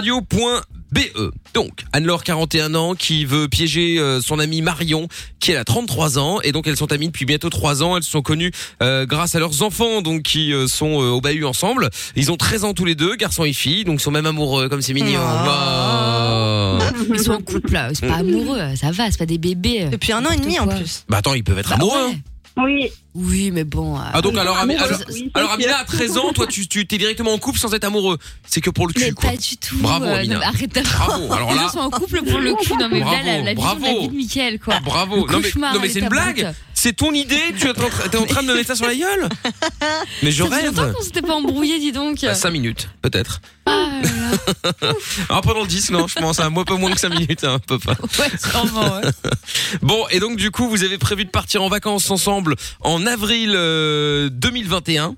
[SPEAKER 1] mikl@funradio.be. Donc Anne-Laure 41 ans qui veut piéger euh, son amie Marion qui elle a 33 ans et donc elles sont amies depuis bientôt 3 ans, elles se sont connues euh, grâce à leurs enfants donc qui euh, sont euh, au bahut ensemble. Ils ont 13 ans tous les deux, garçons et filles, donc ils sont même amoureux comme c'est mignon. Waouh. Mm.
[SPEAKER 3] Ils sont en couple, là. Ah, C'est pas amoureux, ça va, c'est pas des bébés. Depuis un an et demi en plus.
[SPEAKER 1] Bah attends, ils peuvent être amoureux. hein.
[SPEAKER 13] Oui.
[SPEAKER 3] Oui, mais bon. euh,
[SPEAKER 1] Ah donc alors, Ami-
[SPEAKER 3] amoureux,
[SPEAKER 1] alors,
[SPEAKER 3] ça- ça-
[SPEAKER 1] alors, Amina à 13 ans, toi tu tu- t'es directement en couple sans être amoureux. C'est que pour le cul
[SPEAKER 3] Mais
[SPEAKER 1] quoi.
[SPEAKER 3] pas du tout.
[SPEAKER 1] ah, Bravo
[SPEAKER 3] euh, non,
[SPEAKER 1] Amina.
[SPEAKER 3] mais arrête
[SPEAKER 1] Bravo. Alors là.
[SPEAKER 3] Ils sont en couple pour le cul. Non, mais
[SPEAKER 1] Bravo,
[SPEAKER 3] là, la, la vision de la
[SPEAKER 1] bravo.
[SPEAKER 3] vie de Mickaël, quoi.
[SPEAKER 1] Ah, bravo.
[SPEAKER 3] Le
[SPEAKER 1] non mais,
[SPEAKER 3] cauchemar,
[SPEAKER 1] non, mais
[SPEAKER 3] elle
[SPEAKER 1] c'est
[SPEAKER 3] est
[SPEAKER 1] une blague.
[SPEAKER 3] aberrante.
[SPEAKER 1] C'est ton idée. Tu es en train, t'es en train de me mettre ça sur la gueule. Mais je
[SPEAKER 3] Ça faisait longtemps Ah
[SPEAKER 1] rêve. Bah,
[SPEAKER 3] qu'on s'était pas embrouillé, dis donc.
[SPEAKER 1] 5 minutes, peut-être. Alors pendant 10, non, je pense, un peu moins que 5 minutes, hein, un peu pas.
[SPEAKER 3] Ouais, sûrement, ouais.
[SPEAKER 1] Bon, et donc du coup, vous avez prévu de partir en vacances ensemble en avril euh, 2021,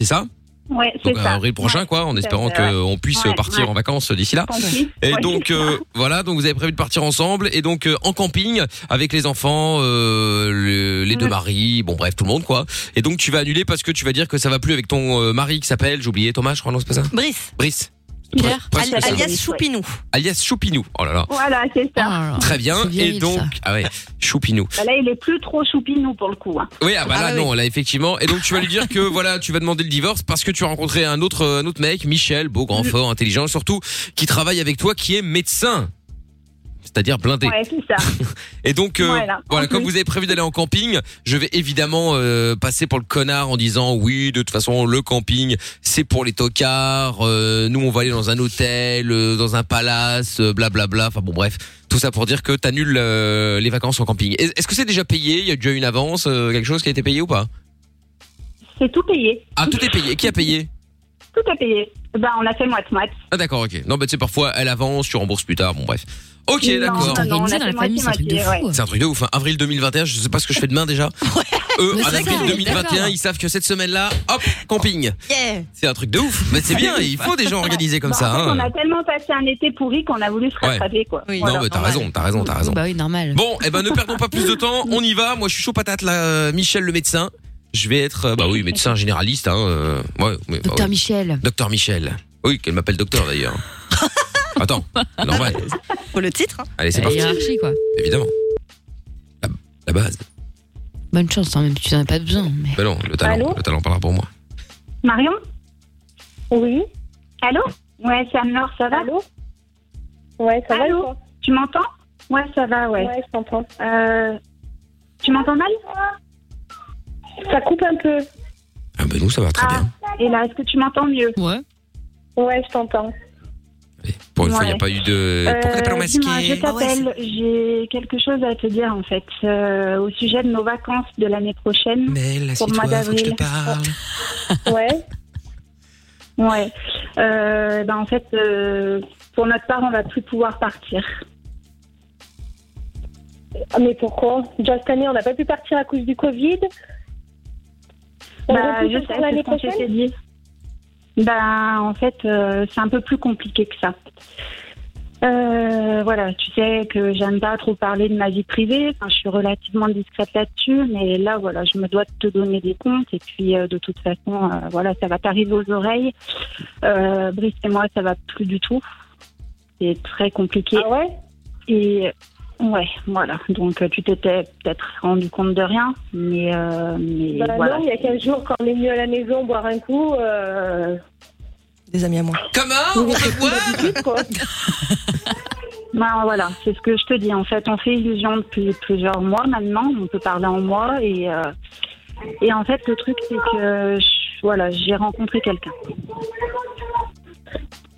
[SPEAKER 1] c'est ça
[SPEAKER 13] Ouais, c'est
[SPEAKER 1] donc
[SPEAKER 13] ça.
[SPEAKER 1] avril prochain
[SPEAKER 13] Ouais,
[SPEAKER 1] quoi en
[SPEAKER 13] tout à
[SPEAKER 1] espérant
[SPEAKER 13] fait, ouais.
[SPEAKER 1] qu'on puisse
[SPEAKER 13] Ouais,
[SPEAKER 1] partir
[SPEAKER 13] ouais.
[SPEAKER 1] en vacances d'ici là
[SPEAKER 13] Qu'on puisse,
[SPEAKER 1] et
[SPEAKER 13] ouais.
[SPEAKER 1] donc euh, voilà donc vous avez prévu de partir ensemble et donc euh, en camping avec les enfants euh, le- les deux maris bon bref tout le monde quoi et donc tu vas annuler parce que tu vas dire que ça va plus avec ton euh, mari qui s'appelle j'ai oublié Thomas je crois non c'est pas ça
[SPEAKER 6] Brice.
[SPEAKER 1] Brice
[SPEAKER 6] Pierre,
[SPEAKER 1] Presque
[SPEAKER 6] al-
[SPEAKER 1] ça.
[SPEAKER 6] alias Choupinou.
[SPEAKER 1] alias Choupinou oh là là
[SPEAKER 13] Voilà, c'est ça.
[SPEAKER 1] très bien et donc ah ouais Choupinou
[SPEAKER 13] Bah Là, il est plus trop choupinou pour le coup. hein.
[SPEAKER 1] Oui, ah bah là
[SPEAKER 13] Ah, oui.
[SPEAKER 1] non, là effectivement. Et donc tu vas lui dire que voilà, tu vas demander le divorce parce que tu as rencontré un autre euh, un autre mec, Michel, beau,
[SPEAKER 13] Mm.
[SPEAKER 1] grand, fort, intelligent, surtout qui travaille avec toi, qui est médecin. C'est-à-dire blindé.
[SPEAKER 13] Ouais, c'est ça.
[SPEAKER 1] Et donc euh, voilà,
[SPEAKER 13] Voilà. Mm-hmm.
[SPEAKER 1] comme vous avez prévu d'aller en camping, je vais évidemment euh, passer pour le connard en disant oui, de toute façon le camping c'est pour les tocards. euh, nous on va aller dans un hôtel, euh, dans un palace, euh, blablabla. Enfin bon bref, tout ça pour dire que t'annules euh, les vacances en camping. Est- Est-ce que c'est déjà payé Il y a déjà une avance, euh, quelque chose qui a été payé ou pas
[SPEAKER 13] C'est tout payé.
[SPEAKER 1] Ah tout est payé. Qui a payé
[SPEAKER 13] Tout est payé. Bah, on a fait moite-moite.
[SPEAKER 1] Ah d'accord, ok. Non, bah tu sais, parfois, elle avance, tu rembourses plus tard, bon bref. Ok,
[SPEAKER 13] Non,
[SPEAKER 1] d'accord.
[SPEAKER 13] non, non, on a fait dans la famille, c'est un truc de moitié, fou. ouais.
[SPEAKER 1] C'est un truc de ouf. hein. Avril 2021, je sais pas ce que je fais demain déjà. Eux,
[SPEAKER 13] Mais
[SPEAKER 1] en
[SPEAKER 13] c'est
[SPEAKER 1] avril
[SPEAKER 13] ça,
[SPEAKER 1] 2021,
[SPEAKER 13] d'accord.
[SPEAKER 1] ils savent que cette semaine-là, hop, camping. C'est un truc de ouf. Mais c'est bien, il faut des gens organisés comme
[SPEAKER 13] Bah,
[SPEAKER 1] ça.
[SPEAKER 13] en fait,
[SPEAKER 1] hein.
[SPEAKER 13] On a tellement passé un été pourri qu'on a voulu se
[SPEAKER 1] Ouais.
[SPEAKER 13] rattraper, quoi.
[SPEAKER 1] Non, mais t'as raison, t'as raison, t'as raison.
[SPEAKER 3] Bah oui, normal.
[SPEAKER 1] Bon, eh ben ne perdons pas plus de temps, on y va. Moi, je suis chaud patate là, euh, Michel le médecin. Je vais être, euh, bah oui, médecin généraliste. Hein, euh, ouais, mais, bah
[SPEAKER 3] Docteur
[SPEAKER 1] oui.
[SPEAKER 3] Michel.
[SPEAKER 1] Docteur Michel. Oui, qu'elle m'appelle docteur d'ailleurs. Attends, normal.
[SPEAKER 6] Pour le titre. hein.
[SPEAKER 1] Allez, c'est
[SPEAKER 3] La
[SPEAKER 1] parti.
[SPEAKER 3] hiérarchie, quoi.
[SPEAKER 1] Évidemment. La, la base.
[SPEAKER 3] Bonne chance, hein, même si tu n'en as pas besoin. mais-
[SPEAKER 1] Bah non, le talent,
[SPEAKER 13] Allô
[SPEAKER 1] le talent parlera pour moi.
[SPEAKER 13] Marion Oui. Allô Ouais, c'est Anne-Laure, ça va Allô Ouais, ça va. Tu m'entends Ouais, ça va, ouais. Ouais, je t'entends. Euh, tu m'entends mal Ça coupe un peu.
[SPEAKER 1] Ah ben nous, ça va très bien.
[SPEAKER 13] Et là, est-ce que tu m'entends mieux
[SPEAKER 3] Ouais.
[SPEAKER 13] Ouais, je t'entends.
[SPEAKER 1] Pour une fois, il n'y
[SPEAKER 13] Ouais.
[SPEAKER 1] a pas eu de... Pourquoi t'as pas masqué
[SPEAKER 13] dis-moi, je t'appelle, j'ai quelque chose à te dire en fait euh, au sujet de nos vacances de l'année prochaine pour le mois d'avril. Ouais. Ouais. Euh, ben, en fait, euh, pour notre part, on va plus pouvoir partir.
[SPEAKER 14] Ah, Mais pourquoi Déjà cette année, on n'a pas pu partir à cause du Covid. On
[SPEAKER 13] Bah,
[SPEAKER 14] repousse
[SPEAKER 13] je
[SPEAKER 14] encore
[SPEAKER 13] sais,
[SPEAKER 14] l'année
[SPEAKER 13] c'est ce qu'on
[SPEAKER 14] prochaine
[SPEAKER 13] s'était dit. Ben, en fait, euh, c'est un peu plus compliqué que ça. Euh, voilà, tu sais que j'aime pas trop parler de ma vie privée. Enfin, je suis relativement discrète là-dessus, mais là, voilà, je me dois de te donner des comptes. Et puis, euh, de toute façon, euh, voilà, ça va t'arriver aux oreilles. Euh, Brice et moi, ça va plus du tout. C'est très compliqué.
[SPEAKER 14] Ah ouais
[SPEAKER 13] Et Ouais, voilà. Donc euh, tu t'étais peut-être rendu compte de rien, mais, euh, mais
[SPEAKER 14] Bah
[SPEAKER 13] voilà.
[SPEAKER 14] non, il y a 15 jours, quand on est venu à la maison boire un coup, euh,
[SPEAKER 6] Des amis à
[SPEAKER 2] Ah,
[SPEAKER 6] moi.
[SPEAKER 10] Ah,
[SPEAKER 1] Comment
[SPEAKER 13] On peut Ben voilà, c'est ce que je te dis. En fait, on fait illusion depuis plusieurs mois maintenant. On peut parler en moi et euh, et en fait le truc c'est que je- voilà, j'ai rencontré quelqu'un.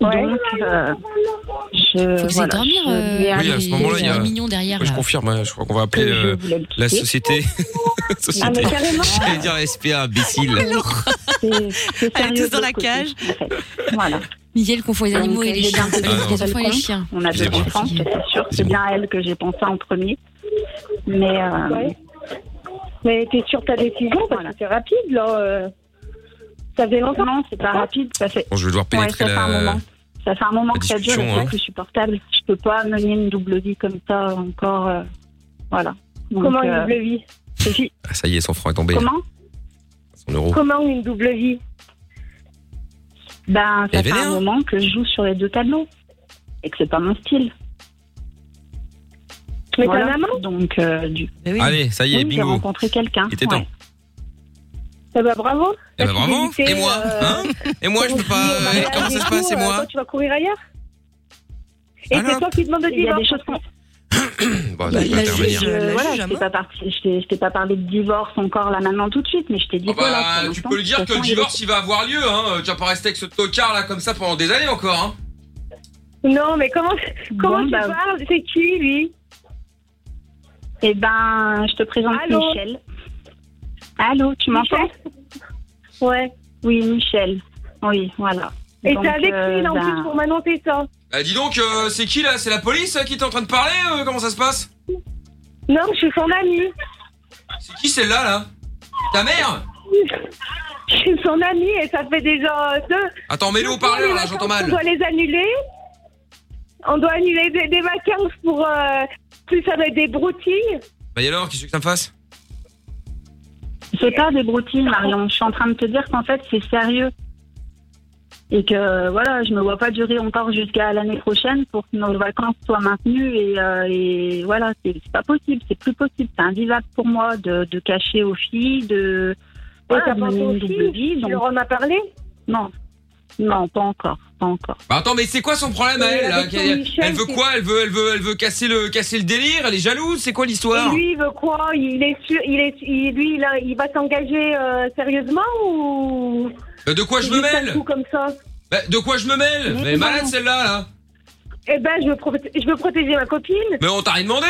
[SPEAKER 13] Donc euh, je
[SPEAKER 3] Faut que vous
[SPEAKER 13] voilà,
[SPEAKER 3] dormir.
[SPEAKER 13] je lui ai
[SPEAKER 3] euh,
[SPEAKER 13] annoncé-
[SPEAKER 3] oui,
[SPEAKER 13] Oui,
[SPEAKER 3] à ce moment-là, il y a un mignon derrière.
[SPEAKER 1] Je
[SPEAKER 3] là.
[SPEAKER 1] confirme, hein, je crois qu'on va appeler
[SPEAKER 3] Je
[SPEAKER 1] euh,
[SPEAKER 3] voulais le
[SPEAKER 1] la
[SPEAKER 3] quitter.
[SPEAKER 1] société.
[SPEAKER 13] Ah, mais
[SPEAKER 1] société.
[SPEAKER 13] carrément.
[SPEAKER 1] J'allais dire la SPA, imbécile.
[SPEAKER 13] C'est- c'est
[SPEAKER 6] Elle est
[SPEAKER 13] sérieux
[SPEAKER 6] tous dans
[SPEAKER 13] de
[SPEAKER 6] la
[SPEAKER 13] l'autre côté,
[SPEAKER 6] cage.
[SPEAKER 13] en fait. Voilà.
[SPEAKER 3] Miguel confond les animaux
[SPEAKER 13] Donc,
[SPEAKER 3] et les
[SPEAKER 13] j'ai
[SPEAKER 3] chiens.
[SPEAKER 1] Ah,
[SPEAKER 3] Les
[SPEAKER 13] bien fait le
[SPEAKER 3] enfants et les
[SPEAKER 13] compte.
[SPEAKER 3] chiens.
[SPEAKER 13] On a deux
[SPEAKER 3] Excusez-moi.
[SPEAKER 13] enfants, ça, c'est sûr. C'est bien à elle que j'ai pensé en premier. Mais euh,
[SPEAKER 14] Ouais. Mais t'es sur ta décision parce que c'est rapide là. euh. Ça faisait longtemps.
[SPEAKER 13] non, c'est pas rapide. Ça fait,
[SPEAKER 1] Bon, je vais devoir
[SPEAKER 13] Ouais,
[SPEAKER 1] pénétrer
[SPEAKER 13] ça fait un
[SPEAKER 1] la.
[SPEAKER 13] moment. ça fait un moment
[SPEAKER 1] La
[SPEAKER 13] que ça dure.
[SPEAKER 1] discussion,
[SPEAKER 13] et
[SPEAKER 1] hein.
[SPEAKER 13] C'est plus supportable. Je peux pas mener une double vie comme ça encore. euh, voilà. Donc,
[SPEAKER 14] Comment une
[SPEAKER 13] euh,
[SPEAKER 14] double vie
[SPEAKER 13] Sophie,
[SPEAKER 1] Ah, ça y est, son franc est tombé.
[SPEAKER 13] Comment
[SPEAKER 1] Son euro.
[SPEAKER 14] Comment une double vie
[SPEAKER 13] Ben,
[SPEAKER 1] Elle est
[SPEAKER 13] ça fait un
[SPEAKER 1] vénère.
[SPEAKER 13] moment que je joue sur les deux tableaux et que c'est pas mon style.
[SPEAKER 14] Mais
[SPEAKER 13] Voilà.
[SPEAKER 14] ta maman
[SPEAKER 13] Donc, euh, du.
[SPEAKER 1] Allez, ça y est,
[SPEAKER 13] Oui, J'ai
[SPEAKER 1] bingo.
[SPEAKER 13] rencontré quelqu'un.
[SPEAKER 1] Il était temps.
[SPEAKER 13] ouais.
[SPEAKER 14] Eh ben bravo.
[SPEAKER 1] Eh ben,
[SPEAKER 14] La
[SPEAKER 1] bravo.
[SPEAKER 14] fidélité,
[SPEAKER 1] Et moi,
[SPEAKER 14] euh,
[SPEAKER 1] hein Et moi, je peux pas.
[SPEAKER 14] au mariage
[SPEAKER 1] comment ça
[SPEAKER 14] et
[SPEAKER 1] se passe,
[SPEAKER 14] tout,
[SPEAKER 1] et
[SPEAKER 14] euh,
[SPEAKER 1] moi
[SPEAKER 14] toi, Tu vas courir ailleurs Et
[SPEAKER 1] Alors Ah,
[SPEAKER 14] c'est toi qui demandes de
[SPEAKER 13] Il y a
[SPEAKER 14] divorce
[SPEAKER 13] des choses qu'on
[SPEAKER 1] Bon, je vais
[SPEAKER 13] Bah,
[SPEAKER 1] intervenir.
[SPEAKER 13] je-
[SPEAKER 6] la
[SPEAKER 13] voilà,
[SPEAKER 6] juge
[SPEAKER 13] je
[SPEAKER 6] à
[SPEAKER 13] t'ai pas parti- je t'ai- je t'ai pas parlé de divorce encore là maintenant tout de suite, mais je t'ai dit
[SPEAKER 1] Ah
[SPEAKER 13] quoi là,
[SPEAKER 1] bah,
[SPEAKER 13] pour
[SPEAKER 1] tu
[SPEAKER 13] l'instant,
[SPEAKER 1] peux lui
[SPEAKER 13] de
[SPEAKER 1] dire
[SPEAKER 13] toute
[SPEAKER 1] que le
[SPEAKER 13] façon, il
[SPEAKER 1] divorce il va avoir lieu, hein. Tu vas pas rester avec ce tocard là comme ça pendant des années encore, hein.
[SPEAKER 14] Non, mais comment, comment
[SPEAKER 13] Bon,
[SPEAKER 14] tu
[SPEAKER 13] bah.
[SPEAKER 14] parles C'est qui lui
[SPEAKER 13] est- Eh ben, je te présente
[SPEAKER 14] Allô
[SPEAKER 13] Michel. Allô, tu m'entends
[SPEAKER 14] Ouais.
[SPEAKER 13] Oui, Michel. Oui, voilà.
[SPEAKER 14] Et
[SPEAKER 13] Donc,
[SPEAKER 14] t'es avec
[SPEAKER 13] euh,
[SPEAKER 14] qui là en
[SPEAKER 13] ben,
[SPEAKER 14] plus pour m'annoncer ça
[SPEAKER 1] Bah, dis donc, euh, c'est qui là C'est la police euh, qui t'est en train de parler euh, Comment ça se passe
[SPEAKER 14] Non, je suis son amie.
[SPEAKER 1] C'est qui celle-là là Ta mère
[SPEAKER 14] Je suis son amie et ça fait déjà euh, deux.
[SPEAKER 1] Attends, mets-le au parleur là, j'entends
[SPEAKER 14] On
[SPEAKER 1] mal.
[SPEAKER 14] doit les annuler. On doit annuler des, des vacances pour. euh, plus ça va être des broutilles.
[SPEAKER 1] Bah, et alors, qu'est-ce que ça me fasse
[SPEAKER 13] C'est pas des broutilles, Marion. Je suis en train de te dire qu'en fait, c'est sérieux. Et que, voilà, je me vois pas durer encore jusqu'à l'année prochaine pour que nos vacances soient maintenues. Et, euh, et voilà, c'est c'est pas possible, c'est plus possible. C'est invivable pour moi de, de cacher aux filles, de.
[SPEAKER 14] Et
[SPEAKER 13] Voilà,
[SPEAKER 14] t'as
[SPEAKER 13] de
[SPEAKER 14] pensé
[SPEAKER 13] mener
[SPEAKER 14] aux
[SPEAKER 13] une double vie.
[SPEAKER 14] filles Tu
[SPEAKER 13] donc-
[SPEAKER 14] leur en as parlé
[SPEAKER 13] non. Non, pas encore, pas encore.
[SPEAKER 1] Bah, attends, mais c'est quoi son problème à
[SPEAKER 14] Oui,
[SPEAKER 1] elle là
[SPEAKER 14] avec
[SPEAKER 1] Qu'elle-
[SPEAKER 14] ton Michel,
[SPEAKER 1] Elle veut
[SPEAKER 14] c'est-
[SPEAKER 1] quoi Elle veut, elle veut, elle veut casser le, casser le délire Elle est jalouse C'est quoi l'histoire
[SPEAKER 14] Et lui, il veut quoi Il est sûr, il est, il- lui, il, a- il va s'engager euh, sérieusement ou
[SPEAKER 1] Bah, De quoi je me
[SPEAKER 14] Juste un
[SPEAKER 1] mêle
[SPEAKER 14] coup comme ça
[SPEAKER 1] Bah, De quoi je me mêle Mais malade celle-là là
[SPEAKER 14] Eh ben, je veux, proté- je veux protéger ma copine.
[SPEAKER 1] Mais on t'a rien demandé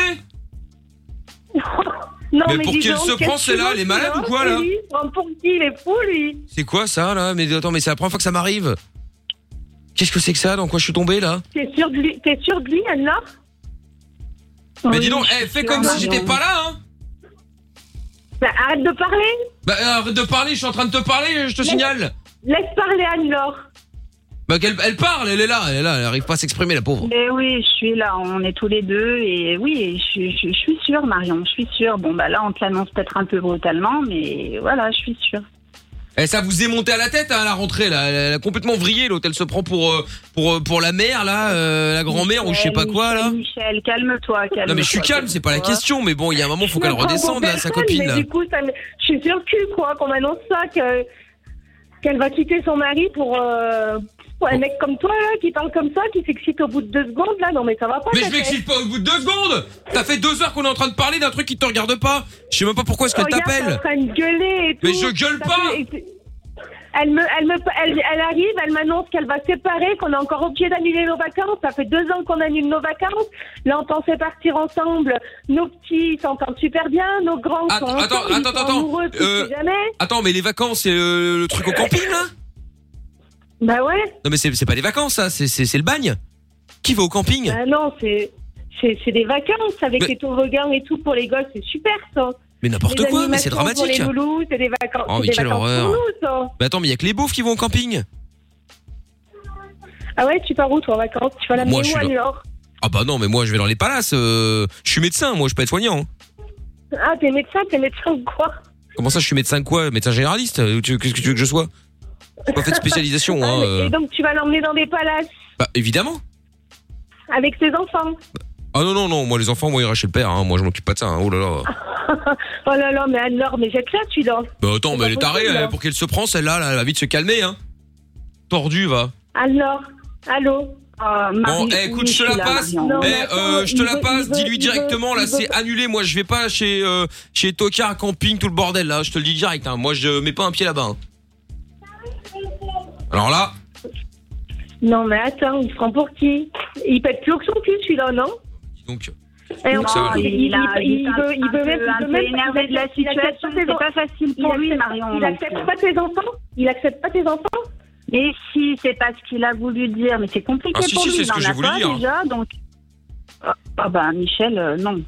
[SPEAKER 14] Non,
[SPEAKER 1] Mais
[SPEAKER 14] mais,
[SPEAKER 1] pour qu'il
[SPEAKER 14] dis donc,
[SPEAKER 1] se
[SPEAKER 14] qu'est-ce
[SPEAKER 1] prend, c'est
[SPEAKER 14] qu'il
[SPEAKER 1] là,
[SPEAKER 14] veut,
[SPEAKER 1] il est malade
[SPEAKER 14] celui-là
[SPEAKER 1] ou quoi, là
[SPEAKER 14] Lui, il se prend pour qui Il est fou, lui.
[SPEAKER 1] C'est quoi ça là Mais attends, mais c'est la première fois que ça m'arrive. Qu'est-ce que c'est que ça Dans quoi je suis tombé là
[SPEAKER 14] T'es sûr de lui, t'es sûr de lui, Anna
[SPEAKER 1] Mais
[SPEAKER 13] Oui,
[SPEAKER 1] dis donc,
[SPEAKER 13] je
[SPEAKER 1] eh,
[SPEAKER 13] suis
[SPEAKER 1] fais
[SPEAKER 13] sûre,
[SPEAKER 1] comme si
[SPEAKER 13] Marion.
[SPEAKER 1] j'étais pas là, hein
[SPEAKER 14] Bah, Arrête de parler.
[SPEAKER 1] Bah euh, arrête de parler, je suis en train de te parler, je te signale
[SPEAKER 14] Laisse parler Anne-Laure.
[SPEAKER 1] Bah qu'elle elle parle, elle est là, elle est là, elle arrive pas à s'exprimer la pauvre.
[SPEAKER 13] Eh oui, je suis là, on est tous les deux et oui, et je, suis- je, suis- je suis sûre, Marion, je suis sûre. Bon, bah là, on te l'annonce peut-être un peu brutalement, mais voilà, je suis sûre.
[SPEAKER 1] Eh ça vous est monté à la tête hein, à la rentrée là, elle, elle a complètement vrillé l'autre, elle se prend pour euh, pour euh, pour la mère là, euh, la grand-mère ou je sais pas quoi là.
[SPEAKER 13] Michel, calme-toi, calme-toi.
[SPEAKER 1] Non mais je suis calme, c'est pas la question, mais bon, il y a un moment faut qu'elle
[SPEAKER 14] Je me prends pour
[SPEAKER 1] redescende là, sa
[SPEAKER 14] personne,
[SPEAKER 1] copine
[SPEAKER 14] Mais
[SPEAKER 1] là.
[SPEAKER 14] du coup, ça me- je suis sur le cul, quoi, qu'on m'annonce ça, que- qu'elle va quitter son mari pour, euh, pour un mec comme toi, là, qui parle comme ça, qui s'excite au bout de deux secondes, là. Non, mais ça va pas.
[SPEAKER 1] Mais je
[SPEAKER 14] ta tête.
[SPEAKER 1] m'excite pas au bout de deux secondes Ça fait deux heures qu'on est en train de parler d'un truc qui te regarde pas Je sais même pas pourquoi est-ce qu'elle
[SPEAKER 14] Regarde, t'es en
[SPEAKER 1] t'appelle
[SPEAKER 14] train de gueuler et tout.
[SPEAKER 1] Mais je gueule
[SPEAKER 14] Ça
[SPEAKER 1] pas
[SPEAKER 14] fait- et- Elle, me, elle, me, elle, elle arrive, elle m'annonce qu'elle va se séparer, qu'on est encore obligé d'annuler nos vacances. Ça fait deux ans qu'on annule nos vacances. Là, on pensait partir ensemble. Nos petits ils s'entendent super bien, nos grands
[SPEAKER 1] Att-
[SPEAKER 14] sont
[SPEAKER 1] attends,
[SPEAKER 14] ensemble, ils
[SPEAKER 1] attends,
[SPEAKER 14] sont
[SPEAKER 1] attends.
[SPEAKER 14] amoureux, tu
[SPEAKER 1] Euh,
[SPEAKER 14] sais jamais.
[SPEAKER 1] Attends, mais les vacances, c'est euh, le truc au camping là
[SPEAKER 14] Bah ouais.
[SPEAKER 1] Non mais c'est c'est pas des vacances ça, c'est- c'est c'est le bagne Qui va au camping
[SPEAKER 14] Bah non, c'est c'est c'est des vacances avec
[SPEAKER 1] Mais-
[SPEAKER 14] les toboggans et tout pour les gosses, c'est super ça.
[SPEAKER 1] Mais n'importe
[SPEAKER 14] Les
[SPEAKER 1] quoi, mais c'est
[SPEAKER 14] animations Pour les
[SPEAKER 1] dramatique
[SPEAKER 14] loulous, c'est des vacances.
[SPEAKER 1] Oh,
[SPEAKER 14] c'est
[SPEAKER 1] mais
[SPEAKER 14] des
[SPEAKER 1] quelle
[SPEAKER 14] vacances
[SPEAKER 1] horreur.
[SPEAKER 14] pour nous, ça.
[SPEAKER 1] Mais attends, mais il y a que les beaufs qui vont au camping
[SPEAKER 14] Ah ouais, tu pars où toi en vacances Tu vas la
[SPEAKER 1] Moi, je
[SPEAKER 14] où
[SPEAKER 1] suis dans-
[SPEAKER 14] alors
[SPEAKER 1] Ah bah non, mais moi je vais dans les palaces, euh, je suis médecin, moi je peux être soignant. hein.
[SPEAKER 14] Ah, t'es médecin, t'es médecin ou quoi
[SPEAKER 1] Comment ça je suis médecin de quoi Médecin généraliste Euh, tu- Qu'est-ce que tu veux que je sois J'ai pas fait de spécialisation,
[SPEAKER 14] Ah,
[SPEAKER 1] hein.
[SPEAKER 14] mais-
[SPEAKER 1] euh.
[SPEAKER 14] Et donc tu vas l'emmener dans des palaces
[SPEAKER 1] Bah évidemment
[SPEAKER 14] avec ses enfants.
[SPEAKER 1] Ah non, non, non, moi les enfants, moi ils chez le père, hein, moi je m'occupe pas de ça, hein, oh là là.
[SPEAKER 14] Ah.
[SPEAKER 13] oh là là, mais alors, mais jette-la celui-là.
[SPEAKER 1] Bah attends, mais elle est tarée,
[SPEAKER 13] possible,
[SPEAKER 1] elle,
[SPEAKER 13] hein.
[SPEAKER 1] pour qu'elle se prend celle-là, là, elle va vite se calmer, hein. Tordu, va.
[SPEAKER 13] Alors, allô Ah,
[SPEAKER 1] Bon,
[SPEAKER 13] Marie,
[SPEAKER 1] eh, écoute,
[SPEAKER 13] oui,
[SPEAKER 1] je te la
[SPEAKER 13] suis là,
[SPEAKER 1] passe.
[SPEAKER 13] Marion. Non,
[SPEAKER 1] Eh,
[SPEAKER 13] mais attends,
[SPEAKER 1] euh, je te
[SPEAKER 13] il
[SPEAKER 1] la
[SPEAKER 13] veut-
[SPEAKER 1] passe.
[SPEAKER 13] il veut-
[SPEAKER 1] Dis-lui
[SPEAKER 13] il
[SPEAKER 1] directement.
[SPEAKER 13] veut-
[SPEAKER 1] Là,
[SPEAKER 13] il
[SPEAKER 1] c'est
[SPEAKER 13] veut-
[SPEAKER 1] annulé. Moi, je vais pas chez euh, chez Tocard Camping, tout le bordel là. Je te le dis direct. hein. Moi, je mets pas un pied là-bas. hein. Alors là,
[SPEAKER 13] Non, mais attends, il se prend pour qui Il pète plus que son cul celui-là, non
[SPEAKER 1] dis donc.
[SPEAKER 13] Eh,
[SPEAKER 1] Non,
[SPEAKER 13] on- il,
[SPEAKER 1] il-
[SPEAKER 13] il-
[SPEAKER 9] il- il
[SPEAKER 13] il- il
[SPEAKER 9] est
[SPEAKER 13] veut, il
[SPEAKER 9] un
[SPEAKER 13] veut
[SPEAKER 9] peu-
[SPEAKER 13] même, il
[SPEAKER 9] un
[SPEAKER 13] veut
[SPEAKER 9] peu
[SPEAKER 13] même
[SPEAKER 9] énervé de la
[SPEAKER 13] il accepte
[SPEAKER 9] situation,
[SPEAKER 13] tes
[SPEAKER 9] c'est
[SPEAKER 13] enfants.
[SPEAKER 9] pas facile
[SPEAKER 13] Il
[SPEAKER 9] pour lui,
[SPEAKER 13] accepte-
[SPEAKER 9] Marion,
[SPEAKER 13] Il
[SPEAKER 9] non
[SPEAKER 13] accepte
[SPEAKER 9] plus.
[SPEAKER 13] pas tes enfants Il accepte pas tes enfants
[SPEAKER 9] Mais si, c'est pas ce qu'il a voulu dire, mais c'est compliqué
[SPEAKER 1] Ah, si,
[SPEAKER 9] pour
[SPEAKER 1] si,
[SPEAKER 9] lui.
[SPEAKER 1] c'est ce
[SPEAKER 9] il
[SPEAKER 1] que
[SPEAKER 9] en
[SPEAKER 1] j'ai
[SPEAKER 9] a
[SPEAKER 1] voulu
[SPEAKER 9] pas,
[SPEAKER 1] dire.
[SPEAKER 9] déjà, donc. Ah, Ah bah Michel, euh, non.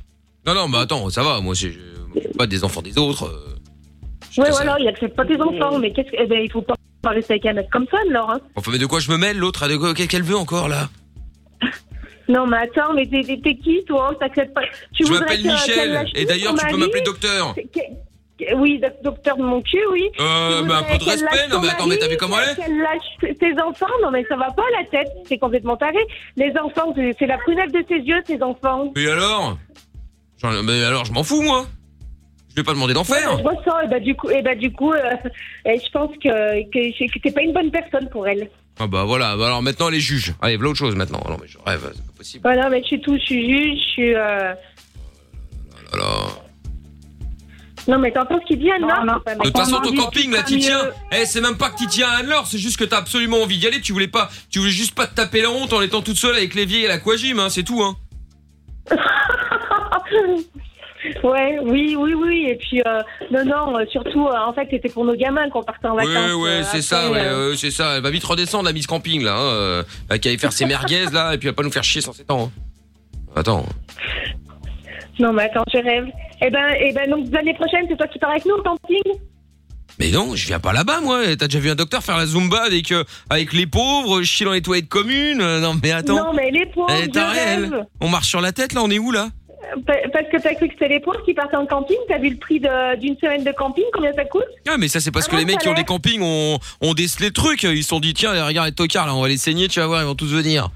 [SPEAKER 1] Non, non, mais attends, ça va. Moi, c'est je m'occupe pas des enfants des autres. euh.
[SPEAKER 13] Ouais, voilà, il accepte pas tes enfants, mais qu'est-ce que. Eh ben, il faut pas pas rester avec un mec comme ça, alors. hein.
[SPEAKER 1] Enfin, mais de quoi je me mêle L'autre, elle- qu'est-ce qu'elle veut encore là
[SPEAKER 13] Non, mais attends, mais t'es- t'es t'es qui, toi T'acceptes pas.
[SPEAKER 1] Je
[SPEAKER 13] Tu voudrais
[SPEAKER 1] m'appelle
[SPEAKER 13] que- qu'elle
[SPEAKER 1] Michel.
[SPEAKER 13] lâche
[SPEAKER 1] Et
[SPEAKER 13] tout
[SPEAKER 1] d'ailleurs,
[SPEAKER 13] ton
[SPEAKER 1] tu peux
[SPEAKER 13] mari
[SPEAKER 1] m'appeler docteur.
[SPEAKER 13] C'est- qu'est- qu'est- Oui, doc- docteur de mon cul, oui.
[SPEAKER 1] Euh,
[SPEAKER 13] Tu
[SPEAKER 1] bah, un
[SPEAKER 13] voudrais
[SPEAKER 1] peu de
[SPEAKER 13] qu'elle
[SPEAKER 1] respect,
[SPEAKER 13] lâche
[SPEAKER 1] non,
[SPEAKER 13] ton
[SPEAKER 1] mais attends, mais t'as
[SPEAKER 13] mari,
[SPEAKER 1] vu comment elle est
[SPEAKER 13] Qu'elle lâche tes enfants, non, mais ça va pas la tête, c'est complètement taré. Les enfants, c'est c'est la prunelle de ses yeux, tes enfants.
[SPEAKER 1] Et alors J'en- Mais alors, je m'en fous moi. Je vais pas demander d'en faire.
[SPEAKER 13] Je vois ça, et bah du coup, et bah, du coup euh, et je pense que, que, que t'es pas une bonne personne pour elle.
[SPEAKER 1] Ah bah voilà, Bah alors maintenant les juges. Allez, voilà autre chose maintenant. Ah Non mais je rêve, c'est pas possible.
[SPEAKER 13] Voilà, mais je suis tout, je suis juge, je suis. euh,
[SPEAKER 1] Oh là là.
[SPEAKER 13] Non, mais t'entends ce qu'il dit, Anne-Laure C'est pas
[SPEAKER 1] De toute façon,
[SPEAKER 13] mal.
[SPEAKER 1] ton camping, là, t'y
[SPEAKER 13] Mieux.
[SPEAKER 1] tiens. Eh, c'est même pas que t'y tiens à Anne-Laure, c'est juste que t'as absolument envie d'y aller. Tu voulais pas, tu voulais juste pas te taper la honte en étant toute seule avec les vieilles à l'aquagym, hein, c'est tout, hein.
[SPEAKER 13] Ouais, oui, oui, oui. Et puis, euh, non, non, euh, surtout, euh, en fait, c'était pour nos gamins qu'on partait en
[SPEAKER 1] Ouais,
[SPEAKER 13] vacances.
[SPEAKER 1] ouais,
[SPEAKER 13] euh,
[SPEAKER 1] c'est
[SPEAKER 13] après,
[SPEAKER 1] ça, ouais,
[SPEAKER 13] euh,
[SPEAKER 1] ouais, c'est ça. Elle va vite redescendre, la Miss Camping, là, hein, euh, elle qui allait faire ses merguez, là, et puis elle va pas nous faire chier sans ses temps, hein. Attends.
[SPEAKER 13] Non, mais attends, je rêve. Eh ben, eh ben donc, l'année prochaine, c'est toi qui pars avec nous au camping Euh,
[SPEAKER 1] Mais non, je viens pas là-bas, moi. T'as déjà vu un docteur faire la Zumba avec, euh, avec les pauvres, chier dans les toilettes communes. euh, Non, mais attends. Eh,
[SPEAKER 13] Non, mais les pauvres,
[SPEAKER 1] Elle est
[SPEAKER 13] je
[SPEAKER 1] tarée,
[SPEAKER 13] rêve.
[SPEAKER 1] elle. On marche sur la tête, là, on est où, là?
[SPEAKER 13] Euh, pa- Parce que t'as cru que c'était les pauvres qui partaient en camping T'as vu le prix de- d'une semaine de camping Combien ça coûte
[SPEAKER 1] Ah mais ça c'est parce que
[SPEAKER 13] Ah,
[SPEAKER 1] les mecs
[SPEAKER 13] ça
[SPEAKER 1] qui ont
[SPEAKER 13] l'est.
[SPEAKER 1] des campings ont, ont décelé le truc, ils se sont dit tiens regarde les tocards là on va les saigner tu vas voir ils vont tous venir.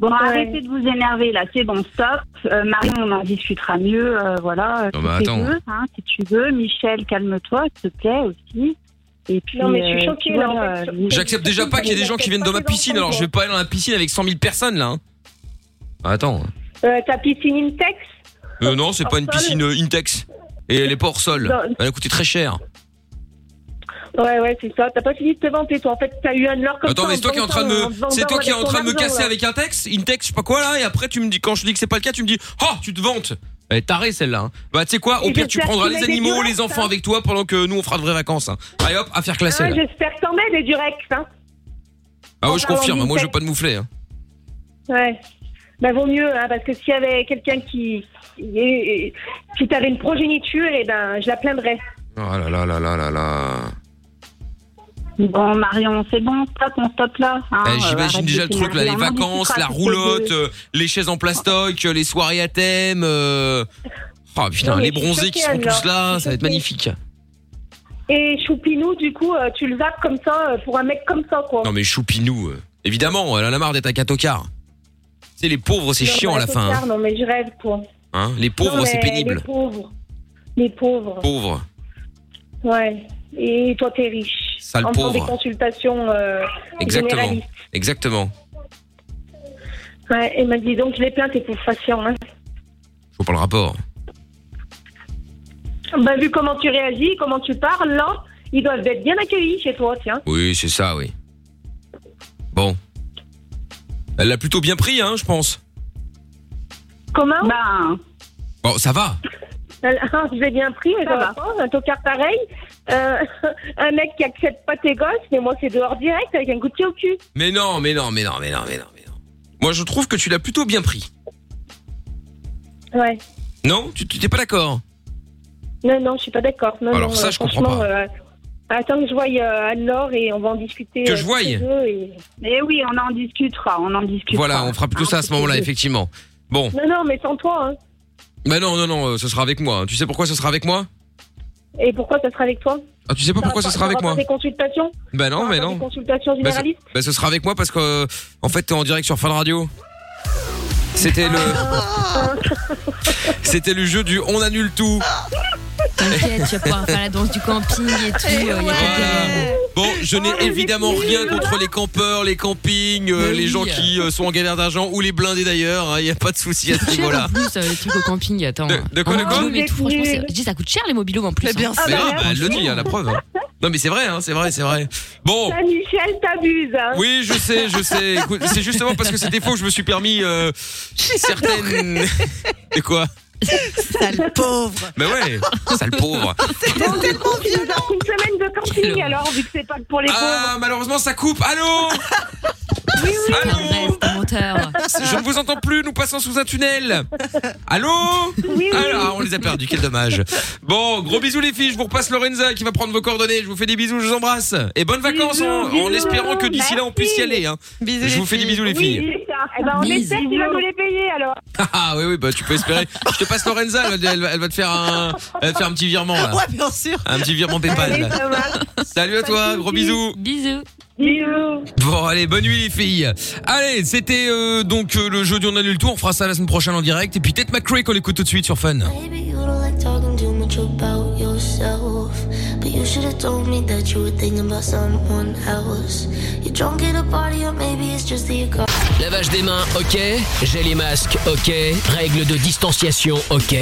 [SPEAKER 9] Bon, arrêtez de vous énerver là, c'est bon, stop. Euh, Marion, on en discutera mieux, euh, voilà.
[SPEAKER 1] Non,
[SPEAKER 9] si
[SPEAKER 1] bah,
[SPEAKER 9] tu
[SPEAKER 1] attends.
[SPEAKER 9] veux, hein, si tu veux, Michel, calme-toi, s'il te plaît aussi. Et puis,
[SPEAKER 13] Non, mais je suis
[SPEAKER 9] euh,
[SPEAKER 13] choquée,
[SPEAKER 9] tu vois,
[SPEAKER 13] là, en fait.
[SPEAKER 9] euh,
[SPEAKER 1] J'accepte déjà pas qu'il y ait des gens qui viennent dans ma piscine alors je vais pas aller dans la piscine avec 100 000 personnes là. hein. Ah, Attends.
[SPEAKER 13] euh, T'as piscine Intex
[SPEAKER 1] Euh, non c'est pas une
[SPEAKER 13] Hors sol.
[SPEAKER 1] piscine euh, Intex et elle est pas hors sol.
[SPEAKER 13] Non.
[SPEAKER 1] Elle a coûté très cher.
[SPEAKER 13] Ouais, ouais, c'est ça. T'as pas fini de te vanter, toi. En fait, t'as eu un leurre comme
[SPEAKER 1] Attends
[SPEAKER 13] ça
[SPEAKER 1] mais c'est toi qui est en train de
[SPEAKER 13] vendant-
[SPEAKER 1] me
[SPEAKER 13] vendant
[SPEAKER 1] c'est toi qui est en
[SPEAKER 13] ton
[SPEAKER 1] train de me
[SPEAKER 13] argent,
[SPEAKER 1] casser
[SPEAKER 13] là.
[SPEAKER 1] avec Intex Intex je sais pas quoi là et après tu me dis quand je dis que c'est pas le cas tu me dis oh tu te vantes. Elle est tarée celle-là. hein. Bah tu sais quoi au
[SPEAKER 13] Et
[SPEAKER 1] pire tu
[SPEAKER 13] j'espère
[SPEAKER 1] prendras
[SPEAKER 13] qu'il
[SPEAKER 1] les
[SPEAKER 13] a des
[SPEAKER 1] animaux
[SPEAKER 13] violences,
[SPEAKER 1] les enfants
[SPEAKER 13] hein.
[SPEAKER 1] avec toi pendant que nous on fera de vraies vacances. hein. Allez hop affaire classée.
[SPEAKER 13] Ah,
[SPEAKER 1] là.
[SPEAKER 13] J'espère que t'en as des Durex, hein.
[SPEAKER 1] Ah ouais, je
[SPEAKER 13] En parlant
[SPEAKER 1] confirme, moi je veux
[SPEAKER 13] d'Intex.
[SPEAKER 1] pas de moufler. hein.
[SPEAKER 13] Ouais. Bah, vaut mieux, hein, parce que s'il y avait quelqu'un qui. qui- Si t'avais une progéniture, eh ben, je la plaindrais.
[SPEAKER 1] Oh là là là là là là.
[SPEAKER 9] Bon, Marion, c'est bon, stop, on stop là.
[SPEAKER 13] Ah,
[SPEAKER 9] hein,
[SPEAKER 1] Eh,
[SPEAKER 9] euh,
[SPEAKER 1] J'imagine
[SPEAKER 9] arrête
[SPEAKER 1] déjà
[SPEAKER 9] de
[SPEAKER 1] le truc là, les
[SPEAKER 9] t'énerver, on en
[SPEAKER 1] vacances,
[SPEAKER 9] discutera
[SPEAKER 1] la
[SPEAKER 9] toutes les
[SPEAKER 1] roulotte,
[SPEAKER 9] deux.
[SPEAKER 1] euh, les chaises en plastoc, euh, les soirées à thème. euh, Oh putain,
[SPEAKER 13] Non, mais
[SPEAKER 1] les
[SPEAKER 13] je suis
[SPEAKER 1] bronzés qui
[SPEAKER 13] choquée,
[SPEAKER 1] seront tous
[SPEAKER 13] alors.
[SPEAKER 1] là,
[SPEAKER 13] Je suis
[SPEAKER 1] ça va être
[SPEAKER 13] choquée.
[SPEAKER 1] magnifique.
[SPEAKER 13] Et Eh, Choupinou, du coup, euh, tu le zappes comme ça euh, pour un mec comme ça, quoi.
[SPEAKER 1] Non mais Choupinou, euh, évidemment, elle en a marre d'être à Catocar. C'est les pauvres, c'est
[SPEAKER 13] Non,
[SPEAKER 1] chiant
[SPEAKER 13] mais
[SPEAKER 1] à la fin.
[SPEAKER 13] tard,
[SPEAKER 1] hein.
[SPEAKER 13] Non, mais je rêve, quoi.
[SPEAKER 1] Hein, les pauvres,
[SPEAKER 13] Non,
[SPEAKER 1] c'est
[SPEAKER 13] mais
[SPEAKER 1] pénible.
[SPEAKER 13] Les pauvres. Les pauvres.
[SPEAKER 1] Pauvres.
[SPEAKER 13] Ouais. Et toi, t'es riche.
[SPEAKER 1] Sale
[SPEAKER 13] en faisant
[SPEAKER 1] pauvre.
[SPEAKER 13] des consultations euh,
[SPEAKER 1] Exactement.
[SPEAKER 13] généralistes.
[SPEAKER 1] Exactement.
[SPEAKER 13] Ouais, et m'a dit donc, je les plains, t'es pour patient. Hein.
[SPEAKER 1] Je vois pas le rapport.
[SPEAKER 13] Bah, vu comment tu réagis, comment tu parles, là, ils doivent être bien accueillis chez toi, tiens.
[SPEAKER 1] Oui, c'est ça, oui. Bon. Elle l'a plutôt bien pris, hein, je pense.
[SPEAKER 13] Comment
[SPEAKER 9] Ben,
[SPEAKER 1] Bon, ça va.
[SPEAKER 13] je l'ai bien pris, mais ça va pas, Un tocard pareil. Euh, un mec qui accepte pas tes gosses, mais moi, c'est dehors direct avec un coup de pied au cul.
[SPEAKER 1] Mais non, mais non, mais non, mais non, mais non, mais non. Moi, je trouve que tu l'as plutôt bien pris.
[SPEAKER 13] Ouais.
[SPEAKER 1] Non Tu tu- t'es pas d'accord
[SPEAKER 13] Non, non, je suis pas d'accord. Non,
[SPEAKER 1] Alors
[SPEAKER 13] non,
[SPEAKER 1] ça,
[SPEAKER 13] euh,
[SPEAKER 1] je comprends
[SPEAKER 13] franchement,
[SPEAKER 1] pas.
[SPEAKER 13] euh, attends que je voie euh, Anne-Laure et on va en discuter.
[SPEAKER 1] Que
[SPEAKER 13] euh,
[SPEAKER 1] je
[SPEAKER 13] tous
[SPEAKER 1] voie.
[SPEAKER 13] les deux et-
[SPEAKER 9] Mais oui, on en discutera, on en discutera.
[SPEAKER 1] Voilà, on fera plutôt ça à ce moment-là, effectivement. Bon.
[SPEAKER 13] Ah, Non, non, mais sans toi. Hein.
[SPEAKER 1] Bah non, non, non, euh, ce sera avec moi. Tu sais pourquoi ce sera avec moi
[SPEAKER 13] Et pourquoi ça sera avec toi
[SPEAKER 1] Ah, tu sais pas pourquoi ce
[SPEAKER 13] ça
[SPEAKER 1] sera avec
[SPEAKER 13] va pas
[SPEAKER 1] moi
[SPEAKER 13] Des consultations
[SPEAKER 1] Bah non, mais
[SPEAKER 13] Pas
[SPEAKER 1] non.
[SPEAKER 13] Des consultations
[SPEAKER 1] Bah, ce-
[SPEAKER 13] généralistes
[SPEAKER 1] bah, ce sera avec moi parce que, euh, en fait, t'es en direct sur Fun Radio. C'était le. C'était le jeu du on annule tout.
[SPEAKER 3] T'inquiète, tu vas pouvoir faire la danse du camping et tout. il y a pas de-
[SPEAKER 1] Bon, Oh, je
[SPEAKER 14] Oh,
[SPEAKER 1] n'ai évidemment rien contre les campeurs, les campings, euh, les gens qui euh, sont en galère d'argent ou les blindés d'ailleurs. hein, Il n'y a pas de souci à ce
[SPEAKER 3] coûte cher
[SPEAKER 1] niveau-là.
[SPEAKER 3] en plus, euh, les trucs au camping, attends.
[SPEAKER 1] De- de quoi,
[SPEAKER 3] Ah,
[SPEAKER 1] de quoi
[SPEAKER 3] non, mais tout, franchement, c'est- je dis, ça coûte cher les mobilos en plus. hein.
[SPEAKER 1] Mais non, bah, elle le dit, hein, la preuve. hein. Non, mais c'est vrai, hein, c'est vrai, c'est vrai. Bon.
[SPEAKER 14] Michel, t'abuses. hein.
[SPEAKER 1] Oh. Oui, je sais, je sais. Écoute, C'est justement parce que c'était faux que je me suis permis euh, certaines. Et quoi
[SPEAKER 14] Sale pauvre.
[SPEAKER 1] Mais ouais, sale pauvre.
[SPEAKER 14] C'était tellement violent. Une semaine de camping alors, vu que c'est pas que pour les
[SPEAKER 1] Ah, malheureusement, ça coupe. Allô
[SPEAKER 14] Oui, oui.
[SPEAKER 1] Je ne vous entends plus, nous passons sous un tunnel. Allô Alors, on les a perdus, quel dommage. Bon, gros bisous les filles, je vous repasse Lorenza qui va prendre vos coordonnées. Je vous fais des bisous, je vous embrasse. Et bonnes vacances en, en espérant que d'ici là on puisse y aller. hein. je vous fais des bisous les filles.
[SPEAKER 14] Oui, c'est ça. Eh ben, on espère qu'il va nous les payer alors.
[SPEAKER 1] Ah, Ah oui, oui, bah tu peux espérer. Je te passe Lorenza, elle, va- elle va- elle va te faire un, elle va te faire un petit virement. Là.
[SPEAKER 14] Ouais, bien sûr.
[SPEAKER 1] Un petit virement PayPal. là. Salut à toi, gros bisous.
[SPEAKER 3] Bisous.
[SPEAKER 14] Bisous.
[SPEAKER 1] Bon, allez, bonne nuit les filles. Allez, c'était euh, donc euh, le jeu du On annule tout. On fera ça la semaine prochaine en direct. Et puis Ted McRae qu'on écoute tout de suite sur Fun.
[SPEAKER 4] Maybe you don't like talking too much about yourself. But you should have told me that you were thinking about someone else. You're drunk at a party, or maybe it's just that you got.
[SPEAKER 8] Lavage des mains, ok. Gel et masque, ok. Règles de distanciation, ok.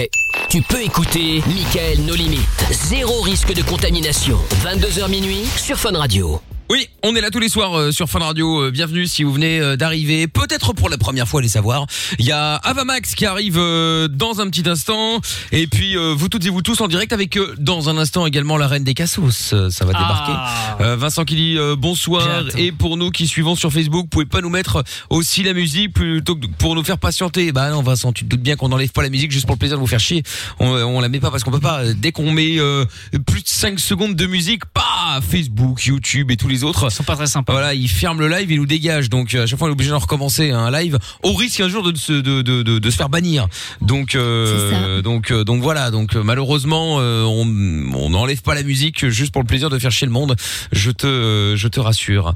[SPEAKER 8] Tu peux écouter Michael No Limites. Zéro risque de contamination. 22h minuit sur Fun Radio.
[SPEAKER 1] Oui, on est là tous les soirs euh, sur Fun Radio. Euh, bienvenue si vous venez euh, d'arriver, peut-être pour la première fois, les savoir. Il y a Avamax qui arrive euh, dans un petit instant. Et puis euh, vous toutes et vous tous en direct avec euh, dans un instant également la reine des cassos. Euh, ça va
[SPEAKER 10] Ah.
[SPEAKER 1] débarquer. Euh, Vincent Killy, euh, bonsoir. Et pour nous qui suivons sur Facebook, vous pouvez pas nous mettre aussi la musique plutôt que pour nous faire patienter. Bah non, Vincent, tu te doutes bien qu'on n'enlève pas la musique juste pour le plaisir de vous faire chier. On, on la met pas parce qu'on peut pas. Dès qu'on met euh, plus de 5 secondes de musique, pas Facebook, YouTube et tous les autres. Ils
[SPEAKER 2] sont pas très sympas.
[SPEAKER 1] Voilà, ils ferment le live, ils nous dégagent. Donc euh, à chaque fois, on est obligé d'en recommencer un live au risque un jour de se, de, de, de, de se faire bannir. Donc euh, donc euh, donc voilà. Donc euh, malheureusement, euh, on on n'enlève pas la musique juste pour le plaisir de faire chier le monde. Je te euh, je te rassure.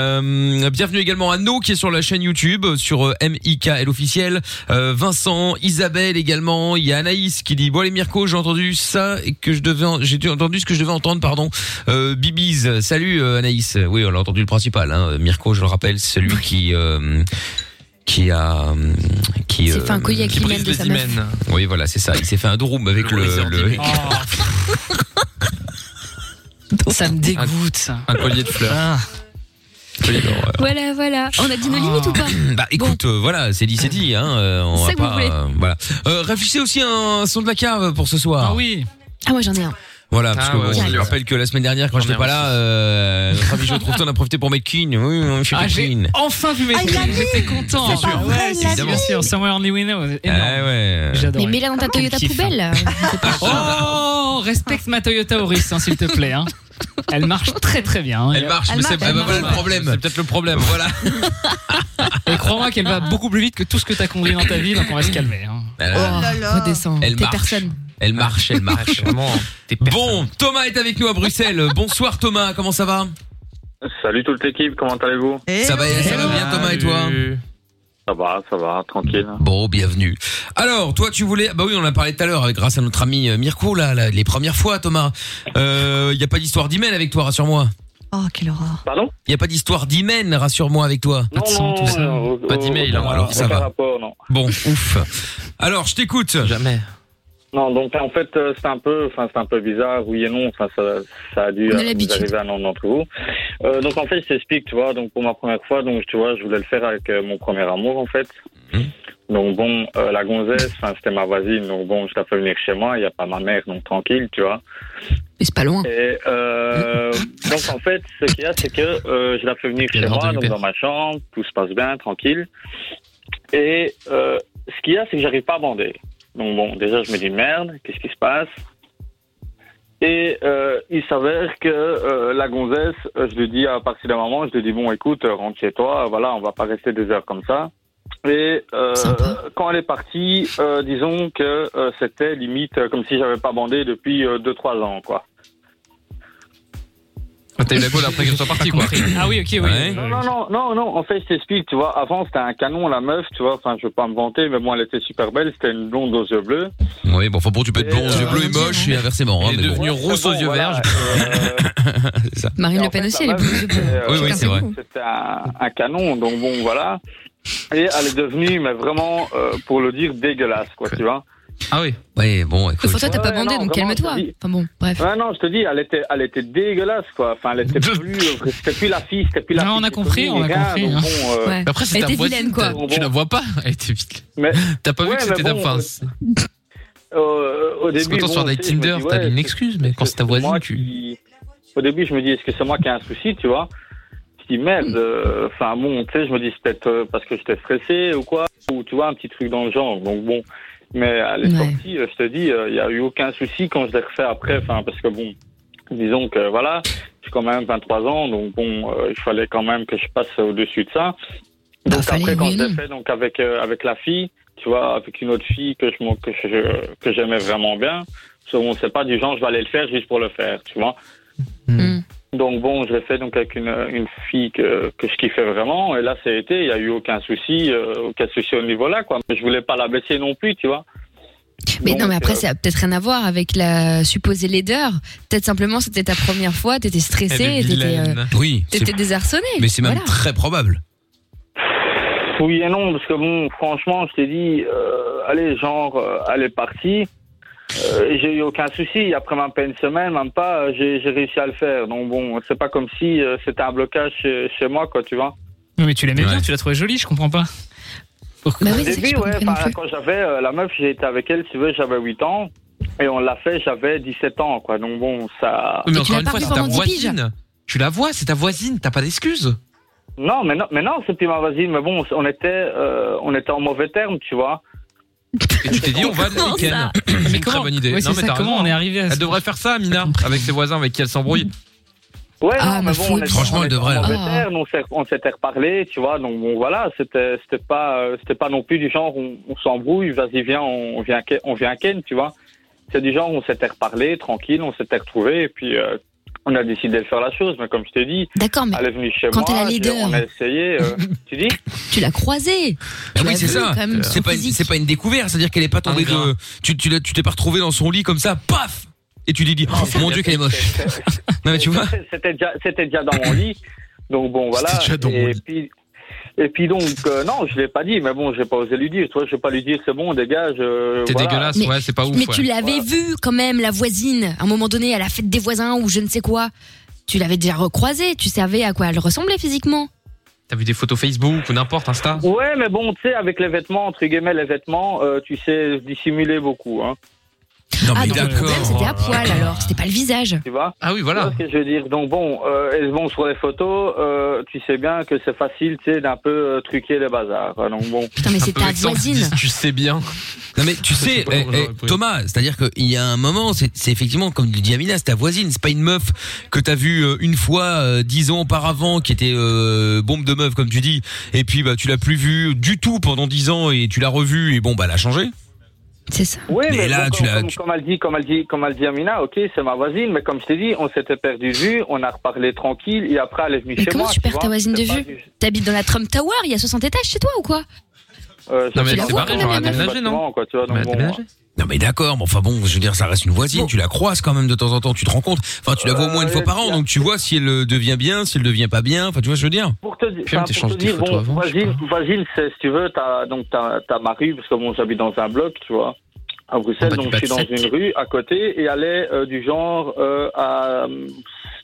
[SPEAKER 1] Euh, bienvenue également à No qui est sur la chaîne YouTube sur euh, MIKL officiel. Euh, Vincent, Isabelle également. Il y a Anaïs qui dit bon les Mirko, j'ai entendu ça et que je devais en- j'ai dû- entendu ce que je devais entendre pardon. Euh, Bibiz, salut euh, Anaïs. Oui, on a entendu le principal. Hein. Mirko, je le rappelle, c'est celui qui euh, qui a euh, qui
[SPEAKER 3] S'est fait un collier avec
[SPEAKER 1] qui
[SPEAKER 3] l'hymen
[SPEAKER 1] brise
[SPEAKER 3] de sa
[SPEAKER 1] les
[SPEAKER 3] meuf.
[SPEAKER 1] hymens. Oui, voilà, c'est ça. Il s'est fait un drum avec le, le-
[SPEAKER 2] Ça me dégoûte, ça.
[SPEAKER 1] un collier de fleurs. Collier d'or.
[SPEAKER 3] Voilà, voilà. On a dit nos limites ou pas
[SPEAKER 1] Bah écoute, euh, voilà, c'est dit, c'est dit. Hein, euh, on
[SPEAKER 3] C'est
[SPEAKER 1] va
[SPEAKER 3] que vous
[SPEAKER 1] pas.
[SPEAKER 3] voulez.
[SPEAKER 1] euh, voilà. Euh, réfléchissez aussi à un son de la cave Bah, pour ce soir. Ah
[SPEAKER 2] oui.
[SPEAKER 3] Ah, moi j'en ai un.
[SPEAKER 1] Voilà, parce
[SPEAKER 3] Ah
[SPEAKER 1] que
[SPEAKER 3] ouais,
[SPEAKER 1] bon,
[SPEAKER 3] ouais,
[SPEAKER 1] je
[SPEAKER 3] ouais.
[SPEAKER 1] rappelle que la semaine dernière, quand j'étais pas là, euh, notre ami Joe Trouveton a profité pour mettre Keane. Oui, on fait
[SPEAKER 2] Ah,
[SPEAKER 1] des
[SPEAKER 2] j'ai
[SPEAKER 1] Keane.
[SPEAKER 2] enfin vu mes
[SPEAKER 3] Ah, il l'a
[SPEAKER 2] trucs, j'étais content.
[SPEAKER 3] C'est sûr.
[SPEAKER 2] Ouais,
[SPEAKER 3] Il l'a
[SPEAKER 2] c'est
[SPEAKER 3] vu.
[SPEAKER 2] bien sûr. Somewhere Only We Know.
[SPEAKER 1] Ah
[SPEAKER 2] euh, énorme.
[SPEAKER 1] ouais.
[SPEAKER 3] Mais mets-la dans ta Toyota
[SPEAKER 1] hein.
[SPEAKER 3] poubelle.
[SPEAKER 2] Oh, respecte ma Toyota Auris, hein, s'il te plaît. hein. Elle marche très très bien. hein.
[SPEAKER 1] Elle marche,
[SPEAKER 2] Elle
[SPEAKER 1] mais c'est
[SPEAKER 2] marche, elle
[SPEAKER 1] bah, voilà
[SPEAKER 2] marche.
[SPEAKER 1] le problème. C'est peut-être le problème. Voilà.
[SPEAKER 2] Et crois-moi qu'elle va beaucoup plus vite que tout ce que t'as conduit dans ta vie, donc on va se calmer. hein.
[SPEAKER 5] Euh,
[SPEAKER 3] Redescends.
[SPEAKER 1] Elle
[SPEAKER 3] Oh T'es
[SPEAKER 1] marche.
[SPEAKER 3] personne.
[SPEAKER 1] Elle marche, elle marche. bon, Thomas est avec nous à Bruxelles. Bonsoir Thomas, comment ça va
[SPEAKER 15] Salut toute l'équipe, comment allez-vous
[SPEAKER 1] Ça va, ça va bien Thomas et toi
[SPEAKER 15] Ça va, ça va, tranquille.
[SPEAKER 1] Bon, bienvenue. Alors, toi, tu voulais, bah oui, on en a parlé tout à l'heure, avec- grâce à notre ami euh, Mirko, là, là, les premières fois, Thomas. Euh, y a pas d'histoire d'hymen avec toi, rassure-moi.
[SPEAKER 6] Oh, quelle horreur.
[SPEAKER 15] Pardon
[SPEAKER 1] Y a pas d'histoire d'hymen, rassure-moi, avec toi.
[SPEAKER 15] Non, non, non, euh,
[SPEAKER 1] Pas d'email,
[SPEAKER 15] aucun-
[SPEAKER 1] hein, alors, ça
[SPEAKER 15] aucun
[SPEAKER 1] va.
[SPEAKER 15] rapport, Oh, non.
[SPEAKER 1] Bon, ouf. Alors, je t'écoute. Jamais.
[SPEAKER 15] Non, donc en fait, euh, c'est un peu, enfin, c'est un peu bizarre, oui et non, enfin, ça, ça a dû
[SPEAKER 16] On a
[SPEAKER 15] euh, vous
[SPEAKER 16] l'habitude.
[SPEAKER 15] arriver à l'un d'entre vous. Euh, donc en fait, je t'explique, tu vois, donc pour ma première fois, donc tu vois, je voulais le faire avec euh, mon premier amour, en fait.
[SPEAKER 1] Mhm.
[SPEAKER 15] Donc bon, euh, la gonzesse, enfin, c'était ma voisine, donc bon, je la fais venir chez moi, il n'y a pas ma mère, donc tranquille, tu vois.
[SPEAKER 3] Mais c'est pas loin.
[SPEAKER 15] Et euh, donc en fait, ce qu'il y a, c'est que euh, je la fais venir chez moi, donc dans ma chambre, tout se passe bien, tranquille. Et euh, ce qu'il y a, c'est que j'arrive pas à bander. Donc bon, déjà, je me dis merde, qu'est-ce qui se passe Et euh, il s'avère que euh, la gonzesse, euh, je lui dis à partir d'un moment, je lui dis bon, écoute, euh, rentre chez toi, voilà, on va pas rester des heures comme ça. Et euh, quand elle est partie, euh, disons que euh, c'était limite euh, comme si j'avais pas bandé depuis 2-3 ans, quoi.
[SPEAKER 5] T'as eu la gueule après qu'elle soit partie, quoi.
[SPEAKER 2] Ah oui, ok, oui.
[SPEAKER 15] Non, non, non, non, non, en fait, je t'explique, tu vois, avant, c'était un canon, la meuf, tu vois, enfin, je veux pas me vanter, mais moi, elle était super belle, c'était une blonde aux yeux bleus.
[SPEAKER 1] Oui, bon, enfin bon, tu peux être blond aux yeux
[SPEAKER 15] euh,
[SPEAKER 1] bleus et moche et inversement. hein,
[SPEAKER 5] Elle est
[SPEAKER 1] mais bon.
[SPEAKER 5] devenue rousse aux yeux verts.
[SPEAKER 15] euh,
[SPEAKER 1] C'est ça.
[SPEAKER 3] Marine Le Pen aussi, elle est plus.
[SPEAKER 1] Oui, oui, c'est vrai.
[SPEAKER 15] C'était un, un canon, donc bon, voilà. Et elle est devenue, mais vraiment, euh, pour le dire, dégueulasse, quoi, tu vois.
[SPEAKER 1] Ah oui. Oui, bon, écoute.
[SPEAKER 3] Enfin, toi, t'as pas
[SPEAKER 15] Ouais,
[SPEAKER 3] bandé,
[SPEAKER 15] non,
[SPEAKER 3] donc
[SPEAKER 15] vraiment,
[SPEAKER 3] calme-toi.
[SPEAKER 15] je te dis-
[SPEAKER 3] Enfin bon, bref.
[SPEAKER 15] Ouais, non, je te dis, elle était, elle était dégueulasse, quoi. Enfin, elle était plus, euh, c'était plus la fille, c'était plus la
[SPEAKER 2] Non,
[SPEAKER 15] fille
[SPEAKER 2] on a
[SPEAKER 15] qui
[SPEAKER 2] compris,
[SPEAKER 15] cognait,
[SPEAKER 2] on a
[SPEAKER 15] rien,
[SPEAKER 2] compris,
[SPEAKER 15] donc
[SPEAKER 2] hein.
[SPEAKER 15] bon, euh,
[SPEAKER 2] Ouais. Après, c'est Elle ta était voisine, vilaine, quoi.
[SPEAKER 5] Tu la vois pas Elle était vite. T'as pas vu
[SPEAKER 15] Ouais,
[SPEAKER 5] que
[SPEAKER 15] mais
[SPEAKER 5] c'était ta
[SPEAKER 15] bon,
[SPEAKER 5] enfin,
[SPEAKER 15] euh,
[SPEAKER 5] c'est-
[SPEAKER 15] euh,
[SPEAKER 5] Parce
[SPEAKER 15] au début,
[SPEAKER 5] qu'autant sur
[SPEAKER 15] bon,
[SPEAKER 5] des
[SPEAKER 15] tu sais, je me
[SPEAKER 5] Tinder,
[SPEAKER 15] dis,
[SPEAKER 5] t'as
[SPEAKER 15] ouais,
[SPEAKER 5] une
[SPEAKER 15] c'est-
[SPEAKER 5] excuse, mais quand c'est ta
[SPEAKER 15] moi
[SPEAKER 5] voisine, tu.
[SPEAKER 15] qui- Au début, je me dis, est-ce que c'est moi qui ai un souci, tu vois Je dis, merde, euh, enfin bon, tu sais, je me dis, c'est peut-être euh, parce que j'étais stressé ou quoi, ou tu vois, un petit truc dans le genre. Donc bon, mais elle est
[SPEAKER 16] Ouais.
[SPEAKER 15] sortie, euh, je te dis, euh, il n'y a eu aucun souci quand je l'ai refait après, enfin, parce que bon, disons que voilà, j'ai quand même 23 ans, donc bon, euh, il fallait quand même que je passe au-dessus de ça. Donc après, quand je l'ai fait donc, avec, euh, avec la fille, tu vois, avec une autre fille que je m'en- que je- que j'aimais vraiment bien, parce qu'on ne sait pas du genre, je vais aller le faire juste pour le faire, tu vois.
[SPEAKER 3] Hmm.
[SPEAKER 8] Hmm.
[SPEAKER 15] Donc bon, je l'ai fait donc avec une, une fille que, que je kiffais vraiment, et là, ça a été, il n'y a eu aucun souci, euh, aucun souci au niveau-là, quoi. Mais je voulais pas la blesser non plus, tu vois.
[SPEAKER 3] Mais non,
[SPEAKER 15] Donc,
[SPEAKER 3] mais après,
[SPEAKER 15] euh,
[SPEAKER 3] ça a peut-être rien à voir avec la supposée laideur. Peut-être simplement, c'était ta première fois, t'étais
[SPEAKER 5] Eh,
[SPEAKER 3] stressé, t'étais euh,
[SPEAKER 1] Oui. c'est-
[SPEAKER 3] t'étais désarçonné.
[SPEAKER 1] Mais c'est même
[SPEAKER 3] Voilà.
[SPEAKER 1] très probable.
[SPEAKER 15] Oui et non, parce que bon, franchement, je t'ai dit, euh, allez, genre, euh, elle est partie. Euh, j'ai eu aucun souci. Après même pas une semaine, même pas, euh, j'ai j'ai réussi à le faire. Donc bon, c'est pas comme si euh, c'était un blocage chez, chez moi, quoi, tu vois.
[SPEAKER 2] Non, mais tu l'aimais bien, tu l'as trouvée jolie, je comprends pas. Pourquoi
[SPEAKER 15] Au début, ouais, bah, quand j'avais euh, la meuf, j'ai été avec elle, si tu veux, j'avais 8 ans. Et on l'a fait, j'avais 17 ans, quoi. Donc bon, ça.
[SPEAKER 5] Mais encore une fois, c'est ta voisine. Tu la vois, c'est ta voisine, t'as pas d'excuse.
[SPEAKER 15] Non, mais non, mais non, c'était ma voisine. Mais bon, on était, euh, on était en mauvais terme, tu vois.
[SPEAKER 5] Et tu t'es dit, on va le week-end. C'est une très bonne idée.
[SPEAKER 15] Ouais,
[SPEAKER 5] Non,
[SPEAKER 15] c'est
[SPEAKER 5] mais
[SPEAKER 15] ça,
[SPEAKER 5] t'as
[SPEAKER 15] comment
[SPEAKER 5] raison. hein.
[SPEAKER 15] on est arrivé à
[SPEAKER 5] Elle
[SPEAKER 15] ce-
[SPEAKER 5] devrait faire ça, Amina, avec ses voisins avec qui elle
[SPEAKER 15] Mmh.
[SPEAKER 5] s'embrouille.
[SPEAKER 15] Ouais,
[SPEAKER 5] Ah,
[SPEAKER 15] non,
[SPEAKER 5] mais
[SPEAKER 15] mais
[SPEAKER 5] faut-
[SPEAKER 15] bon, on est-
[SPEAKER 5] franchement,
[SPEAKER 15] on
[SPEAKER 5] elle
[SPEAKER 15] est
[SPEAKER 5] devrait,
[SPEAKER 15] en
[SPEAKER 5] là.
[SPEAKER 15] mauvais terme, on s'est- on s'était reparlé, tu vois, donc bon, voilà, c'était c'était pas, euh, c'était pas non plus du genre, on, on s'embrouille, vas-y, viens, on, on vient, Ken- on vient Ken, tu vois. C'est du genre, on s'était reparlé, tranquille, on s'était retrouvé, et puis euh, on a décidé de faire la chose, mais comme je t'ai dit,
[SPEAKER 3] D'accord, mais
[SPEAKER 15] elle est venue chez
[SPEAKER 3] quand
[SPEAKER 15] moi,
[SPEAKER 3] elle a
[SPEAKER 15] j'ai-
[SPEAKER 3] leader.
[SPEAKER 15] on a essayé, euh, tu dis
[SPEAKER 3] Tu l'as croisé.
[SPEAKER 1] Ah
[SPEAKER 3] Tu
[SPEAKER 1] oui,
[SPEAKER 3] l'as
[SPEAKER 15] bah
[SPEAKER 1] c'est
[SPEAKER 3] vu,
[SPEAKER 1] ça.
[SPEAKER 3] quand même,
[SPEAKER 1] C'est
[SPEAKER 3] son
[SPEAKER 1] pas, une-
[SPEAKER 3] physique.
[SPEAKER 1] c'est pas une découverte, c'est-à-dire qu'elle est
[SPEAKER 5] Ah,
[SPEAKER 1] pas tombée de. Tu, tu, l'as- tu t'es pas retrouvé dans son lit comme ça, paf Et tu lui dis, oh, mon dieu, qu'elle est moche. non, mais tu vois
[SPEAKER 15] C'était déjà, c'était déjà dans mon lit. Donc bon, voilà.
[SPEAKER 1] C'était déjà dans
[SPEAKER 15] et puis, et puis donc, euh, non, je l'ai pas dit, mais bon, j'ai pas osé lui dire. Tu vois, je vais pas lui dire, c'est bon, dégage. euh,
[SPEAKER 5] T'es
[SPEAKER 15] voilà.
[SPEAKER 5] dégueulasse,
[SPEAKER 3] Mais-
[SPEAKER 5] ouais, c'est pas ouf.
[SPEAKER 3] Mais
[SPEAKER 5] ouais.
[SPEAKER 3] tu l'avais vu quand même, la voisine, à un moment donné, à la fête des voisins ou je ne sais quoi. Tu l'avais déjà recroisée, tu savais à quoi elle ressemblait physiquement.
[SPEAKER 5] T'as vu des photos Facebook ou n'importe, Insta
[SPEAKER 15] Ouais, mais bon, tu sais, avec les vêtements, entre guillemets, les vêtements, euh, tu sais dissimuler beaucoup. Hein.
[SPEAKER 1] Non,
[SPEAKER 3] ah, donc le problème, c'était
[SPEAKER 2] Oh.
[SPEAKER 3] à poil alors, c'était pas le visage.
[SPEAKER 15] Tu vois
[SPEAKER 5] Ah oui,
[SPEAKER 15] voilà. je veux dire, donc bon, euh, et bon sur les photos, euh, tu sais bien que c'est facile, tu sais, d'un peu euh, truquer les bazars. Donc bon.
[SPEAKER 3] Putain, mais c'est ta voisine.
[SPEAKER 5] Tu sais bien.
[SPEAKER 1] Non mais tu sais, eh, eh, Thomas, c'est-à-dire qu'il y a un moment, c'est c'est effectivement comme le dit Amina, c'est ta voisine, c'est pas une meuf que t'as vue euh, une fois euh, dix ans auparavant, qui était euh, bombe de meuf comme tu dis, et puis bah tu l'as plus vue du tout pendant dix ans et tu l'as revue et bon bah elle a changé.
[SPEAKER 3] C'est ça.
[SPEAKER 15] Oui,
[SPEAKER 1] Mais
[SPEAKER 15] mais,
[SPEAKER 1] là,
[SPEAKER 15] bon,
[SPEAKER 1] tu l'as-
[SPEAKER 15] comme,
[SPEAKER 1] tu-
[SPEAKER 15] comme elle dit, comme elle dit, comme elle dit Amina, ok, c'est ma voisine, mais comme je t'ai dit, on s'était perdu de vue, on a reparlé tranquille, et après elle est venue
[SPEAKER 3] Mais
[SPEAKER 15] chez
[SPEAKER 3] comment
[SPEAKER 15] moi.
[SPEAKER 3] tu perds
[SPEAKER 15] vois,
[SPEAKER 3] ta voisine de
[SPEAKER 15] c'est
[SPEAKER 3] vue T'habites dans la Trump Tower, il y a 60 étages chez toi ou quoi
[SPEAKER 15] pas- euh,
[SPEAKER 1] Non, mais
[SPEAKER 15] c'est
[SPEAKER 1] elle s'est
[SPEAKER 15] pas-
[SPEAKER 1] barrée,
[SPEAKER 15] c'est
[SPEAKER 1] genre, elle a
[SPEAKER 15] pas-
[SPEAKER 1] déménagé,
[SPEAKER 15] c'est
[SPEAKER 1] non Bah,
[SPEAKER 15] pas- quoi, tu vois, donc bon,
[SPEAKER 1] Non mais d'accord, mais enfin bon, je veux dire ça reste une voisine, tu la croises quand même de temps en temps, tu te rends compte, enfin tu la vois au
[SPEAKER 15] Euh,
[SPEAKER 1] moins une fois par an, donc tu vois si elle euh, devient bien, si elle devient pas bien, enfin tu vois ce que je veux dire.
[SPEAKER 15] Pour te, di-
[SPEAKER 1] Puis
[SPEAKER 15] enfin,
[SPEAKER 1] même, t'es
[SPEAKER 15] pour
[SPEAKER 1] changé
[SPEAKER 15] te
[SPEAKER 1] tes
[SPEAKER 15] dire,
[SPEAKER 1] photos
[SPEAKER 15] bon,
[SPEAKER 1] avant, je sais
[SPEAKER 15] voisine, voisine, c'est, si tu veux, t'as, donc t'as, t'as ma rue, parce que bon, j'habite dans un bloc, tu vois, à Bruxelles,
[SPEAKER 5] Ah bah, tu
[SPEAKER 15] donc je
[SPEAKER 5] passes
[SPEAKER 15] suis dans
[SPEAKER 5] sept.
[SPEAKER 15] une rue à côté, et elle est euh, du genre euh, à euh,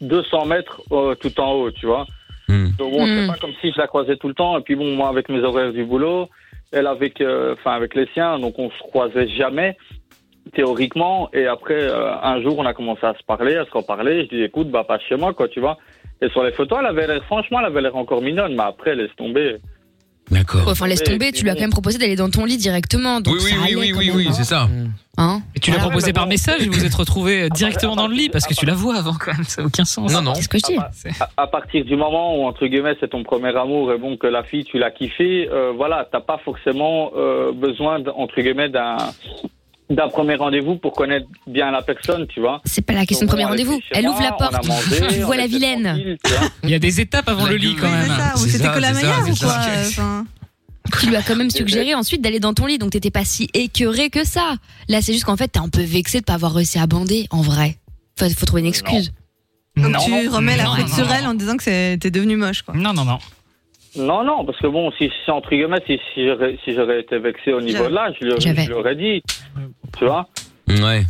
[SPEAKER 15] 200 mètres euh, tout en haut, tu vois. Donc bon, c'est
[SPEAKER 5] Hmm.
[SPEAKER 15] pas comme si je la croisais tout le temps, et puis bon, moi, avec mes horaires du boulot, elle avec, euh, enfin, avec les siens, donc on se croisait jamais théoriquement. Et après, euh, un jour, on a commencé à se parler, à se reparler. Je dis, écoute, bah, pas chez moi, quoi, tu vois. Et sur les photos, elle avait l'air, franchement, elle avait l'air encore mignonne, mais après, laisse tomber.
[SPEAKER 3] Ouais, Enfin, laisse tomber, tu lui as quand même proposé d'aller dans ton lit directement. Donc ça allait quand même, hein.
[SPEAKER 1] ça.
[SPEAKER 6] Mm.
[SPEAKER 3] Hein
[SPEAKER 2] Et
[SPEAKER 6] Ah
[SPEAKER 2] tu l'as
[SPEAKER 3] Voilà.
[SPEAKER 2] proposé par message et vous vous êtes retrouvé directement dans le lit parce que
[SPEAKER 1] Ah bah.
[SPEAKER 2] tu la vois avant quand même, ça n'a aucun sens.
[SPEAKER 15] Non, non.
[SPEAKER 2] C'est ce que je dis.
[SPEAKER 15] À, à partir du moment où, entre guillemets, c'est ton premier amour et bon, que la fille, tu l'as kiffée, euh, voilà, t'as pas forcément euh, besoin, d'- entre guillemets, d'un d'un premier rendez-vous pour connaître bien la personne, tu vois.
[SPEAKER 3] C'est pas la question de premier rendez-vous. Elle ouvre la porte. Tu vois la vilaine.
[SPEAKER 2] Il y a des étapes avant le lit quand même.
[SPEAKER 6] ou c'était que la meilleure ou quoi euh,
[SPEAKER 3] Tu lui as quand même suggéré ensuite d'aller dans ton lit, donc t'étais pas si écœuré que ça. Là, c'est juste qu'en fait, t'es un peu vexé de pas avoir réussi à bander, en vrai. Faut, faut trouver une excuse.
[SPEAKER 6] Donc Euh, tu remets la faute sur elle en disant que t'es devenu moche, quoi.
[SPEAKER 2] Non, non, non.
[SPEAKER 15] Non, non, parce que bon, si, si entre guillemets, si, si j'aurais si j'aurais été vexé au niveau de l'âge, je l'aurais- je l'aurais dit. Tu vois
[SPEAKER 1] Ouais.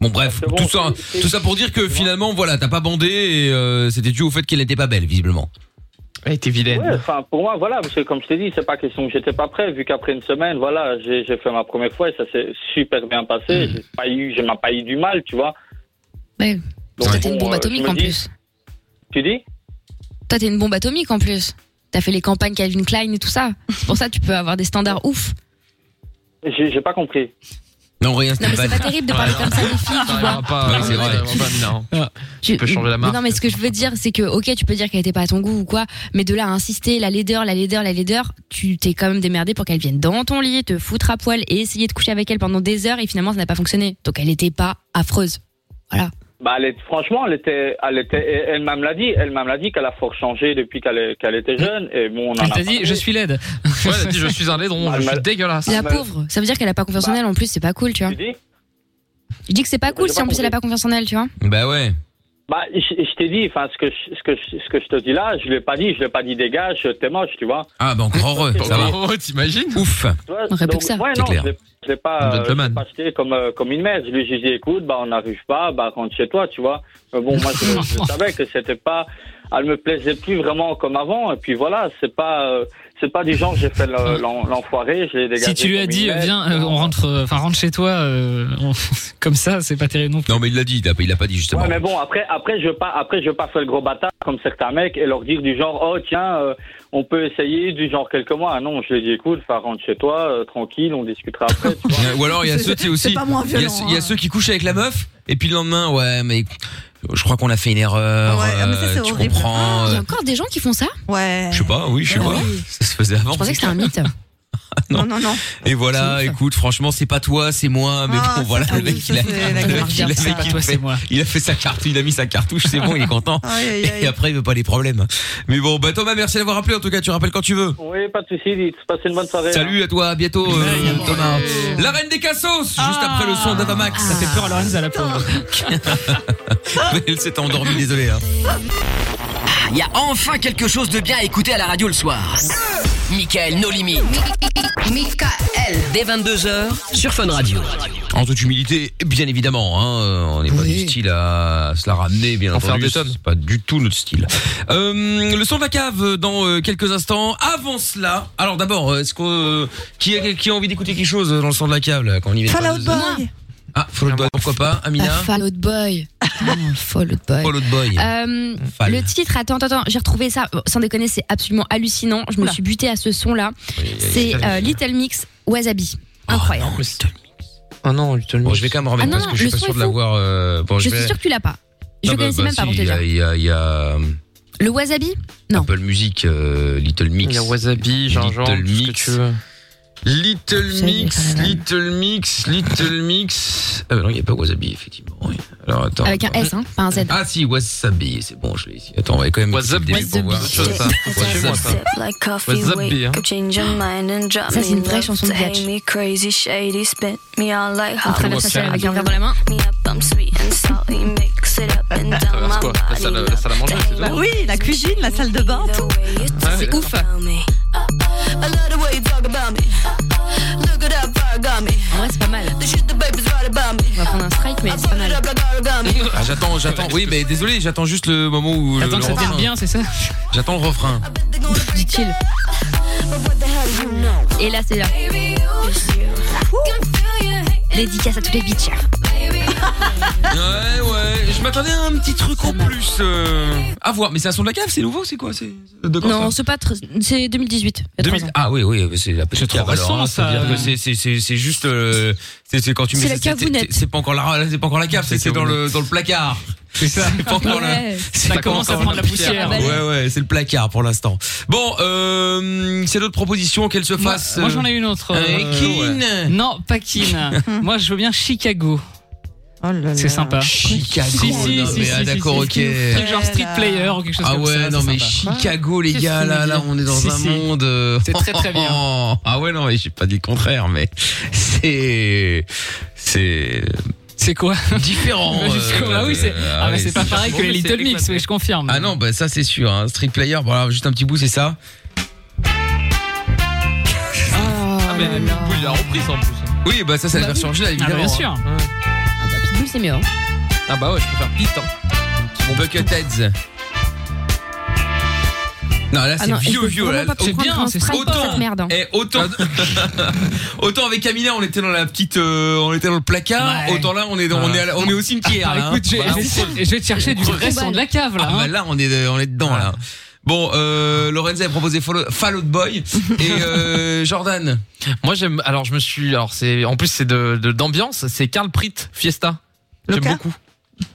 [SPEAKER 1] Bon bref,
[SPEAKER 15] bon,
[SPEAKER 1] tout ça,
[SPEAKER 15] c'est- c'est-
[SPEAKER 1] tout ça pour dire que finalement, voilà, t'as pas bandé et euh, c'était dû au fait qu'elle n'était pas belle, visiblement. Elle était vilaine.
[SPEAKER 15] Ouais, enfin, pour moi, voilà, parce que comme je t'ai dit, c'est pas question que j'étais pas prêt, vu qu'après une semaine, voilà, j'ai j'ai fait ma première fois et ça s'est super bien passé. J'ai pas eu, j'ai même pas eu du mal, tu vois.
[SPEAKER 3] Ouais.
[SPEAKER 15] Donc,
[SPEAKER 3] Toi, t'es une
[SPEAKER 15] bon,
[SPEAKER 3] bombe
[SPEAKER 15] euh,
[SPEAKER 3] atomique
[SPEAKER 15] je me
[SPEAKER 3] en
[SPEAKER 15] dis-
[SPEAKER 3] plus.
[SPEAKER 15] Tu dis
[SPEAKER 3] Toi, t'es une bombe atomique en plus. T'as fait les campagnes Calvin Klein et tout ça. C'est pour ça que tu peux avoir des standards ouf.
[SPEAKER 15] J'ai j'ai pas compris.
[SPEAKER 1] Non, rien, Ah,
[SPEAKER 3] Non, mais c'est pas terrible de parler comme ça des filles, tu vois.
[SPEAKER 1] Ouais, c'est vrai. Ah,
[SPEAKER 3] Tu
[SPEAKER 5] peux changer la marque.
[SPEAKER 3] Non, mais ce que je veux dire, c'est que, ok, tu peux dire qu'elle était pas à ton goût ou quoi, mais de là à insister, la laideur, la laideur, la laideur, tu t'es quand même démerdé pour qu'elle vienne dans ton lit, te foutre à poil et essayer de coucher avec elle pendant des heures et finalement ça n'a pas fonctionné. Donc elle était pas affreuse. Voilà.
[SPEAKER 15] Bah, elle est- franchement, elle était, elle était, elle-même l'a dit, elle-même l'a dit qu'elle a fort changé depuis qu'elle est- qu'elle était jeune. Et bon, on en a
[SPEAKER 2] Elle t'a dit,
[SPEAKER 15] parlé.
[SPEAKER 2] je suis laide.
[SPEAKER 15] Ouais, elle a dit, je suis un laidron, je suis dégueulasse.
[SPEAKER 3] La pauvre, ça veut dire qu'elle a pas confiance en elle en plus, c'est pas cool, Ah, bah, tu vois. Je dis que c'est pas cool si en plus elle a pas confiance en elle, tu vois.
[SPEAKER 1] Bah ouais.
[SPEAKER 15] Bah, je, je t'ai dit, enfin, ce que, je, ce que, je, ce que je te dis là, je l'ai pas dit, je l'ai pas dit, dégage, t'es moche, tu vois.
[SPEAKER 1] Ah bah encore heureux, ça va. t'imagines Ouf.
[SPEAKER 15] Tu vois, donc, Ouais,
[SPEAKER 1] C'est
[SPEAKER 15] non,
[SPEAKER 1] clair.
[SPEAKER 15] je l'ai- je l'ai pas,
[SPEAKER 1] Un
[SPEAKER 15] euh, je l'ai
[SPEAKER 1] gentleman.
[SPEAKER 15] pas acheté comme, euh, comme une merde. Je lui ai dit, écoute, bah, on n'arrive pas, bah, rentre chez toi, tu vois. Mais bon, moi, je, je savais que c'était pas, elle me plaisait plus vraiment comme avant. Et puis voilà, c'est pas, euh, c'est pas du genre, j'ai fait
[SPEAKER 1] Euh,
[SPEAKER 15] le- l'en- l'enfoiré, je l'ai dégagé.
[SPEAKER 2] Si tu lui as
[SPEAKER 15] comme une
[SPEAKER 2] dit, euh,
[SPEAKER 15] merde.
[SPEAKER 2] viens, euh, on rentre, euh, enfin rentre chez toi, euh, on- comme ça, c'est pas terrible non plus.
[SPEAKER 1] Non mais il l'a dit, il a, pas dit justement.
[SPEAKER 15] Ouais, mais bon, après, après, je veux pas, après, je veux pas faire le gros bâtard comme certains mecs et leur dire du genre, oh tiens, euh, on peut essayer du genre quelques mois. Ah Non, je l'ai dit, écoute, enfin, rentre chez toi, euh, tranquille, on discutera après. tu vois.
[SPEAKER 1] Euh, Ou alors il y a ceux tu sais, aussi, il y a ceux- il
[SPEAKER 6] hein.
[SPEAKER 1] y, a ceux qui couchent avec la meuf et puis le lendemain, ouais mais je crois qu'on a fait une erreur.
[SPEAKER 6] ah,
[SPEAKER 1] euh, tu comprends
[SPEAKER 3] Il y
[SPEAKER 1] euh,
[SPEAKER 3] a encore des gens qui font ça
[SPEAKER 6] Ouais.
[SPEAKER 1] Je sais pas, oui,
[SPEAKER 6] Ah,
[SPEAKER 1] je sais pas. Ça se faisait avant.
[SPEAKER 3] Je pensais que c'était un mythe.
[SPEAKER 6] Non, non, non.
[SPEAKER 1] Et voilà, écoute, franchement, c'est pas toi, c'est moi, mais
[SPEAKER 6] Ah,
[SPEAKER 1] bon, voilà,
[SPEAKER 6] c'est-
[SPEAKER 1] le mec, il a,
[SPEAKER 6] ça, c'est la
[SPEAKER 1] le mec,
[SPEAKER 6] carte.
[SPEAKER 1] il a-
[SPEAKER 6] C'est
[SPEAKER 1] mec,
[SPEAKER 6] pas
[SPEAKER 1] il
[SPEAKER 6] toi,
[SPEAKER 1] fait-
[SPEAKER 6] c'est moi.
[SPEAKER 1] il a fait sa carte, il a mis sa cartouche, c'est bon, il est content.
[SPEAKER 6] Aïe, aïe, aïe.
[SPEAKER 1] Et après, il veut pas les problèmes. Mais bon, bah Thomas, merci d'avoir appelé, en tout cas, tu rappelles quand tu veux.
[SPEAKER 15] Oui, pas de soucis, dites, passez une bonne soirée. hein.
[SPEAKER 1] Salut à toi, à bientôt, euh, Thomas. La reine des cassos, juste après le son d'Avamax. Ah. Ça fait peur à Lorenz, à la pauvre. Elle s'est endormie, désolé. hein.
[SPEAKER 8] Il Ah, y a enfin quelque chose de bien à écouter à la radio le soir. Michael No Limit. Michael. Dès 22h sur Fun Radio.
[SPEAKER 1] En toute humilité, bien évidemment, hein, euh, on n'est pas du style à se la ramener, bien
[SPEAKER 5] En faire
[SPEAKER 1] entendu.
[SPEAKER 5] des tonnes.
[SPEAKER 1] C'est pas du tout notre style. Euh, le son de la cave dans euh, quelques instants. Avant cela, alors d'abord, est-ce qu'on euh, qui, a, qui a envie d'écouter quelque chose dans le son de la cave là, quand on y va
[SPEAKER 6] Fall Out
[SPEAKER 1] pas-
[SPEAKER 6] Boy.
[SPEAKER 1] Ah, Fall Out Boy, pourquoi pas,
[SPEAKER 3] Ah,
[SPEAKER 1] Amina
[SPEAKER 3] Fall Out Boy. Fall Out Boy.
[SPEAKER 1] Fall Out Boy.
[SPEAKER 3] Euh,
[SPEAKER 1] Fall.
[SPEAKER 3] le titre, attends, attends, attends, j'ai retrouvé ça. Bon, Sans déconner, c'est absolument hallucinant. Je me suis butée à ce son-là. C'est euh, Little Mix
[SPEAKER 1] Oh,
[SPEAKER 3] Wasabi. Incroyable.
[SPEAKER 1] Ah non, je vais quand même remettre
[SPEAKER 3] Ah non,
[SPEAKER 1] parce que je suis
[SPEAKER 3] le
[SPEAKER 1] pas
[SPEAKER 3] son
[SPEAKER 1] sûr
[SPEAKER 3] est faux.
[SPEAKER 1] de l'avoir. euh, bon,
[SPEAKER 3] je
[SPEAKER 1] vais-
[SPEAKER 3] suis sûre que tu l'as pas. Je
[SPEAKER 1] Non,
[SPEAKER 3] le
[SPEAKER 1] bah,
[SPEAKER 3] connaissais
[SPEAKER 1] bah,
[SPEAKER 3] même pas
[SPEAKER 1] si,
[SPEAKER 3] pour te
[SPEAKER 1] il y a-
[SPEAKER 3] dire.
[SPEAKER 1] Il y a, euh, il y a
[SPEAKER 3] Le Wasabi Non.
[SPEAKER 1] Apple Music, euh, Little Mix.
[SPEAKER 5] Il y a Wasabi, gingembre, tout
[SPEAKER 1] Little
[SPEAKER 5] ce que
[SPEAKER 1] Mix.
[SPEAKER 5] tu veux.
[SPEAKER 1] Little Mix, Little Mix, Little Mix. Ah bah non, il n'y a pas Wasabi, effectivement. oui. Alors attends.
[SPEAKER 3] Avec un S, hein, pas un Z.
[SPEAKER 1] Ah si, Wasabi, c'est bon, je l'ai ici. Attends, on va quand même. Wasabi,
[SPEAKER 3] Wasabi.
[SPEAKER 1] Wasabi.
[SPEAKER 16] Like
[SPEAKER 1] Ouais,
[SPEAKER 16] coffee,
[SPEAKER 1] Zap B, hein.
[SPEAKER 16] wait, go change your mind and drop
[SPEAKER 3] Ça, c'est
[SPEAKER 16] me
[SPEAKER 3] une vraie
[SPEAKER 16] love
[SPEAKER 3] chanson de
[SPEAKER 16] to hate
[SPEAKER 3] Gatch.
[SPEAKER 16] me crazy, shady, spit me out like
[SPEAKER 3] On
[SPEAKER 16] hot
[SPEAKER 3] traverse la
[SPEAKER 16] water.
[SPEAKER 3] salle avec un verre dans la main.
[SPEAKER 16] Me up, I'm sweet and salty, mix it up and down
[SPEAKER 5] Traverse
[SPEAKER 16] my
[SPEAKER 5] quoi La salle, la salle à manger, c'est
[SPEAKER 6] Bah
[SPEAKER 5] tout.
[SPEAKER 6] oui, la cuisine, la salle de bain, tout.
[SPEAKER 16] C'est ouf. I love the way you talk about me. Look at that fire got me.
[SPEAKER 3] Ouais, c'est pas mal.
[SPEAKER 16] The shit the baby's right about me.
[SPEAKER 3] On va prendre un strike, mais c'est pas mal.
[SPEAKER 1] Ah, j'attends, j'attends. Oui, mais désolé, j'attends juste le moment où.
[SPEAKER 2] T'attends
[SPEAKER 1] le
[SPEAKER 2] que ça
[SPEAKER 1] refrain.
[SPEAKER 2] vienne bien, c'est ça
[SPEAKER 1] J'attends le refrain.
[SPEAKER 3] Chill. Et là, c'est là. Dédicace à tous les bitches.
[SPEAKER 1] Ouais, ouais. Je m'attendais à un petit truc en plus. euh, À voir. Mais c'est un son de la cave, c'est nouveau, c'est quoi C'est de quand
[SPEAKER 3] Non,
[SPEAKER 1] ça
[SPEAKER 3] c'est pas. tr- C'est 2018. il y a trois
[SPEAKER 1] 2000 Ah oui, oui, c'est la petite
[SPEAKER 5] trop
[SPEAKER 1] cave. alors,
[SPEAKER 5] récent,
[SPEAKER 1] hein,
[SPEAKER 5] ça.
[SPEAKER 1] c'est-à-dire que c'est- c'est- c'est c'est juste. euh, C'est c'est quand tu mets
[SPEAKER 3] C'est la
[SPEAKER 1] ça, c'est-
[SPEAKER 3] cavounette.
[SPEAKER 1] c'est- C'est pas encore la, c'est pas encore la cave, c'est c'est dans le dans le placard. C'est ça. pas encore le-
[SPEAKER 10] Ouais. Ça commence à prendre la poussière. Ah bah
[SPEAKER 1] Ouais, ouais, c'est le placard pour l'instant. Bon, euh, s'il y a d'autres propositions, qu'elles se
[SPEAKER 2] Moi,
[SPEAKER 1] fassent.
[SPEAKER 2] moi,
[SPEAKER 1] euh,
[SPEAKER 2] j'en ai une autre.
[SPEAKER 1] euh,
[SPEAKER 2] Keane.
[SPEAKER 1] ouais.
[SPEAKER 2] Non, pas Keane. moi, je veux bien Chicago. C'est sympa.
[SPEAKER 1] Chicago.
[SPEAKER 2] Si, si,
[SPEAKER 1] non,
[SPEAKER 2] si,
[SPEAKER 1] mais,
[SPEAKER 2] si,
[SPEAKER 1] ah,
[SPEAKER 2] si,
[SPEAKER 1] d'accord,
[SPEAKER 2] si,
[SPEAKER 1] ok.
[SPEAKER 2] si. Un truc genre Street Player ou quelque chose
[SPEAKER 1] Ah
[SPEAKER 2] comme
[SPEAKER 1] ouais,
[SPEAKER 2] ça,
[SPEAKER 1] non,
[SPEAKER 2] c'est
[SPEAKER 1] mais
[SPEAKER 2] sympa.
[SPEAKER 1] Chicago, les
[SPEAKER 2] Qu'est-ce
[SPEAKER 1] gars,
[SPEAKER 2] qu'il
[SPEAKER 1] là,
[SPEAKER 2] nous
[SPEAKER 1] là,
[SPEAKER 2] dit
[SPEAKER 1] on est dans
[SPEAKER 2] Si,
[SPEAKER 1] un
[SPEAKER 2] si.
[SPEAKER 1] monde. euh,
[SPEAKER 2] C'est très, très bien.
[SPEAKER 1] Ah ouais, non, mais j'ai pas dit le contraire, mais c'est. C'est.
[SPEAKER 2] C'est quoi
[SPEAKER 1] Différent. euh,
[SPEAKER 2] Bah, jusqu'au- ah oui, c'est- ah, bah, c'est pas pareil que les Little Mix, oui, je confirme.
[SPEAKER 1] Ah non, bah ça c'est sûr. Hein. Street Player, bon, alors, juste un petit bout, c'est ça.
[SPEAKER 10] Ah, mais Pitbull, il a repris ça en plus.
[SPEAKER 1] Oui, bah ça, c'est la
[SPEAKER 10] Bah oui.
[SPEAKER 1] version originale,
[SPEAKER 10] Ah, bah,
[SPEAKER 1] évidemment.
[SPEAKER 10] bien sûr.
[SPEAKER 1] hein.
[SPEAKER 3] Pitbull, c'est mieux. hein.
[SPEAKER 1] Ah bah ouais, je préfère Pete. Hein. Bucketheads. Non, là,
[SPEAKER 3] Ah
[SPEAKER 1] c'est
[SPEAKER 3] non, il
[SPEAKER 1] vieux,
[SPEAKER 3] faut
[SPEAKER 1] vieux.
[SPEAKER 3] vraiment
[SPEAKER 1] là.
[SPEAKER 3] pas prendre un strike pour cette merde, hein.
[SPEAKER 1] eh, autant,
[SPEAKER 2] Ah.
[SPEAKER 1] autant avec Amina, on était dans la petite, euh, on était dans le placard.
[SPEAKER 2] Ouais.
[SPEAKER 1] Autant là, on est, dans- on est, à la- on est au cimetière.
[SPEAKER 2] Ah,
[SPEAKER 1] là, hein.
[SPEAKER 2] écoute, j'ai-
[SPEAKER 1] Voilà, on
[SPEAKER 2] je vais-
[SPEAKER 1] creuse.
[SPEAKER 2] je vais te chercher du
[SPEAKER 1] On creuse.
[SPEAKER 2] restant de la cave, là,
[SPEAKER 1] Ah,
[SPEAKER 2] hein.
[SPEAKER 1] bah là, on est, on est dedans là.
[SPEAKER 2] Ah.
[SPEAKER 1] Bon, euh, Lorenza a proposé Follow- Fall Out Boy et euh, Jordan.
[SPEAKER 10] Moi j'aime. Alors je me suis. Alors c'est. En plus c'est de de- d'ambiance. C'est Karl Pritt Fiesta. J'aime beaucoup.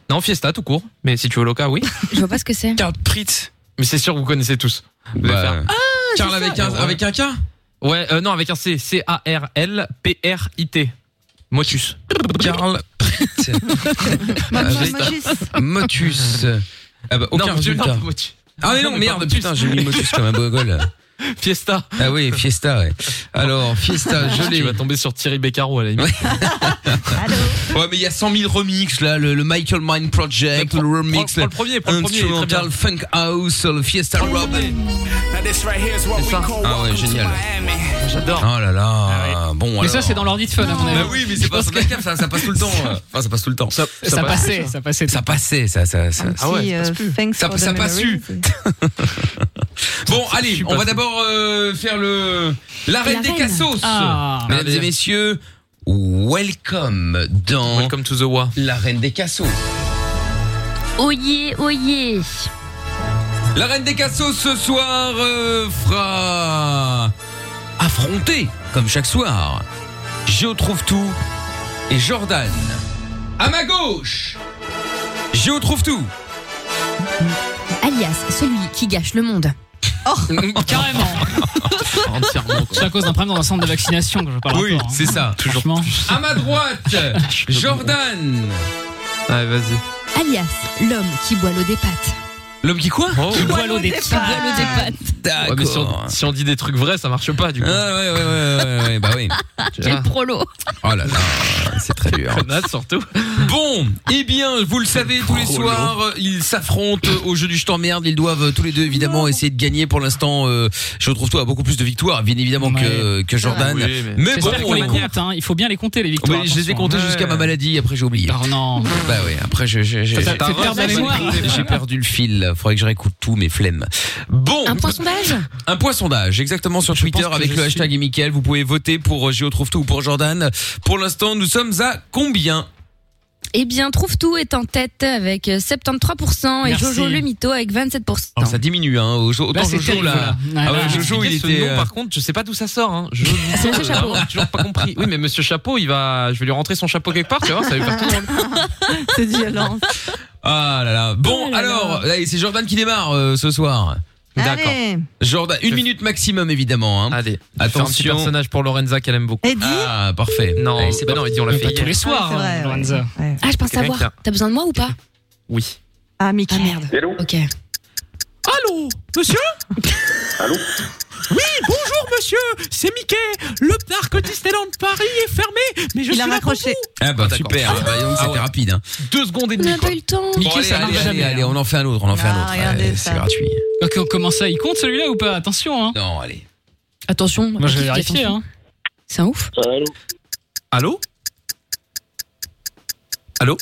[SPEAKER 10] Non Fiesta tout court. Mais si tu veux Loca oui.
[SPEAKER 3] Je vois pas ce que c'est.
[SPEAKER 1] Carl Pritz.
[SPEAKER 10] Mais c'est sûr que vous connaissez tous. Vous allez faire, Ah,
[SPEAKER 1] Karl avec un, avec un K.
[SPEAKER 10] Ouais, euh, non, avec un C. C-A-R-L-P-R-I-T. Motus.
[SPEAKER 1] Karl Pritt. Motus. Ah bah, aucun
[SPEAKER 10] Non, Motus,
[SPEAKER 1] résultat.
[SPEAKER 10] non, Motus.
[SPEAKER 1] Ah mais
[SPEAKER 10] Non,
[SPEAKER 1] non,
[SPEAKER 10] mais pas
[SPEAKER 1] merde,
[SPEAKER 10] Motus.
[SPEAKER 1] putain, j'ai mis Motus comme un bogol.
[SPEAKER 10] Fiesta. Ah,
[SPEAKER 1] Ah oui, Fiesta, ouais. Alors, Fiesta, je l'ai.
[SPEAKER 10] Tu vas tomber sur Thierry Beccaro à la limite.
[SPEAKER 1] Ouais, mais il y a 100 000 remixes là, le, le Michael Mind Project, le remix,
[SPEAKER 10] prends- prends le premier, prends le premier, il est très
[SPEAKER 1] Instrumental Funk House, le Fiesta Robin. Ah ouais, génial.
[SPEAKER 10] J'adore.
[SPEAKER 1] Oh là là. Bon,
[SPEAKER 2] Mais ça,
[SPEAKER 1] alors.
[SPEAKER 2] c'est dans l'ordi de fun, à mon avis.
[SPEAKER 1] Bah oui, mais c'est pas sur la cave, ça, ça passe tout le temps. euh. Enfin, ça passe tout le temps. Ça,
[SPEAKER 2] ça Ça passait, passait, ça. ça passait. euh,
[SPEAKER 1] Ça passait, ça, ça, ça.
[SPEAKER 6] Ah ouais, ça passe plus. Thanks
[SPEAKER 1] Ça,
[SPEAKER 6] for
[SPEAKER 1] ça
[SPEAKER 6] the
[SPEAKER 1] passe
[SPEAKER 6] memories.
[SPEAKER 1] su. Bon, allez, on va d'abord euh, faire le la reine
[SPEAKER 10] La
[SPEAKER 1] des
[SPEAKER 10] reine.
[SPEAKER 1] cassos.
[SPEAKER 10] Ah.
[SPEAKER 1] Mesdames et
[SPEAKER 10] Allez.
[SPEAKER 1] messieurs, welcome dans Welcome
[SPEAKER 10] to the Wa.
[SPEAKER 1] La reine des cassos.
[SPEAKER 3] Oyez, oyez.
[SPEAKER 1] La reine des cassos ce soir euh, fera affronter, comme chaque soir, Géo trouve tout et Jordan. À ma gauche, Géo trouve tout.
[SPEAKER 3] Alias, celui qui gâche le monde.
[SPEAKER 2] Oh Carrément C'est à cause d'un problème dans un centre de vaccination que je parle
[SPEAKER 1] Oui, c'est ça.
[SPEAKER 2] Toujours
[SPEAKER 1] À ma droite, Jordan.
[SPEAKER 10] Allez, vas-y.
[SPEAKER 3] Alias, l'homme qui boit l'eau des pattes.
[SPEAKER 1] L'homme qui quoi
[SPEAKER 10] Oh.
[SPEAKER 3] Qui boit l'eau des pattes.
[SPEAKER 10] Ouais, mais si on, si on dit des trucs vrais, ça marche pas du coup.
[SPEAKER 1] Ah ouais, ouais, ouais, ouais, ouais, bah oui.
[SPEAKER 3] Quel prolo.
[SPEAKER 1] Oh là là, c'est très dur.
[SPEAKER 10] surtout.
[SPEAKER 1] Bon, eh bien, vous le savez, tous les
[SPEAKER 10] Oh,
[SPEAKER 1] soirs, euh, ils s'affrontent au jeu du je t'emmerde. Ils doivent euh, tous les deux, évidemment, essayer de gagner. Pour l'instant, euh, je retrouve toi à beaucoup plus de victoires, bien évidemment, euh, que, que
[SPEAKER 10] Ah
[SPEAKER 1] Jordan. mais bon,
[SPEAKER 2] Ah, J'espère
[SPEAKER 1] on
[SPEAKER 2] qu'on
[SPEAKER 1] les
[SPEAKER 2] les
[SPEAKER 1] compte.
[SPEAKER 2] compte, hein. il faut bien les compter les victoires.
[SPEAKER 1] Oui, je les ai comptés jusqu'à ma maladie, après j'ai oublié.
[SPEAKER 2] Oh non.
[SPEAKER 1] Bah oui, après je- je- je-
[SPEAKER 2] Ça t'a
[SPEAKER 1] j'ai
[SPEAKER 2] fait perdre la mémoire.
[SPEAKER 1] J'ai perdu le fil, faudrait que je réécoute tout, mes flemmes. Bon.
[SPEAKER 3] Un point sondage
[SPEAKER 1] Un point sondage, exactement sur Twitter
[SPEAKER 10] pense que
[SPEAKER 1] avec
[SPEAKER 10] je
[SPEAKER 1] le
[SPEAKER 10] suis-
[SPEAKER 1] hashtag et Mickaël. Vous pouvez voter pour euh, Géo Trouve Tout ou pour Jordan. Pour l'instant, nous sommes à combien
[SPEAKER 3] Eh bien, Trouve Tout est en tête avec euh, 73% et
[SPEAKER 1] Merci.
[SPEAKER 3] Jojo le mytho avec 27%.
[SPEAKER 10] Ah,
[SPEAKER 1] Alors, ça diminue, hein. au- Autant
[SPEAKER 2] Bah,
[SPEAKER 10] Là, c'est
[SPEAKER 1] Jojo,
[SPEAKER 10] terrible,
[SPEAKER 1] là.
[SPEAKER 10] là.
[SPEAKER 1] Ah ouais,
[SPEAKER 10] Là,
[SPEAKER 1] Jojo, il
[SPEAKER 10] expliquez ce
[SPEAKER 1] était.
[SPEAKER 10] nom,
[SPEAKER 1] euh,
[SPEAKER 10] par contre, je sais pas d'où ça sort. Hein. Je
[SPEAKER 1] Ah,
[SPEAKER 3] C'est Monsieur
[SPEAKER 10] Euh,
[SPEAKER 3] Chapeau.
[SPEAKER 10] vraiment, j'ai toujours pas compris. Oui, mais Monsieur Chapeau, il va, je vais lui rentrer son chapeau quelque part. Tu
[SPEAKER 1] Oh,
[SPEAKER 10] vois, ça va lui faire tout.
[SPEAKER 6] C'est violent.
[SPEAKER 1] Ah là là. Bon, alors, allez, c'est Jordan qui démarre euh, ce soir.
[SPEAKER 6] Oh Allez.
[SPEAKER 1] Jordan, une minute maximum, évidemment. Hein.
[SPEAKER 10] Allez,
[SPEAKER 1] attention.
[SPEAKER 10] Faire un petit personnage pour Lorenza qu'elle aime beaucoup.
[SPEAKER 6] Eddie
[SPEAKER 1] Ah, parfait.
[SPEAKER 10] Non,
[SPEAKER 1] Allez, c'est
[SPEAKER 10] bah non, Eddie, on l'a fait
[SPEAKER 2] pas
[SPEAKER 10] hier.
[SPEAKER 2] tous les soirs,
[SPEAKER 6] Ah, c'est
[SPEAKER 2] hein,
[SPEAKER 6] vrai,
[SPEAKER 2] Lorenza.
[SPEAKER 3] Ah, je pense
[SPEAKER 10] Quelqu'un
[SPEAKER 3] savoir.
[SPEAKER 10] qui a-
[SPEAKER 3] T'as besoin de moi ou pas
[SPEAKER 10] Oui.
[SPEAKER 6] Ah, Mickey. merde.
[SPEAKER 3] Ok.
[SPEAKER 12] Allô, monsieur
[SPEAKER 15] Allô
[SPEAKER 12] Oui, bonjour, monsieur. C'est Mickey. Le parc Disneyland de Paris est fermé, mais je
[SPEAKER 6] Il
[SPEAKER 12] suis
[SPEAKER 6] a
[SPEAKER 12] là pour
[SPEAKER 6] raccroché.
[SPEAKER 1] Ah bah super, bah, dis donc, c'était rapide. Hein.
[SPEAKER 10] Deux secondes et
[SPEAKER 3] On
[SPEAKER 10] demie.
[SPEAKER 3] n'a pas eu le temps.
[SPEAKER 1] Bon, allez, allez, allez,
[SPEAKER 2] hein.
[SPEAKER 1] allez, on en fait un autre, on en fait
[SPEAKER 2] Ah,
[SPEAKER 1] un autre. Allez, C'est gratuit.
[SPEAKER 2] Donc, comment ça, il compte celui-là ou pas Attention, hein.
[SPEAKER 1] Non, allez.
[SPEAKER 3] Attention.
[SPEAKER 2] Moi, je vais vérifier,
[SPEAKER 3] attention.
[SPEAKER 2] hein.
[SPEAKER 3] C'est un ouf.
[SPEAKER 10] Allô
[SPEAKER 15] Allô
[SPEAKER 10] Allô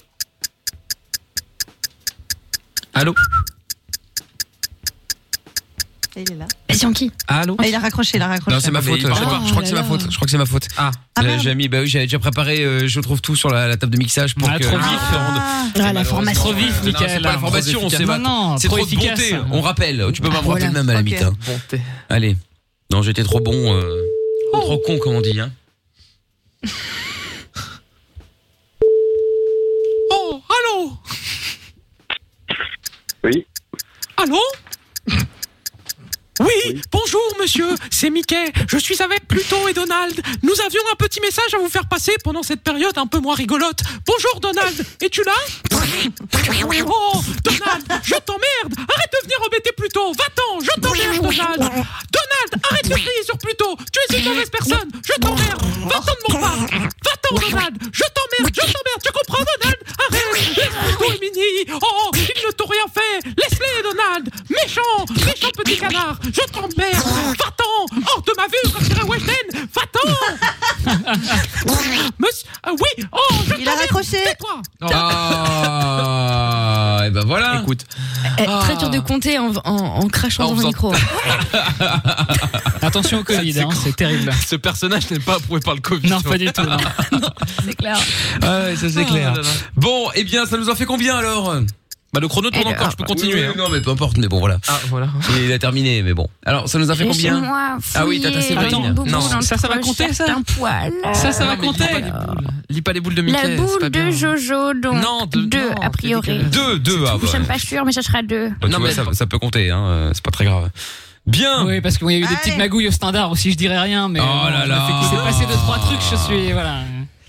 [SPEAKER 10] Allô
[SPEAKER 6] Il est là.
[SPEAKER 3] Vas-y, en qui Ah,
[SPEAKER 10] Allô
[SPEAKER 6] Ah, il a raccroché, il a raccroché.
[SPEAKER 1] Non, c'est ma faute. Je
[SPEAKER 10] parle
[SPEAKER 1] crois,
[SPEAKER 10] pas.
[SPEAKER 1] je crois que c'est
[SPEAKER 6] Oh
[SPEAKER 1] ma
[SPEAKER 6] là
[SPEAKER 1] faute. Je crois que c'est ma faute.
[SPEAKER 10] Ah.
[SPEAKER 1] J'ai j'ai mis, bah oui, j'avais déjà préparé. euh, je trouve tout sur la, la table de mixage pour
[SPEAKER 2] Ah,
[SPEAKER 1] que.
[SPEAKER 2] trop vif.
[SPEAKER 3] Ah, la formation.
[SPEAKER 2] Trop vif,
[SPEAKER 1] Non,
[SPEAKER 2] Michael.
[SPEAKER 1] c'est pas la formation, c'est
[SPEAKER 2] Non,
[SPEAKER 1] ma-
[SPEAKER 2] non,
[SPEAKER 1] c'est trop, de
[SPEAKER 2] efficace.
[SPEAKER 1] bonté. On rappelle. Tu peux pas
[SPEAKER 2] Ah,
[SPEAKER 1] me rappeler
[SPEAKER 2] voilà.
[SPEAKER 1] le même à la
[SPEAKER 2] Ok.
[SPEAKER 1] limite. hein.
[SPEAKER 10] Bonté.
[SPEAKER 1] Allez. Non, j'étais trop bon. euh, Trop con, comme on dit. Hein.
[SPEAKER 12] Oh, allô Allô oui, bonjour monsieur, c'est Mickey. Je suis avec Pluton et Donald. Nous avions un petit message à vous faire passer pendant cette période un peu moins rigolote. Bonjour Donald, es-tu là Oh, Donald, je t'emmerde. Arrête de venir embêter Pluton. Va-t'en, je t'emmerde Donald. Donald, arrête de crier sur Pluton. Tu es une mauvaise personne. Je t'emmerde. Va-t'en de mon parc. Va-t'en Donald. Je t'emmerde, je t'emmerde. Tu comprends Donald Arrête, laisse Pluton et Minnie. Oh, ils ne t'ont rien fait. Laisse-les Donald. Méchant, méchant petit canard. Je t'emmerde Va-t'en Hors de ma vue, Rachira Walden Va-t'en Monsieur... ah oui Oh, je
[SPEAKER 6] Il a raccroché
[SPEAKER 12] toi
[SPEAKER 1] Ah, et ben voilà. Écoute.
[SPEAKER 3] Eh, Très dur de compter en, en- en crachant
[SPEAKER 1] Ah. En
[SPEAKER 3] dans
[SPEAKER 1] faisant-
[SPEAKER 3] un micro.
[SPEAKER 2] Attention au Covid, hein, c'est terrible.
[SPEAKER 10] Ce personnage n'est pas approuvé par le Covid.
[SPEAKER 2] Non, pas du tout. non.
[SPEAKER 3] C'est clair.
[SPEAKER 1] Ah ouais, ça c'est
[SPEAKER 10] Ah,
[SPEAKER 1] clair.
[SPEAKER 10] là, là.
[SPEAKER 1] Bon, eh bien, ça nous en fait combien alors
[SPEAKER 10] Bah le chrono tourne
[SPEAKER 1] Alors,
[SPEAKER 10] encore, je peux
[SPEAKER 1] Eh oui,
[SPEAKER 10] continuer.
[SPEAKER 1] oui, Non mais peu importe, mais bon voilà.
[SPEAKER 10] Ah voilà.
[SPEAKER 1] Il a terminé, mais bon. Alors, ça nous a fait
[SPEAKER 10] Et
[SPEAKER 1] combien
[SPEAKER 10] chez moi,
[SPEAKER 1] Ah oui, t'as ta
[SPEAKER 10] fouiller
[SPEAKER 1] Séverine.
[SPEAKER 10] beaucoup
[SPEAKER 1] Non.
[SPEAKER 10] dans le
[SPEAKER 2] Ça, ça va compter, ça
[SPEAKER 17] poil.
[SPEAKER 2] Ça, ça va
[SPEAKER 10] Non, mais
[SPEAKER 2] compter.
[SPEAKER 10] Lis pas les boules de Mickey.
[SPEAKER 17] La
[SPEAKER 10] c'est pas
[SPEAKER 17] boule
[SPEAKER 3] hein.
[SPEAKER 10] bien.
[SPEAKER 17] de Jojo, donc.
[SPEAKER 10] Non, de-
[SPEAKER 17] deux,
[SPEAKER 10] non,
[SPEAKER 17] a priori.
[SPEAKER 1] Deux, deux, ah
[SPEAKER 17] Je
[SPEAKER 1] bah.
[SPEAKER 17] suis pas sûre, mais ça sera deux.
[SPEAKER 1] Bah, tu vois, ça, ça peut compter, hein, euh, c'est pas très grave. Bien.
[SPEAKER 2] Oui, parce qu'il y a eu des petites magouilles au standard aussi, je dirais rien, mais.
[SPEAKER 1] Oh
[SPEAKER 2] bon,
[SPEAKER 1] là là.
[SPEAKER 2] Il s'est passé deux, trois trucs, je suis. Voilà.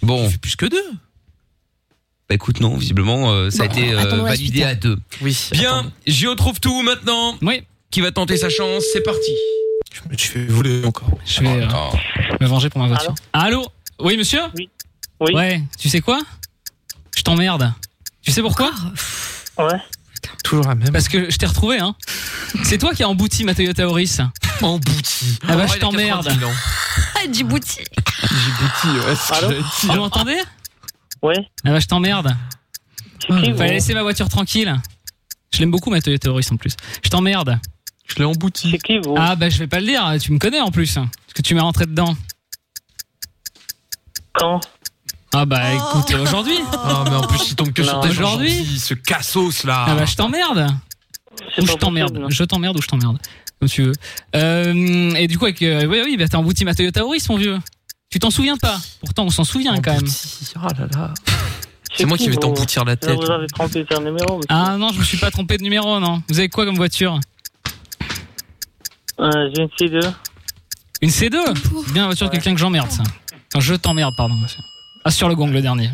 [SPEAKER 1] Bon. plus que deux. Bah écoute, non, visiblement, euh, ça
[SPEAKER 2] Bon,
[SPEAKER 1] a été euh,
[SPEAKER 2] attendons la
[SPEAKER 1] validé
[SPEAKER 2] suite, hein.
[SPEAKER 1] à deux.
[SPEAKER 10] Oui.
[SPEAKER 1] Bien, j'y retrouve tout maintenant.
[SPEAKER 2] Oui.
[SPEAKER 1] Qui va tenter sa chance C'est parti.
[SPEAKER 12] Je vais voler encore.
[SPEAKER 2] Je vais euh, me venger pour ma voiture. Allô Oui, monsieur Oui. Ouais, tu sais quoi Je t'emmerde. Tu sais pourquoi Ouais.
[SPEAKER 12] Toujours la même.
[SPEAKER 2] Parce que je t'ai retrouvé, hein. C'est toi qui as embouti ma Toyota Auris.
[SPEAKER 10] Embouti.
[SPEAKER 2] Ah bah,
[SPEAKER 10] Oh,
[SPEAKER 2] je
[SPEAKER 10] il a
[SPEAKER 2] t'emmerde.
[SPEAKER 10] 90 ans.
[SPEAKER 3] Djibouti.
[SPEAKER 2] Allô Vous
[SPEAKER 12] hein.
[SPEAKER 2] m'entendez
[SPEAKER 17] Ouais.
[SPEAKER 2] Ah bah, je t'emmerde.
[SPEAKER 17] qui, vous
[SPEAKER 2] Fallait laisser ma voiture tranquille. Je l'aime beaucoup, ma Toyota Auris en plus. Je t'emmerde.
[SPEAKER 10] Je l'ai embouti.
[SPEAKER 17] C'est qui vous
[SPEAKER 2] Ah bah, je vais pas le dire. Tu me connais en plus. Parce que tu m'es rentré dedans.
[SPEAKER 17] Quand
[SPEAKER 2] Ah bah,
[SPEAKER 1] Oh.
[SPEAKER 2] écoute, aujourd'hui.
[SPEAKER 10] Ah mais en plus il tombe que sur
[SPEAKER 2] Non.
[SPEAKER 10] tes
[SPEAKER 2] Aujourd'hui
[SPEAKER 10] Aujourd'hui, ce cassos là.
[SPEAKER 2] Ah bah, je t'emmerde. Ou je t'emmerde. Je t'emmerde ou je t'emmerde. Comme tu veux. Euh, et du coup, avec, euh, oui, oui, bah, t'as embouti ma Toyota Auris, mon vieux. Tu t'en souviens pas. Pourtant, on s'en souvient quand même.
[SPEAKER 10] oh C'est moi qui vais t'emboutir la tête.
[SPEAKER 17] Vous avez trompé sur un numéro, monsieur.
[SPEAKER 2] Ah non, je me suis pas trompé de numéro, non. Vous avez quoi comme voiture
[SPEAKER 17] Euh, J'ai une C2.
[SPEAKER 2] Une C2 C'est Bien la voiture de quelqu'un que j'emmerde, ça. Enfin, je t'emmerde, pardon, monsieur. Ah, sur le gong, le dernier.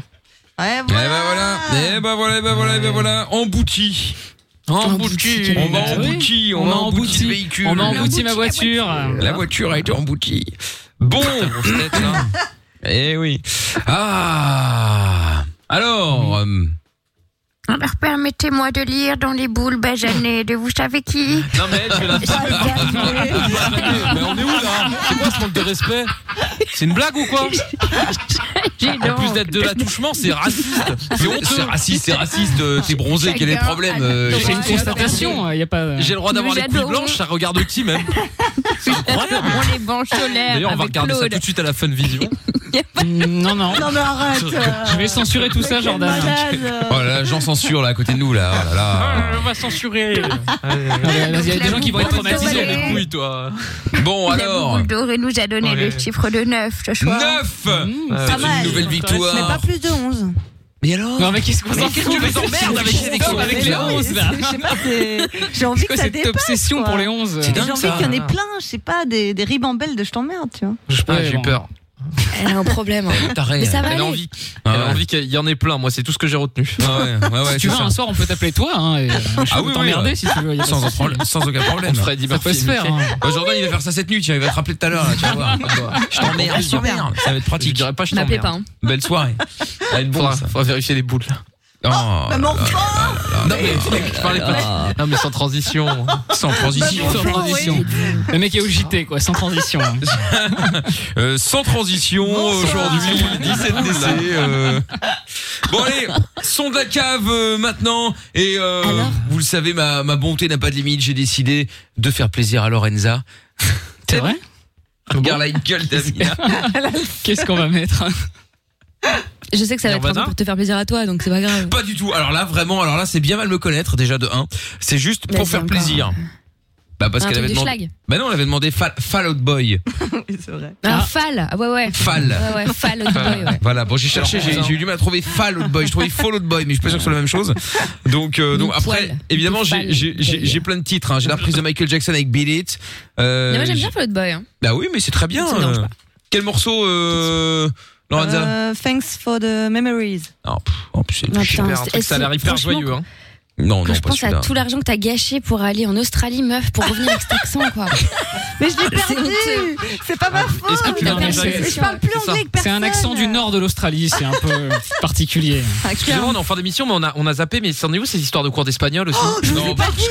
[SPEAKER 6] Ouais,
[SPEAKER 1] Eh ben voilà, eh ben voilà, eh ben voilà, eh ben voilà, embouti.
[SPEAKER 2] Embouti.
[SPEAKER 1] Embouti, on m'a
[SPEAKER 2] Bah oui.
[SPEAKER 1] embouti, on
[SPEAKER 2] On
[SPEAKER 1] m'a
[SPEAKER 2] m'a
[SPEAKER 1] embouti
[SPEAKER 2] embouti.
[SPEAKER 1] le véhicule.
[SPEAKER 2] On m'a embouti ma voiture.
[SPEAKER 1] La voiture a été emboutie. Bon. Eh oui. Ah. Alors, euh,
[SPEAKER 17] Alors, permettez-moi de lire dans les boules basanées de vous savez qui
[SPEAKER 10] Non mais elle, je la Mais on est où là C'est quoi ce manque de respect C'est une blague ou quoi En plus d'être de l'attouchement, c'est raciste. C'est honteux.
[SPEAKER 1] c'est raciste, c'est raciste, euh, t'es bronzé, quel est le problème euh,
[SPEAKER 2] C'est
[SPEAKER 1] j'ai-
[SPEAKER 2] une constatation, il y a pas. euh.
[SPEAKER 10] J'ai le droit d'avoir les couilles blanches, ça regarde qui même
[SPEAKER 17] On les banche au
[SPEAKER 3] Eh,
[SPEAKER 17] lait
[SPEAKER 10] D'ailleurs, on va
[SPEAKER 17] avec
[SPEAKER 10] regarder ça
[SPEAKER 17] Claude.
[SPEAKER 10] tout de suite à la fun vision.
[SPEAKER 2] Mm, Non, non.
[SPEAKER 6] Non, mais arrête. euh.
[SPEAKER 2] Je vais censurer tout ça, Jordan.
[SPEAKER 1] Oh là, là, Jean censure là à côté de nous là. Oh là là.
[SPEAKER 10] On va censurer.
[SPEAKER 2] Il y a des gens qui vont être traumatisés.
[SPEAKER 10] Les couilles, toi.
[SPEAKER 1] Bon alors,
[SPEAKER 17] Boule dorée nous a donné
[SPEAKER 1] Ouais.
[SPEAKER 17] le chiffre de 9 ce soir.
[SPEAKER 2] Mm,
[SPEAKER 1] 9
[SPEAKER 10] Ah,
[SPEAKER 6] Pas
[SPEAKER 1] C'est
[SPEAKER 6] mal.
[SPEAKER 1] une nouvelle
[SPEAKER 6] Mais pas
[SPEAKER 1] victoire.
[SPEAKER 6] plus de 11.
[SPEAKER 1] Mais alors
[SPEAKER 2] Non, mais qu'est-ce qu'on s'en
[SPEAKER 1] Mais qu'est-ce que
[SPEAKER 2] fout,
[SPEAKER 1] tu
[SPEAKER 2] mais
[SPEAKER 1] les emmerdes
[SPEAKER 2] c'est-
[SPEAKER 1] avec
[SPEAKER 2] c'est-
[SPEAKER 1] les
[SPEAKER 2] c'est- avec les
[SPEAKER 6] Non, mais
[SPEAKER 2] 11 là.
[SPEAKER 6] c'est- Je sais pas, c'est- j'ai envie
[SPEAKER 2] C'est quoi
[SPEAKER 6] que ça
[SPEAKER 2] cette
[SPEAKER 6] dépasse.
[SPEAKER 2] obsession
[SPEAKER 6] quoi.
[SPEAKER 2] pour les 11
[SPEAKER 6] J'ai envie qu'il y en ait plein, je sais pas, des, des ribambelles de je t'emmerde, tu vois.
[SPEAKER 10] Je sais pas, j'ai eu peur.
[SPEAKER 3] Elle a un problème. hein.
[SPEAKER 1] Taré,
[SPEAKER 3] Mais ça
[SPEAKER 10] Elle
[SPEAKER 3] va
[SPEAKER 10] a
[SPEAKER 3] aller.
[SPEAKER 10] envie. Elle a envie qu'il y en ait plein. Moi, c'est tout ce que j'ai retenu.
[SPEAKER 1] Ah ouais, ouais, ouais,
[SPEAKER 2] Si tu
[SPEAKER 1] c'est
[SPEAKER 2] veux,
[SPEAKER 1] ça.
[SPEAKER 2] un soir, on peut t'appeler toi. hein, et, euh, Je
[SPEAKER 1] Ah
[SPEAKER 2] peux
[SPEAKER 1] oui,
[SPEAKER 2] t'emmerder
[SPEAKER 1] oui,
[SPEAKER 2] si tu veux. y a pas de
[SPEAKER 1] Sans,
[SPEAKER 2] souci.
[SPEAKER 1] problème- sans aucun problème.
[SPEAKER 10] Freddy
[SPEAKER 2] Ça peut
[SPEAKER 10] Murphy,
[SPEAKER 2] se faire.
[SPEAKER 10] Mickey.
[SPEAKER 2] hein.
[SPEAKER 1] Bah, Jordan, il va faire ça cette nuit, tiens, il va te rappeler tout à l'heure, là, tu vas voir. Je
[SPEAKER 3] Ah,
[SPEAKER 1] t'emmerde, je t'emmerde. Ça va être pratique.
[SPEAKER 10] Je dirais pas, je
[SPEAKER 3] M'appelez
[SPEAKER 10] t'emmerde. Ah,
[SPEAKER 3] bah. pas. hein.
[SPEAKER 1] Belle soirée. Ça va être bon,
[SPEAKER 10] Faudra,
[SPEAKER 1] ça.
[SPEAKER 10] faudra vérifier les boules.
[SPEAKER 1] Oh,
[SPEAKER 6] Maman,
[SPEAKER 2] Oh
[SPEAKER 10] Non,
[SPEAKER 2] Eh,
[SPEAKER 10] mais je parlais
[SPEAKER 6] Ah
[SPEAKER 10] pas. Ah. Non, mais sans transition.
[SPEAKER 1] sans
[SPEAKER 6] Bah,
[SPEAKER 1] transition.
[SPEAKER 2] Sans transition. Le mec est au JT, quoi, sans transition. hein.
[SPEAKER 1] Euh, sans transition, aujourd'hui, 17 décès. euh. Bon, allez, son de la cave euh, maintenant. Et euh, vous le savez, ma, ma bonté n'a pas de limite. J'ai décidé de faire plaisir à Lorenza.
[SPEAKER 2] C'est vrai
[SPEAKER 1] Regarde la gueule d'Amina.
[SPEAKER 2] Qu'est-ce qu'on va mettre
[SPEAKER 3] Je sais que ça va être un peu
[SPEAKER 1] Nirvana
[SPEAKER 3] pour te faire plaisir à toi, donc c'est pas grave.
[SPEAKER 1] Pas du tout. Alors là, vraiment, alors là, c'est bien mal me connaître déjà de 1. C'est juste pour
[SPEAKER 3] Vas-y
[SPEAKER 1] faire
[SPEAKER 3] encore.
[SPEAKER 1] plaisir. Bah parce
[SPEAKER 3] Un
[SPEAKER 1] qu'elle
[SPEAKER 3] truc
[SPEAKER 1] avait
[SPEAKER 3] de
[SPEAKER 1] demandé.
[SPEAKER 3] schlag.
[SPEAKER 1] Bah non, elle avait demandé Fall, Fall Out Boy.
[SPEAKER 6] c'est vrai.
[SPEAKER 3] Un Fall. Ah ouais, ouais.
[SPEAKER 1] Fall.
[SPEAKER 3] Ouais, ouais, Fall, Hot Boy, ouais.
[SPEAKER 1] Voilà, bon j'ai cherché, j'ai j'ai eu du mal à trouver Fall Out Boy. Je trouvais Fall Out Boy, mais je suis pas sûr que ce soit la même chose. Donc, euh, donc après, évidemment, j'ai- j'ai j'ai- j'ai plein de titres. hein. J'ai la reprise de Michael Jackson avec Beat It. Euh,
[SPEAKER 3] Mais moi, j'aime
[SPEAKER 1] j'ai-
[SPEAKER 3] bien Fall Out Boy. hein.
[SPEAKER 1] Bah oui, mais c'est très bien.
[SPEAKER 3] Ça me dérange pas.
[SPEAKER 1] Quel morceau, euh, Lorenza
[SPEAKER 6] Euh, thanks for the memories.
[SPEAKER 1] Non, pff, en plus, c'est
[SPEAKER 3] Non, putain,
[SPEAKER 1] super.
[SPEAKER 3] c'est- c'est- franchement,
[SPEAKER 10] hein.
[SPEAKER 1] Non, non,
[SPEAKER 3] Je
[SPEAKER 1] pas
[SPEAKER 3] pense à
[SPEAKER 1] celui-là.
[SPEAKER 3] tout l'argent que t'as gâché pour aller en Australie, meuf, pour revenir avec cet accent, quoi.
[SPEAKER 6] Mais je l'ai
[SPEAKER 3] perdu
[SPEAKER 6] C'est pas ma faute
[SPEAKER 2] Est-ce que tu l'as
[SPEAKER 6] T'as
[SPEAKER 2] déjà
[SPEAKER 6] perdu. Je parle plus
[SPEAKER 2] C'est ça.
[SPEAKER 6] anglais que
[SPEAKER 2] C'est un accent du nord de l'Australie, c'est un peu particulier.
[SPEAKER 3] Ah,
[SPEAKER 6] Ah,
[SPEAKER 10] Excusez-moi, on est en fin d'émission, mais on a, on a zappé. Mais c'en est où ces histoires de cours d'espagnol aussi
[SPEAKER 6] Oh, je vous ai pas dit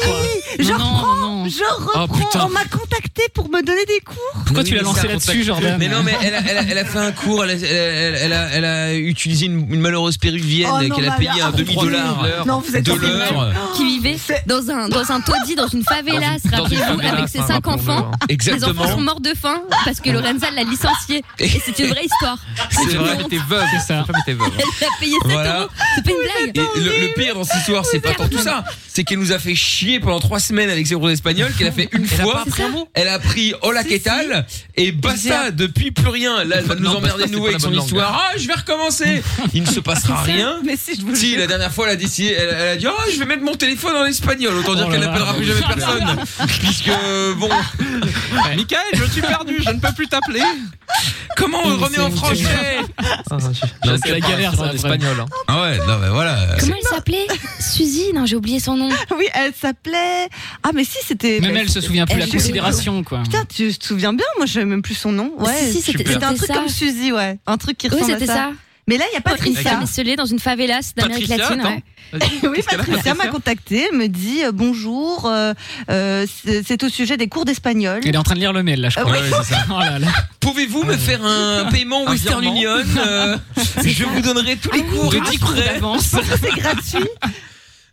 [SPEAKER 6] Je
[SPEAKER 10] Non, non,
[SPEAKER 6] reprends
[SPEAKER 10] non.
[SPEAKER 6] Je
[SPEAKER 3] Oh,
[SPEAKER 10] Ah,
[SPEAKER 6] reprends
[SPEAKER 10] putain.
[SPEAKER 6] On m'a contacté pour me donner des cours
[SPEAKER 1] Oui, mais ça contacte-
[SPEAKER 2] Jordan
[SPEAKER 1] Mais non, mais elle a, elle a- elle a fait un cours, elle a, elle a- elle a- elle a utilisé une, une malheureuse péruvienne
[SPEAKER 3] Oh non,
[SPEAKER 1] qu'elle a
[SPEAKER 3] bah,
[SPEAKER 1] payé
[SPEAKER 3] là,
[SPEAKER 1] un
[SPEAKER 3] oh,
[SPEAKER 1] demi-dollar
[SPEAKER 3] Non, vous êtes
[SPEAKER 1] de
[SPEAKER 3] horrible.
[SPEAKER 1] l'heure.
[SPEAKER 3] Qui vivait dans un, dans un taudis, dans une favela, se
[SPEAKER 1] dans une
[SPEAKER 3] rappelez-vous,
[SPEAKER 1] favela,
[SPEAKER 3] avec ses
[SPEAKER 1] enfin,
[SPEAKER 3] cinq enfants.
[SPEAKER 1] rappelons-le. Exactement.
[SPEAKER 3] Les enfants sont morts de faim parce que Lorenza l'a licenciée. Et c'est une vraie histoire.
[SPEAKER 1] C'est vrai, elle était veuve. Cette femme était veuve.
[SPEAKER 3] Elle a payé 7
[SPEAKER 1] Voilà.
[SPEAKER 3] euros. C'est pas une blague.
[SPEAKER 1] Et le, le pire dans cette histoire, c'est pas tant tout ça, c'est qu'elle nous a fait chier pendant trois semaines avec ses cours d'espagnol, qu'elle a fait une
[SPEAKER 10] Elle a
[SPEAKER 1] fois,
[SPEAKER 10] pas appris un mot
[SPEAKER 1] elle a pris hola que tal, et basta, depuis plus rien. Là, elle va nous
[SPEAKER 10] Non,
[SPEAKER 1] emmerder
[SPEAKER 10] basta,
[SPEAKER 1] de nouveau
[SPEAKER 10] c'est
[SPEAKER 1] avec
[SPEAKER 10] pas la
[SPEAKER 1] son
[SPEAKER 10] bonne langue.
[SPEAKER 1] histoire. Ah, je vais recommencer. Il ne se passera
[SPEAKER 10] C'est ça.
[SPEAKER 1] rien.
[SPEAKER 10] Mais si, je vous
[SPEAKER 1] Si,
[SPEAKER 10] jure.
[SPEAKER 1] la dernière fois, elle a dit, elle, elle a dit, oh, je vais mettre mon téléphone en espagnol. Autant dire
[SPEAKER 10] Oh là
[SPEAKER 1] qu'elle
[SPEAKER 10] là.
[SPEAKER 1] n'appellera plus jamais personne. Puisque, euh, bon. Michael, je suis perdu, je ne peux plus t'appeler. Comment on remet en français
[SPEAKER 10] Non, c'est la galère, ça, en espagnol. hein.
[SPEAKER 1] Ah ouais, non, mais voilà.
[SPEAKER 3] Comment elle s'appelait Suzy Non, j'ai oublié son nom.
[SPEAKER 6] Oui, elle s'appelait. Ah, mais si, c'était.
[SPEAKER 2] Même elle se souvient plus la
[SPEAKER 6] je-
[SPEAKER 2] considération, quoi.
[SPEAKER 6] Putain, tu te souviens bien Moi, je savais même plus son nom. Ouais,
[SPEAKER 3] Si, si, c'était-
[SPEAKER 6] c'était un
[SPEAKER 3] c'était
[SPEAKER 6] truc
[SPEAKER 3] ça.
[SPEAKER 6] comme Suzy, ouais. Un truc qui
[SPEAKER 3] Oui,
[SPEAKER 6] ressemble
[SPEAKER 3] c'était
[SPEAKER 6] à ça.
[SPEAKER 3] ça.
[SPEAKER 6] Mais là, il y a Patricia.
[SPEAKER 3] Patricia Messelet dans une favela c'est d'Amérique
[SPEAKER 6] Patricia,
[SPEAKER 3] latine.
[SPEAKER 6] attends.
[SPEAKER 3] ouais.
[SPEAKER 6] oui, Patricia m'a contacté, me dit euh, bonjour, euh, euh, c'est c'est au sujet des cours d'espagnol.
[SPEAKER 2] Elle est en train de lire le mail, là, je crois.
[SPEAKER 1] Ouais, ouais, c'est ça.
[SPEAKER 2] Oh là là.
[SPEAKER 1] Pouvez-vous me faire un paiement
[SPEAKER 2] Un
[SPEAKER 1] Western
[SPEAKER 2] virement.
[SPEAKER 1] Union euh, Je vous donnerai tous les cours et Ah
[SPEAKER 2] grave,
[SPEAKER 1] 10 prêts.
[SPEAKER 2] d'avance.
[SPEAKER 6] C'est gratuit.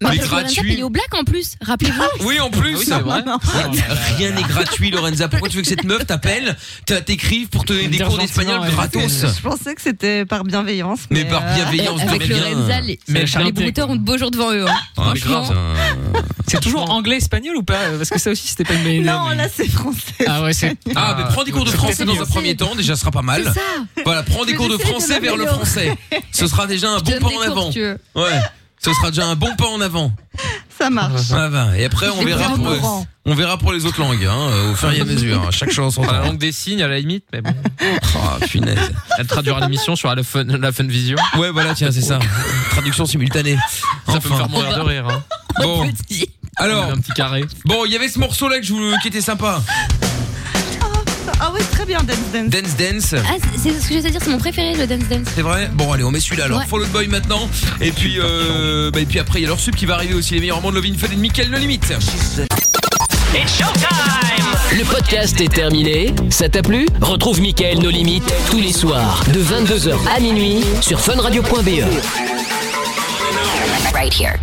[SPEAKER 1] Mais
[SPEAKER 3] Lorenza
[SPEAKER 1] gratuit.
[SPEAKER 3] payée au black en plus, rappelez-vous.
[SPEAKER 1] Oui, en plus.
[SPEAKER 3] Ah oui, c'est vrai.
[SPEAKER 10] Oh
[SPEAKER 1] Rien n'est gratuit, Lorenza. Pourquoi tu veux que cette meuf t'appelle, t'a- t'écrive pour te donner des cours d'espagnol gratos
[SPEAKER 6] Je pensais que c'était par bienveillance.
[SPEAKER 1] Mais par
[SPEAKER 6] euh,
[SPEAKER 1] bienveillance,
[SPEAKER 3] Avec
[SPEAKER 1] bien.
[SPEAKER 3] Lorenza, les,
[SPEAKER 1] Mais
[SPEAKER 3] les
[SPEAKER 1] charité,
[SPEAKER 3] brouteurs ont de beaux jours devant eux. hein.
[SPEAKER 1] Ah, mais
[SPEAKER 3] Franchement.
[SPEAKER 1] grave, hein.
[SPEAKER 2] C'est toujours anglais, espagnol ou pas Parce que ça aussi, c'était pas une bonne idée,
[SPEAKER 6] Non,
[SPEAKER 2] mais-
[SPEAKER 6] là c'est français.
[SPEAKER 2] Ah ouais, c'est.
[SPEAKER 1] Ah, mais prends des cours de
[SPEAKER 2] C'est
[SPEAKER 1] français dans un
[SPEAKER 2] mieux.
[SPEAKER 1] premier temps, déjà, ce sera pas mal.
[SPEAKER 2] C'est ça.
[SPEAKER 1] Voilà, prends des
[SPEAKER 2] Mais
[SPEAKER 1] cours de
[SPEAKER 2] j'essaie de
[SPEAKER 1] français vers le
[SPEAKER 2] m'améliorer.
[SPEAKER 1] français. Ce sera déjà un
[SPEAKER 2] Je
[SPEAKER 1] bon
[SPEAKER 2] donne
[SPEAKER 1] pas
[SPEAKER 2] des
[SPEAKER 1] en
[SPEAKER 2] cours,
[SPEAKER 1] avant.
[SPEAKER 2] si tu veux.
[SPEAKER 1] Ouais, ce sera déjà un bon pas en avant.
[SPEAKER 6] Ça marche.
[SPEAKER 1] Ah ben, et après, on
[SPEAKER 6] C'est
[SPEAKER 1] verra,
[SPEAKER 6] vraiment
[SPEAKER 1] pour,
[SPEAKER 6] marrant.
[SPEAKER 1] on verra pour les autres langues, hein, au fur et à mesure. hein. Chaque chose en son
[SPEAKER 10] La
[SPEAKER 1] temps.
[SPEAKER 10] langue des signes, à la limite, mais bon.
[SPEAKER 1] Oh, punaise.
[SPEAKER 10] Elle traduira l'émission sur la fun, la fun vision.
[SPEAKER 1] Ouais, voilà, tiens, c'est ça. Traduction simultanée.
[SPEAKER 10] Ça peut me faire
[SPEAKER 1] mon
[SPEAKER 10] mourir de rire. Hein.
[SPEAKER 1] Bon. Alors.
[SPEAKER 10] Un petit carré.
[SPEAKER 1] Bon, il y avait ce morceau-là que je voulais- qui était sympa.
[SPEAKER 6] Ah ouais, très bien, Dance Dance.
[SPEAKER 1] Dance Dance.
[SPEAKER 3] Ah, c'est- c'est ce que je veux dire, c'est mon préféré, le Dance Dance.
[SPEAKER 1] C'est vrai Bon allez on met celui-là alors
[SPEAKER 3] Ouais.
[SPEAKER 1] Follow the Boy maintenant Et puis euh, bah, et puis après il y a leur sub qui va arriver aussi Les meilleurs moments de Lovin Fun et de Mickaël No Limite
[SPEAKER 8] Le podcast est terminé. Ça t'a plu Retrouve Mickaël Nos Limites tous les soirs E. de 22h à minuit sur funradio.be.
[SPEAKER 16] Right here.